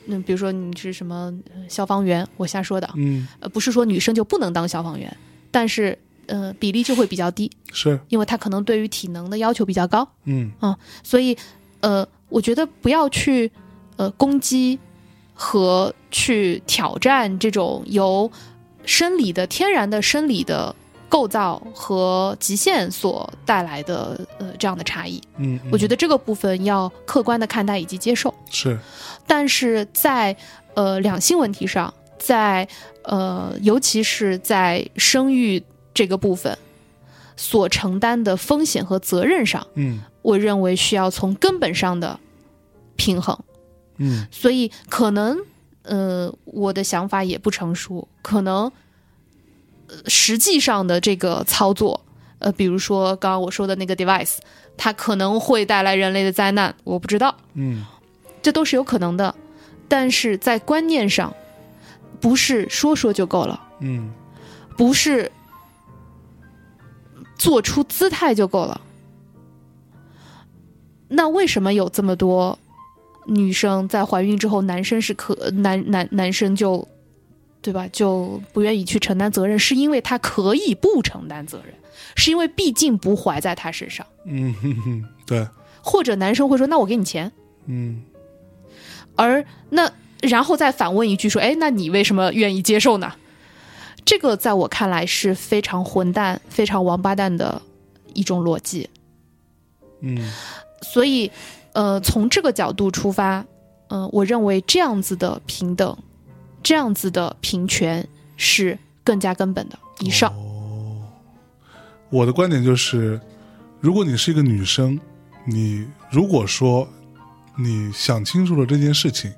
Speaker 2: 嗯，比如说你是什么呃消防员，我瞎说的啊，
Speaker 3: 嗯
Speaker 2: 呃，不是说女生就不能当消防员，但是呃，比例就会比较低，
Speaker 3: 是
Speaker 2: 因为她可能对于体能的要求比较高，
Speaker 3: 嗯
Speaker 2: 所以呃，我觉得不要去呃攻击和去挑战这种由生理的天然的生理的构造和极限所带来的呃这样的差异。
Speaker 3: 嗯，
Speaker 2: 我觉
Speaker 3: 得
Speaker 2: 得这个部分要客观的看待以及接受，
Speaker 3: 是
Speaker 2: 但是在呃两性问题上，在呃尤其是在生育这个部分所承担的风险和责任上，
Speaker 3: 嗯
Speaker 2: 我认为需要从根本上的平衡。
Speaker 3: 嗯
Speaker 2: 所以可能呃我的想法也不成熟，可能、呃、实际上的这个操作，呃，比如说刚刚我说的那个 device，它可能会带来人类的灾难，我不知道，
Speaker 3: 嗯
Speaker 2: 这都是有可能的。但是在观念上，不是说说就够了，
Speaker 3: 嗯
Speaker 2: 不是做出姿态就够了。那为什么有这么多女生在怀孕之后，男生是可男男男生就对吧，就不愿意去承担责任，是因为他可以不承担责任，是因为毕竟不怀在他身上，
Speaker 3: 嗯哼哼，对，
Speaker 2: 或者男生会说那我给你钱，
Speaker 3: 嗯
Speaker 2: 而那然后再反问一句说，哎，那你为什么愿意接受呢？这个在我看来是非常混蛋、非常王八蛋的一种逻辑。
Speaker 3: 嗯
Speaker 2: 所以，呃，从这个角度出发，嗯、我认为这样子的平等，这样子的平权是更加根本的。以上，
Speaker 3: 我的观点就是，如果你是一个女生，你如果说你想清楚了这件事情，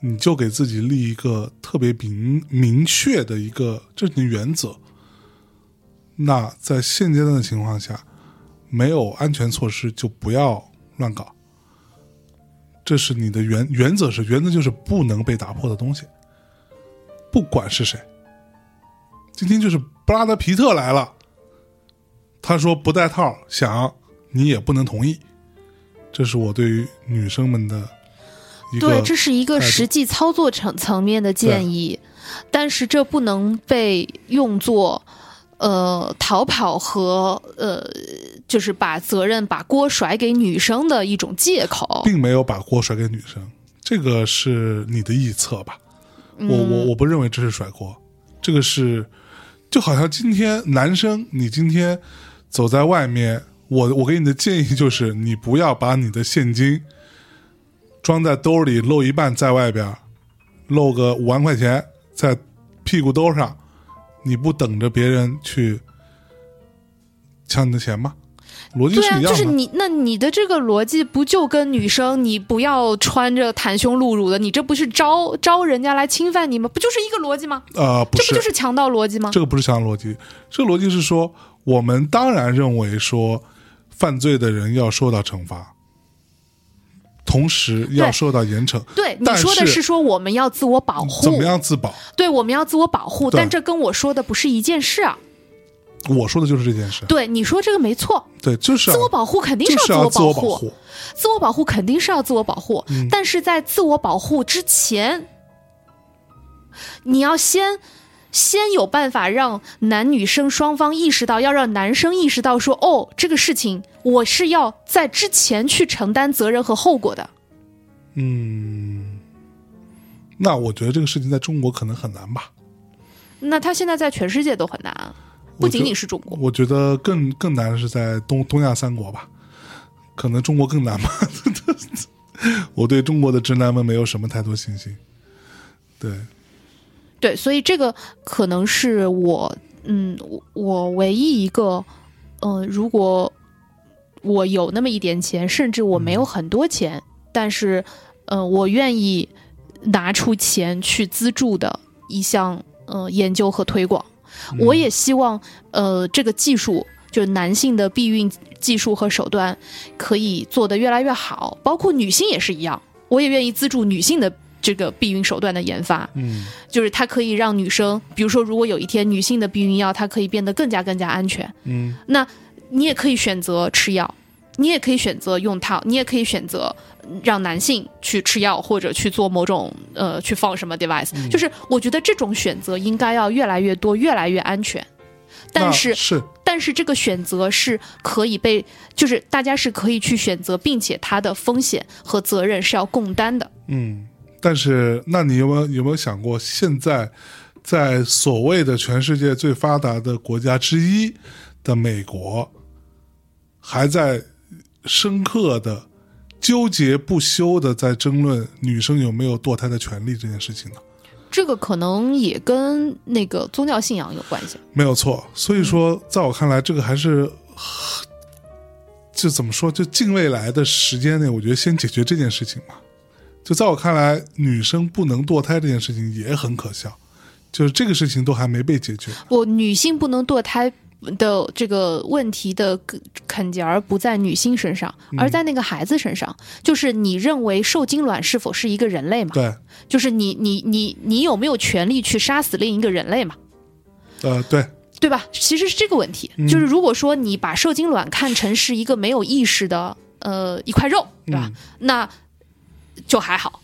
Speaker 3: 你就给自己立一个特别明明确的一个这是你的原则。那在现阶段的情况下，没有安全措施就不要乱搞。这是你的原原则是原则就是不能被打破的东西，不管是谁。今天就是布拉德皮特来了，他说不带套，想你也不能同意。这是我对于女生们的一个
Speaker 2: 对，这是一个
Speaker 3: 态度
Speaker 2: 实际操作层层面的建议，但是这不能被用作呃逃跑和呃就是把责任把锅甩给女生的一种借口。
Speaker 3: 并没有把锅甩给女生，这个是你的臆测吧？
Speaker 2: 嗯
Speaker 3: 我我我不认为这是甩锅，这个是就好像今天男生你今天走在外面，我我给你的建议就是，你不要把你的现金装在兜里露一半在外边儿，露个五万块钱在屁股兜上，你不等着别人去抢你的钱吗？逻辑
Speaker 2: 对
Speaker 3: 是
Speaker 2: 啊，
Speaker 3: 一样
Speaker 2: 就
Speaker 3: 的。
Speaker 2: 是你，那你的这个逻辑不就跟女生你不要穿着袒胸露乳的，你这不是招招人家来侵犯你吗？不就是一个逻辑吗？
Speaker 3: 呃，不
Speaker 2: 这
Speaker 3: 是
Speaker 2: 不就，是强盗逻辑吗？
Speaker 3: 这个不是强逻辑，这个逻辑是说，我们当然认为说犯罪的人要受到惩罚，同时要
Speaker 2: 对
Speaker 3: 受到严惩。
Speaker 2: 对，你
Speaker 3: 但
Speaker 2: 说的
Speaker 3: 是
Speaker 2: 是说我们要自我保
Speaker 3: 怎
Speaker 2: 护
Speaker 3: 么，样自保？
Speaker 2: 对，我们要自我保护，
Speaker 3: 对
Speaker 2: 但这跟我说的不是一件事啊。
Speaker 3: 我说的就是这件事。
Speaker 2: 对，你说这个没错，
Speaker 3: 对，就是、啊、
Speaker 2: 自我保护肯定
Speaker 3: 就是是要
Speaker 2: 自我
Speaker 3: 保嗯
Speaker 2: 保护，。自我保护肯定是要自我保护，但是在自我保护之前，你要先先有办法让男女生双方意识到，要让男生意识到说，哦，这个事情我是要在之前去承担责任和后果的。
Speaker 3: 那我觉得这个事情在中国可能很难吧。
Speaker 2: 那他现在在全世界都很难，啊不仅仅是中国。
Speaker 3: 我觉得更更难是在东东亚三国吧，可能中国更难吧。 我对中国的直男们没有什么太多信心。对，
Speaker 2: 对，所以这个可能是我，嗯，我我唯一一个，嗯、如果我有那么一点钱，甚至我没有很多钱，但是，嗯、我愿意拿出钱去资助的一项，呃，研究和推广。
Speaker 3: 嗯
Speaker 2: 我也希望，呃，这个技术。就是男性的避孕技术和手段可以做得越来越好，包括女性也是一样。我也愿意资助女性的这个避孕手段的研发。
Speaker 3: 嗯
Speaker 2: 就是它可以让女生，比如说，如果有一天女性的避孕药它可以变得更加更加安全，
Speaker 3: 嗯
Speaker 2: 你也可以选择吃药，你也可以选择用套，你也可以选择嗯让男性去吃药或者去做某种呃去放什么 device，、就是我觉得这种选择应该要越来越多，越来越安全。但
Speaker 3: 那
Speaker 2: 是，
Speaker 3: 是
Speaker 2: 但是这个选择是可以被，就是大家是可以去选择，并且它的风险和责任是要共担的。
Speaker 3: 嗯，但是，那你有没有有没有想过，现在在所谓的全世界最发达的国家之一的美国，还在深刻的纠结不休的在争论女生有没有堕胎的权利这件事情呢？
Speaker 2: 这个可能也跟那个宗教信仰有关系。
Speaker 3: 没有错，
Speaker 2: 嗯
Speaker 3: 所以说，在我看来，这个还是呃就怎么说，就近未来的时间内，我觉得先解决这件事情嘛。就在我看来，女生不能堕胎这件事情也很可笑，就是这个事情都还没被解决。
Speaker 2: 我女性不能堕胎的这个问题的肯节儿不在女性身上，而在那个孩子身上。就是你认为受精卵是否是一个人类嘛？
Speaker 3: 对，
Speaker 2: 就是你你你你有没有权利去杀死另一个人类嘛？
Speaker 3: 呃，对，
Speaker 2: 对吧？其实是这个问题，
Speaker 3: 嗯
Speaker 2: 就是如果说你把受精卵看成是一个没有意识的呃一块肉，
Speaker 3: 嗯
Speaker 2: 对吧？那就还好。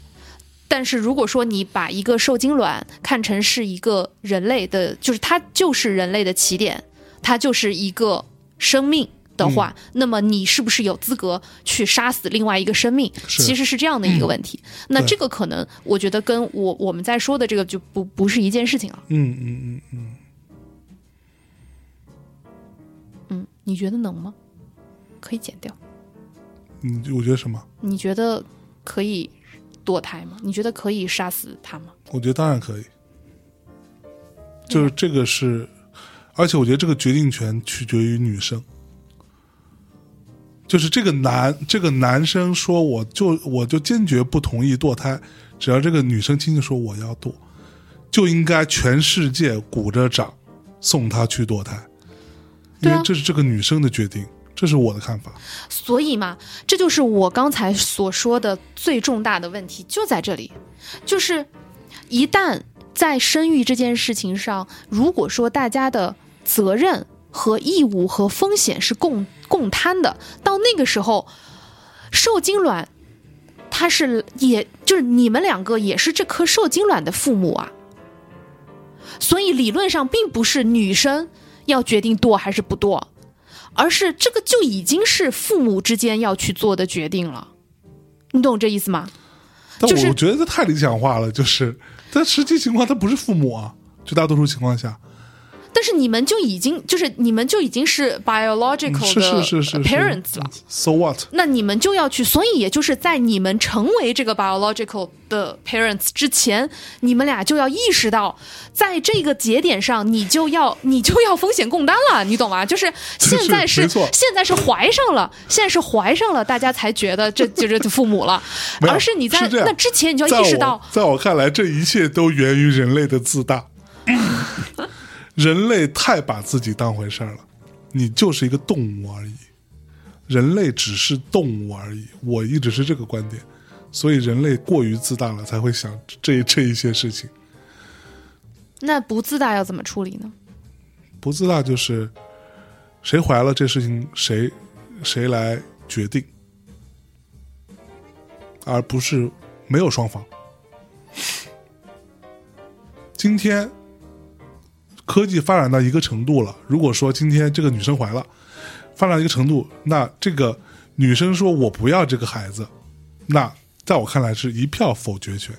Speaker 2: 但是如果说你把一个受精卵看成是一个人类的，就是它就是人类的起点，它就是一个生命的话，
Speaker 3: 嗯
Speaker 2: 那么你是不是有资格去杀死另外一个生命？
Speaker 3: 是嗯
Speaker 2: 其实是这样的一个问题。那
Speaker 3: 对
Speaker 2: 这个可能，我觉得跟我我们在说的这个就不不是一件事情了。
Speaker 3: 嗯嗯嗯嗯，
Speaker 2: 嗯，你觉得能吗？可以剪掉。
Speaker 3: 你我觉得什么？
Speaker 2: 你觉得可以堕胎吗？你觉得可以杀死他吗？
Speaker 3: 我觉得当然可以，就是这个是，而且我觉得这个决定权取决于女生，就是这个男这个男生说我就我就坚决不同意堕胎，只要这个女生亲自说我要堕，就应该全世界鼓着掌送她去堕胎，因
Speaker 2: 对啊
Speaker 3: 为这是这个女生的决定，这是我的看法。
Speaker 2: 所以嘛，这就是我刚才所说的最重大的问题，就在这里，就是一旦在生育这件事情上，如果说大家的责任和义务和风险是共共摊的，到那个时候，受精卵它是也就是你们两个也是这颗受精卵的父母啊，所以理论上并不是女生要决定堕还是不堕，而是这个就已经是父母之间要去做的决定了，你懂这意思吗？
Speaker 3: 但
Speaker 2: 就是
Speaker 3: 我觉得这太理想化了，就是，但实际情况他不是父母啊，绝大多数情况下，
Speaker 2: 但是你们就已经就是你们就已经是 biological
Speaker 3: 嗯是
Speaker 2: 的
Speaker 3: 是是是
Speaker 2: parents 了，。
Speaker 3: 是 So what？
Speaker 2: 那你们就要去，所以也就是在你们成为这个 biological 的 parents 之前，你们俩就要意识到，在这个节点上，你就要你就要风险共担了，你懂吗？就是现在
Speaker 3: 没
Speaker 2: 是
Speaker 3: 错
Speaker 2: 现在是怀上了，现在是怀上了，大家才觉得这就是父母 了，
Speaker 3: 没有
Speaker 2: 而是你在
Speaker 3: 是这样
Speaker 2: 那之前你就
Speaker 3: 在
Speaker 2: 要意识
Speaker 3: 我
Speaker 2: 到，
Speaker 3: 在我看来，这一切都源于人类的 自大。人类太把自己当回事儿了，你就是一个动物而已。人类只是动物而已，我一直是这个观点，所以人类过于自大了，才会想这这一些事情。
Speaker 2: 那不自大要怎么处理呢？
Speaker 3: 不自大就是谁怀了这事情谁谁来决定，而不是没有双方。今天科技发展到一个程度了，如果说今天这个女生怀了，发展到一个程度，那这个女生说我不要这个孩子，那在我看来是一票否决权。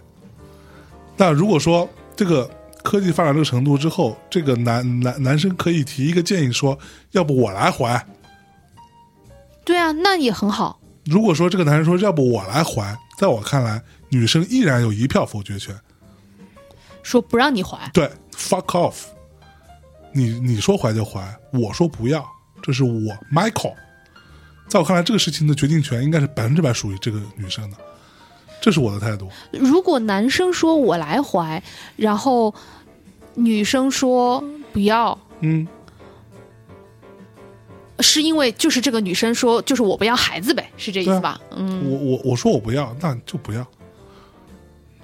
Speaker 3: 那如果说这个科技发展这个程度之后，这个男男男生可以提一个建议说，要不我来还。
Speaker 2: 对啊，那也很好。
Speaker 3: 如果说这个男生说要不我来还，在我看来，女生依然有一票否决权。
Speaker 2: 说不让你怀，
Speaker 3: 对，fuck off，你你说还就还，我说不要，这是我 Michael。在我看来，这个事情的决定权应该是百分之百属于这个女生的，这是我的态度。
Speaker 2: 如果男生说我来怀，然后女生说不要，
Speaker 3: 嗯，
Speaker 2: 是因为就是这个女生说就是我不要孩子呗，是这意
Speaker 3: 对
Speaker 2: 思
Speaker 3: 啊
Speaker 2: 吧？嗯，
Speaker 3: 我我我说我不要，那就不要。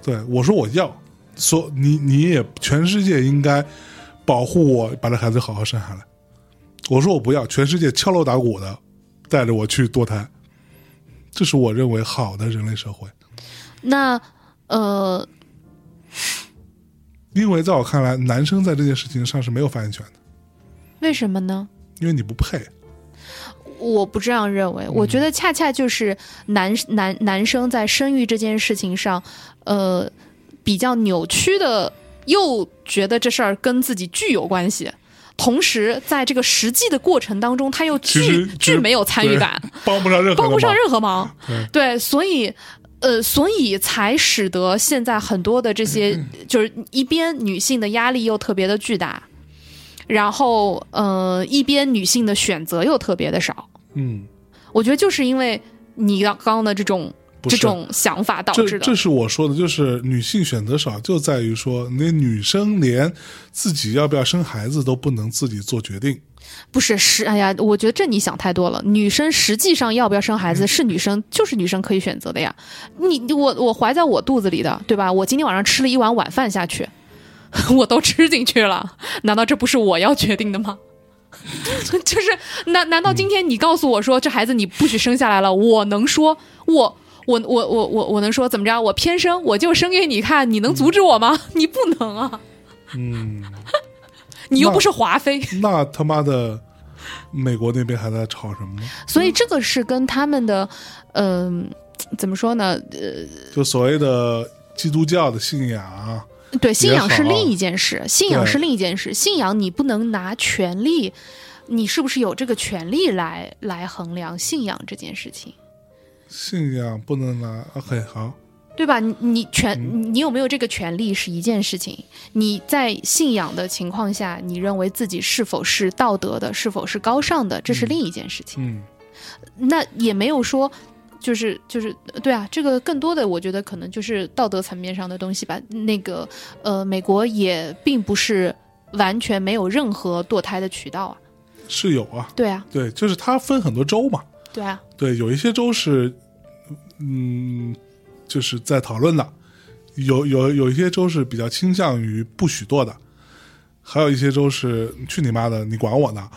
Speaker 3: 对，我说我要，所你你也全世界应该保护我，把这孩子好好生下来。我说我不要，全世界敲锣打鼓的带着我去堕胎，这是我认为好的人类社会。
Speaker 2: 那呃，
Speaker 3: 因为在我看来，男生在这件事情上是没有发言权的，
Speaker 2: 为什么呢？
Speaker 3: 因为你不配。
Speaker 2: 我不这样认为，我觉得恰恰就是男男男生在生育这件事情上，呃，比较扭曲的，又觉得这事儿跟自己巨有关系，同时在这个实际的过程当中，他又
Speaker 3: 其实
Speaker 2: 巨巨没有参与感，，
Speaker 3: 对帮不上任 何
Speaker 2: 帮
Speaker 3: 的
Speaker 2: 不上
Speaker 3: 忙
Speaker 2: 任何忙。
Speaker 3: 对
Speaker 2: 对，所以。呃，所以才使得现在很多的这些， 就是一边女性的压力又特别的巨大，然后呃，一边女性的选择又特别的少。
Speaker 3: 嗯，
Speaker 2: 我觉得就是因为你刚刚的这种
Speaker 3: 不
Speaker 2: 这
Speaker 3: 是
Speaker 2: 种想法导
Speaker 3: 这
Speaker 2: 致的
Speaker 3: 这。是我说的，就是女性选择少，就在于说，那女生连自己要不要生孩子都不能自己做决定。
Speaker 2: 不是是，哎呀，我觉得这你想太多了。女生实际上要不要生孩子，是女生就是女生可以选择的呀。你你我我怀在我肚子里的，对吧？我今天晚上吃了一碗晚饭下去， 我都吃进去了，难道这不是我要决定的吗？ 就是难难道今天你告诉我说这孩子你不许生下来了，我能说我我我我我我能说怎么着？我偏生，我就生给你看，你能阻止我吗？ 你不能啊，
Speaker 3: 嗯，
Speaker 2: 你又
Speaker 3: 那
Speaker 2: 不是华妃。
Speaker 3: 那他妈的，美国那边还在吵什么呢？
Speaker 2: 所以这个是跟他们的，嗯、怎么说呢？
Speaker 3: 就所谓的基督教的信仰，啊
Speaker 2: 对，信仰
Speaker 3: 也好
Speaker 2: 是另一件事，信仰
Speaker 3: 对
Speaker 2: 是另一件事，信仰你不能拿权利，你是不是有这个权利来来衡量信仰这件事情，
Speaker 3: 信仰不能拿。OK，好，
Speaker 2: 对吧？你你权你有没有这个权利是一件事情，你在信仰的情况下，你认为自己是否是道德的，是否是高尚的，这是另一件事情。
Speaker 3: 嗯，
Speaker 2: 那也没有说，就是就是对啊，这个更多的我觉得可能就是道德层面上的东西吧。那个呃，美国也并不是完全没有任何堕胎的渠道啊。
Speaker 3: 是有啊，
Speaker 2: 对啊，
Speaker 3: 对，就是它分很多州嘛，
Speaker 2: 对啊，
Speaker 3: 对，有一些州是，嗯，就是在讨论的，有有有一些州是比较倾向于不许堕的，还有一些州是去你妈的，你管我呢？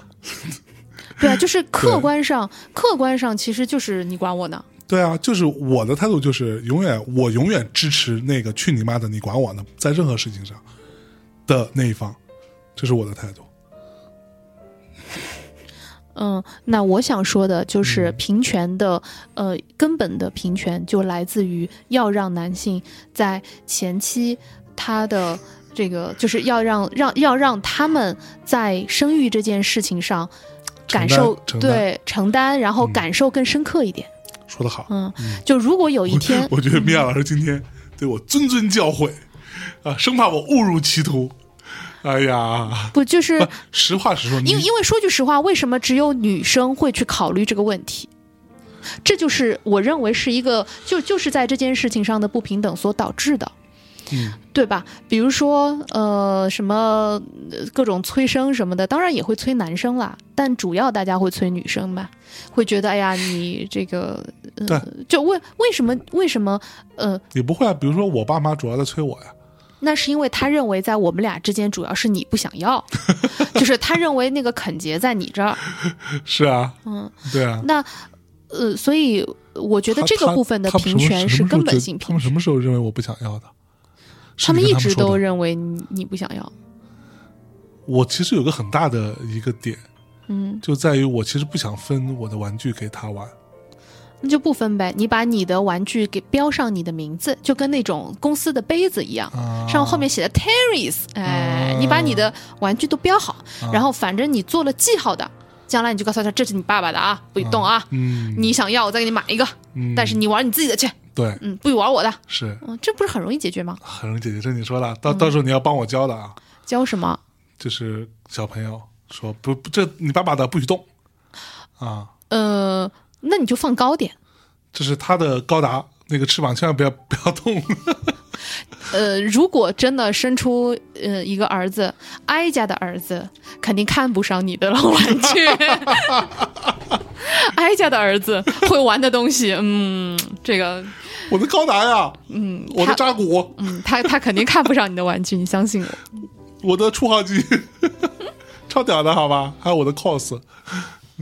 Speaker 2: 对啊，就是客观上，客观上其实就是你管我呢。
Speaker 3: 对啊，就是我的态度就是永远我永远支持那个去你妈的，你管我呢，在任何事情上的那一方，这是我的态度。
Speaker 2: 嗯，那我想说的
Speaker 3: 嗯
Speaker 2: 就是平权的，呃，根本的平权就来自于要让男性在前期他的这个就是要让让要让他们在生育这件事情上感受
Speaker 3: 承担承担
Speaker 2: 对承担，然后
Speaker 3: 嗯
Speaker 2: 感受更深刻一点。
Speaker 3: 说的好，，
Speaker 2: 嗯，就如果有一天
Speaker 3: 我觉得米娅老师今天对我谆谆教诲啊，生怕我误入歧途。哎呀，
Speaker 2: 不就是
Speaker 3: 不，实话实说，你
Speaker 2: 因为因为说句实话，为什么只有女生会去考虑这个问题？这就是我认为是一个就就是在这件事情上的不平等所导致的，
Speaker 3: 嗯
Speaker 2: 对吧？比如说呃什么呃各种催生什么的，当然也会催男生啦，但主要大家会催女生吧，会觉得哎呀你这个
Speaker 3: 对
Speaker 2: 呃就为为什么为什么呃
Speaker 3: 也不会啊。比如说，我爸妈主要在催我呀，
Speaker 2: 那是因为他认为在我们俩之间主要是你不想 要，就是他认为那个肯杰在你这儿。
Speaker 3: 是啊，
Speaker 2: 嗯，
Speaker 3: 对啊。
Speaker 2: 那呃，所以我觉得这个
Speaker 3: 他
Speaker 2: 部分的
Speaker 3: 他
Speaker 2: 平权是根本性
Speaker 3: 他
Speaker 2: 平
Speaker 3: 们什
Speaker 2: 权。
Speaker 3: 么时候觉得他们什么时候认为我不想要的？是
Speaker 2: 他们
Speaker 3: 你
Speaker 2: 一
Speaker 3: 跟
Speaker 2: 直
Speaker 3: 说的
Speaker 2: 都认为你你不想要，
Speaker 3: 我其实有个很大的一个点，
Speaker 2: 嗯，
Speaker 3: 就在于我其实不想分我的玩具给他玩。
Speaker 2: 那就不分呗。你把你的玩具给标上你的名字，就跟那种公司的杯子一样，
Speaker 3: 啊
Speaker 2: 上后面写的 Terry's，哎，
Speaker 3: 嗯
Speaker 2: 你把你的玩具都标好，然后反正你做了记号的，将来你就告诉他这是你爸爸的啊，不许动啊。
Speaker 3: 嗯，
Speaker 2: 你想要，我再给你买一个，
Speaker 3: 嗯
Speaker 2: 但是你玩你自己的去，
Speaker 3: 对
Speaker 2: 嗯，不许玩我的，
Speaker 3: 是
Speaker 2: 嗯，这不是很容易解决吗？
Speaker 3: 很容易解决，这你说了，啊到
Speaker 2: 嗯
Speaker 3: 到时候你要帮我教的啊，
Speaker 2: 教什么？
Speaker 3: 就是小朋友说不不，这你爸爸的不许动啊，
Speaker 2: 呃，那你就放高点。
Speaker 3: 这是他的高达那个翅膀，千万不要 不要动。
Speaker 2: 呃，如果真的生出呃一个儿子，哀家的儿子肯定看不上你的老玩具。哀家的儿子会玩的东西，嗯，这个，
Speaker 3: 我的高达呀，嗯，我的扎古，
Speaker 2: 嗯，他他肯定看不上你的玩具，你相信我。
Speaker 3: 我的初号机， 超屌的好吧？还有我的 cos，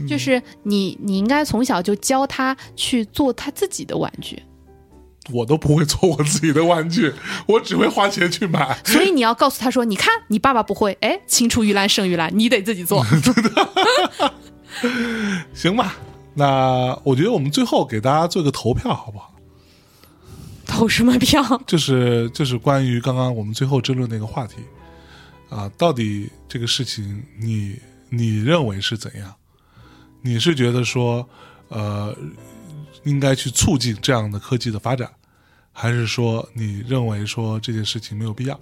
Speaker 2: 就是你，你应该从小就教他去做他自己的玩具，
Speaker 3: 我都不会做我自己的玩具，我只会花钱去买。
Speaker 2: 所以你要告诉他说：“你看，你爸爸不会，哎，青出于蓝胜于蓝，你得自己做。
Speaker 3: 行吧，那我觉得我们最后给大家做个投票好不好？”
Speaker 2: 投什么票？
Speaker 3: 就是就是关于刚刚我们最后争论那个话题啊，到底这个事情你你认为是怎样？你是觉得说呃应该去促进这样的科技的发展，还是说你认为说这件事情没有必要？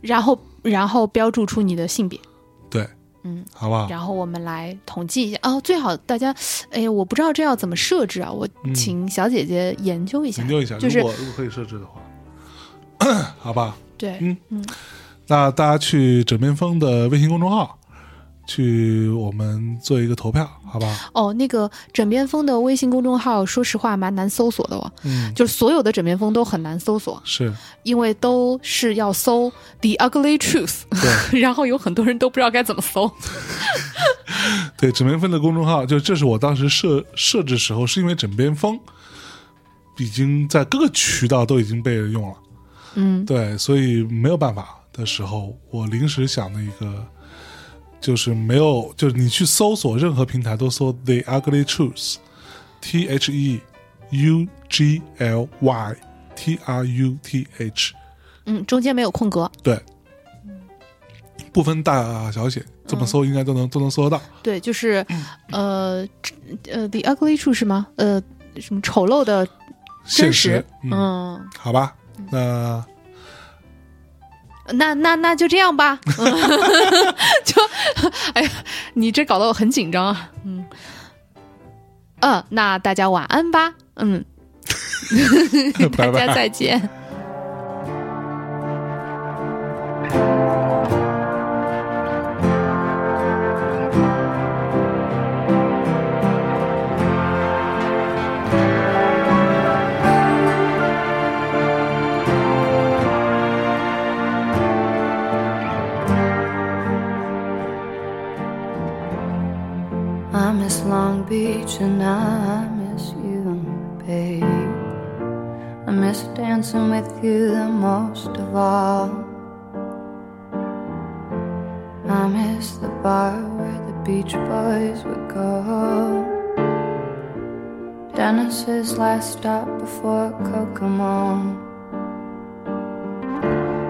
Speaker 2: 然后，然后标注出你的性别。
Speaker 3: 对，
Speaker 2: 嗯，
Speaker 3: 好不好？
Speaker 2: 然后我们来统计一下哦，最好大家，哎，我不知道这要怎么设置啊，我
Speaker 3: 嗯
Speaker 2: 请小姐姐研究一下，
Speaker 3: 研究一下，
Speaker 2: 就是
Speaker 3: 如果如果可以设置的话， 好吧？
Speaker 2: 对，
Speaker 3: 嗯那大家去枕边风的微信公众号，去我们做一个投票，好吧？
Speaker 2: 哦，那个枕边风的微信公众号，说实话蛮难搜索的哦，
Speaker 3: 嗯，
Speaker 2: 就是所有的枕边风都很难搜索，
Speaker 3: 是
Speaker 2: 因为都是要搜 the ugly truth，
Speaker 3: 对
Speaker 2: 然后有很多人都不知道该怎么搜，
Speaker 3: 对枕边风的公众号，就这是我当时设设置时候，是因为枕边风已经在各个渠道都已经被人用了，
Speaker 2: 嗯，
Speaker 3: 对，所以没有办法的时候，我临时想的一个。就是没有，就是你去搜索任何平台都搜 The Ugly Truth，T H E U G L Y T R U T H，
Speaker 2: 嗯，中间没有空格，
Speaker 3: 对，不分大小写，这
Speaker 2: 嗯
Speaker 3: 么搜应该都能、都能搜得到。
Speaker 2: 对，就是，
Speaker 3: 嗯
Speaker 2: 呃，这呃，the ugly truth 是吗？呃，什么丑陋的
Speaker 3: 现
Speaker 2: 真实，
Speaker 3: 嗯，
Speaker 2: 嗯
Speaker 3: 好吧，那
Speaker 2: 那那那就这样吧， 嗯就，哎呀，你这搞得我很紧张啊，嗯，呃，那大家晚安吧，嗯，
Speaker 3: 拜
Speaker 2: 大家
Speaker 3: 拜。
Speaker 2: 再见。
Speaker 5: I miss Long Beach and I miss you, babe. I miss dancing with you the most of all. I miss the bar where the beach boys would go. Dennis's last stop before Kokomo.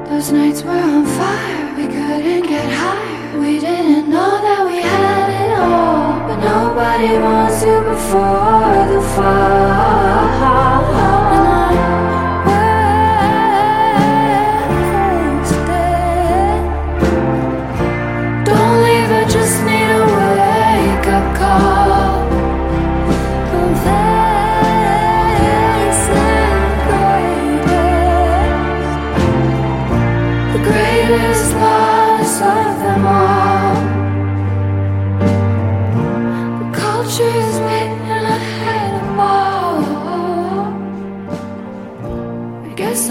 Speaker 5: The Those nights were on fire. We couldn't get higher. We didn't know that we had it all. But nobody wants you before the fall. And I wasted. Don't leave, I just need a wake up call. Confess and greater. The greatest loss of them all. The culture is beating ahead of all. I guess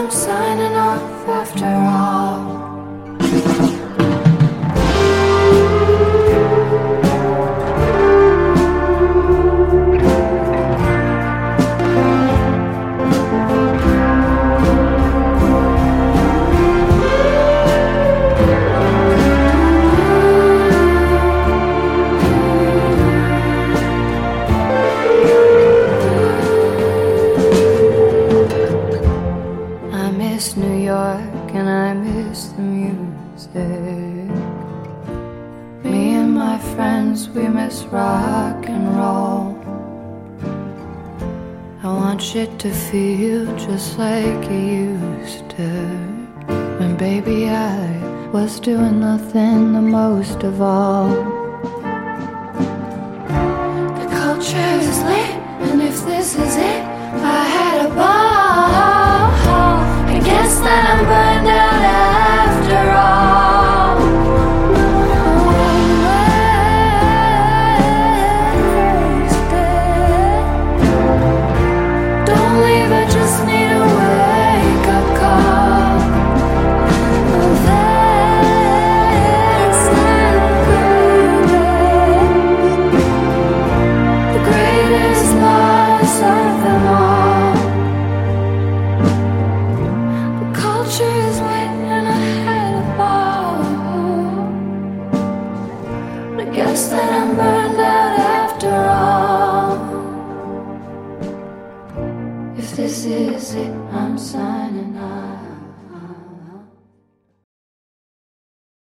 Speaker 5: signing off after all. I miss New York and I miss the music. Me and my friends, we miss rock and roll. I want you to feel just like you used to. When baby, I was doing nothing the most of all. The culture is lit, and if this is it, I had a ball. I guess that I'm burned out after all. Wasted. Don't leave, I just need a wake up call. Confess and greater. The greatest loss of them all. The culture is waiting ahead of all. I guess that I'm burned out after all. If this is it, I'm signing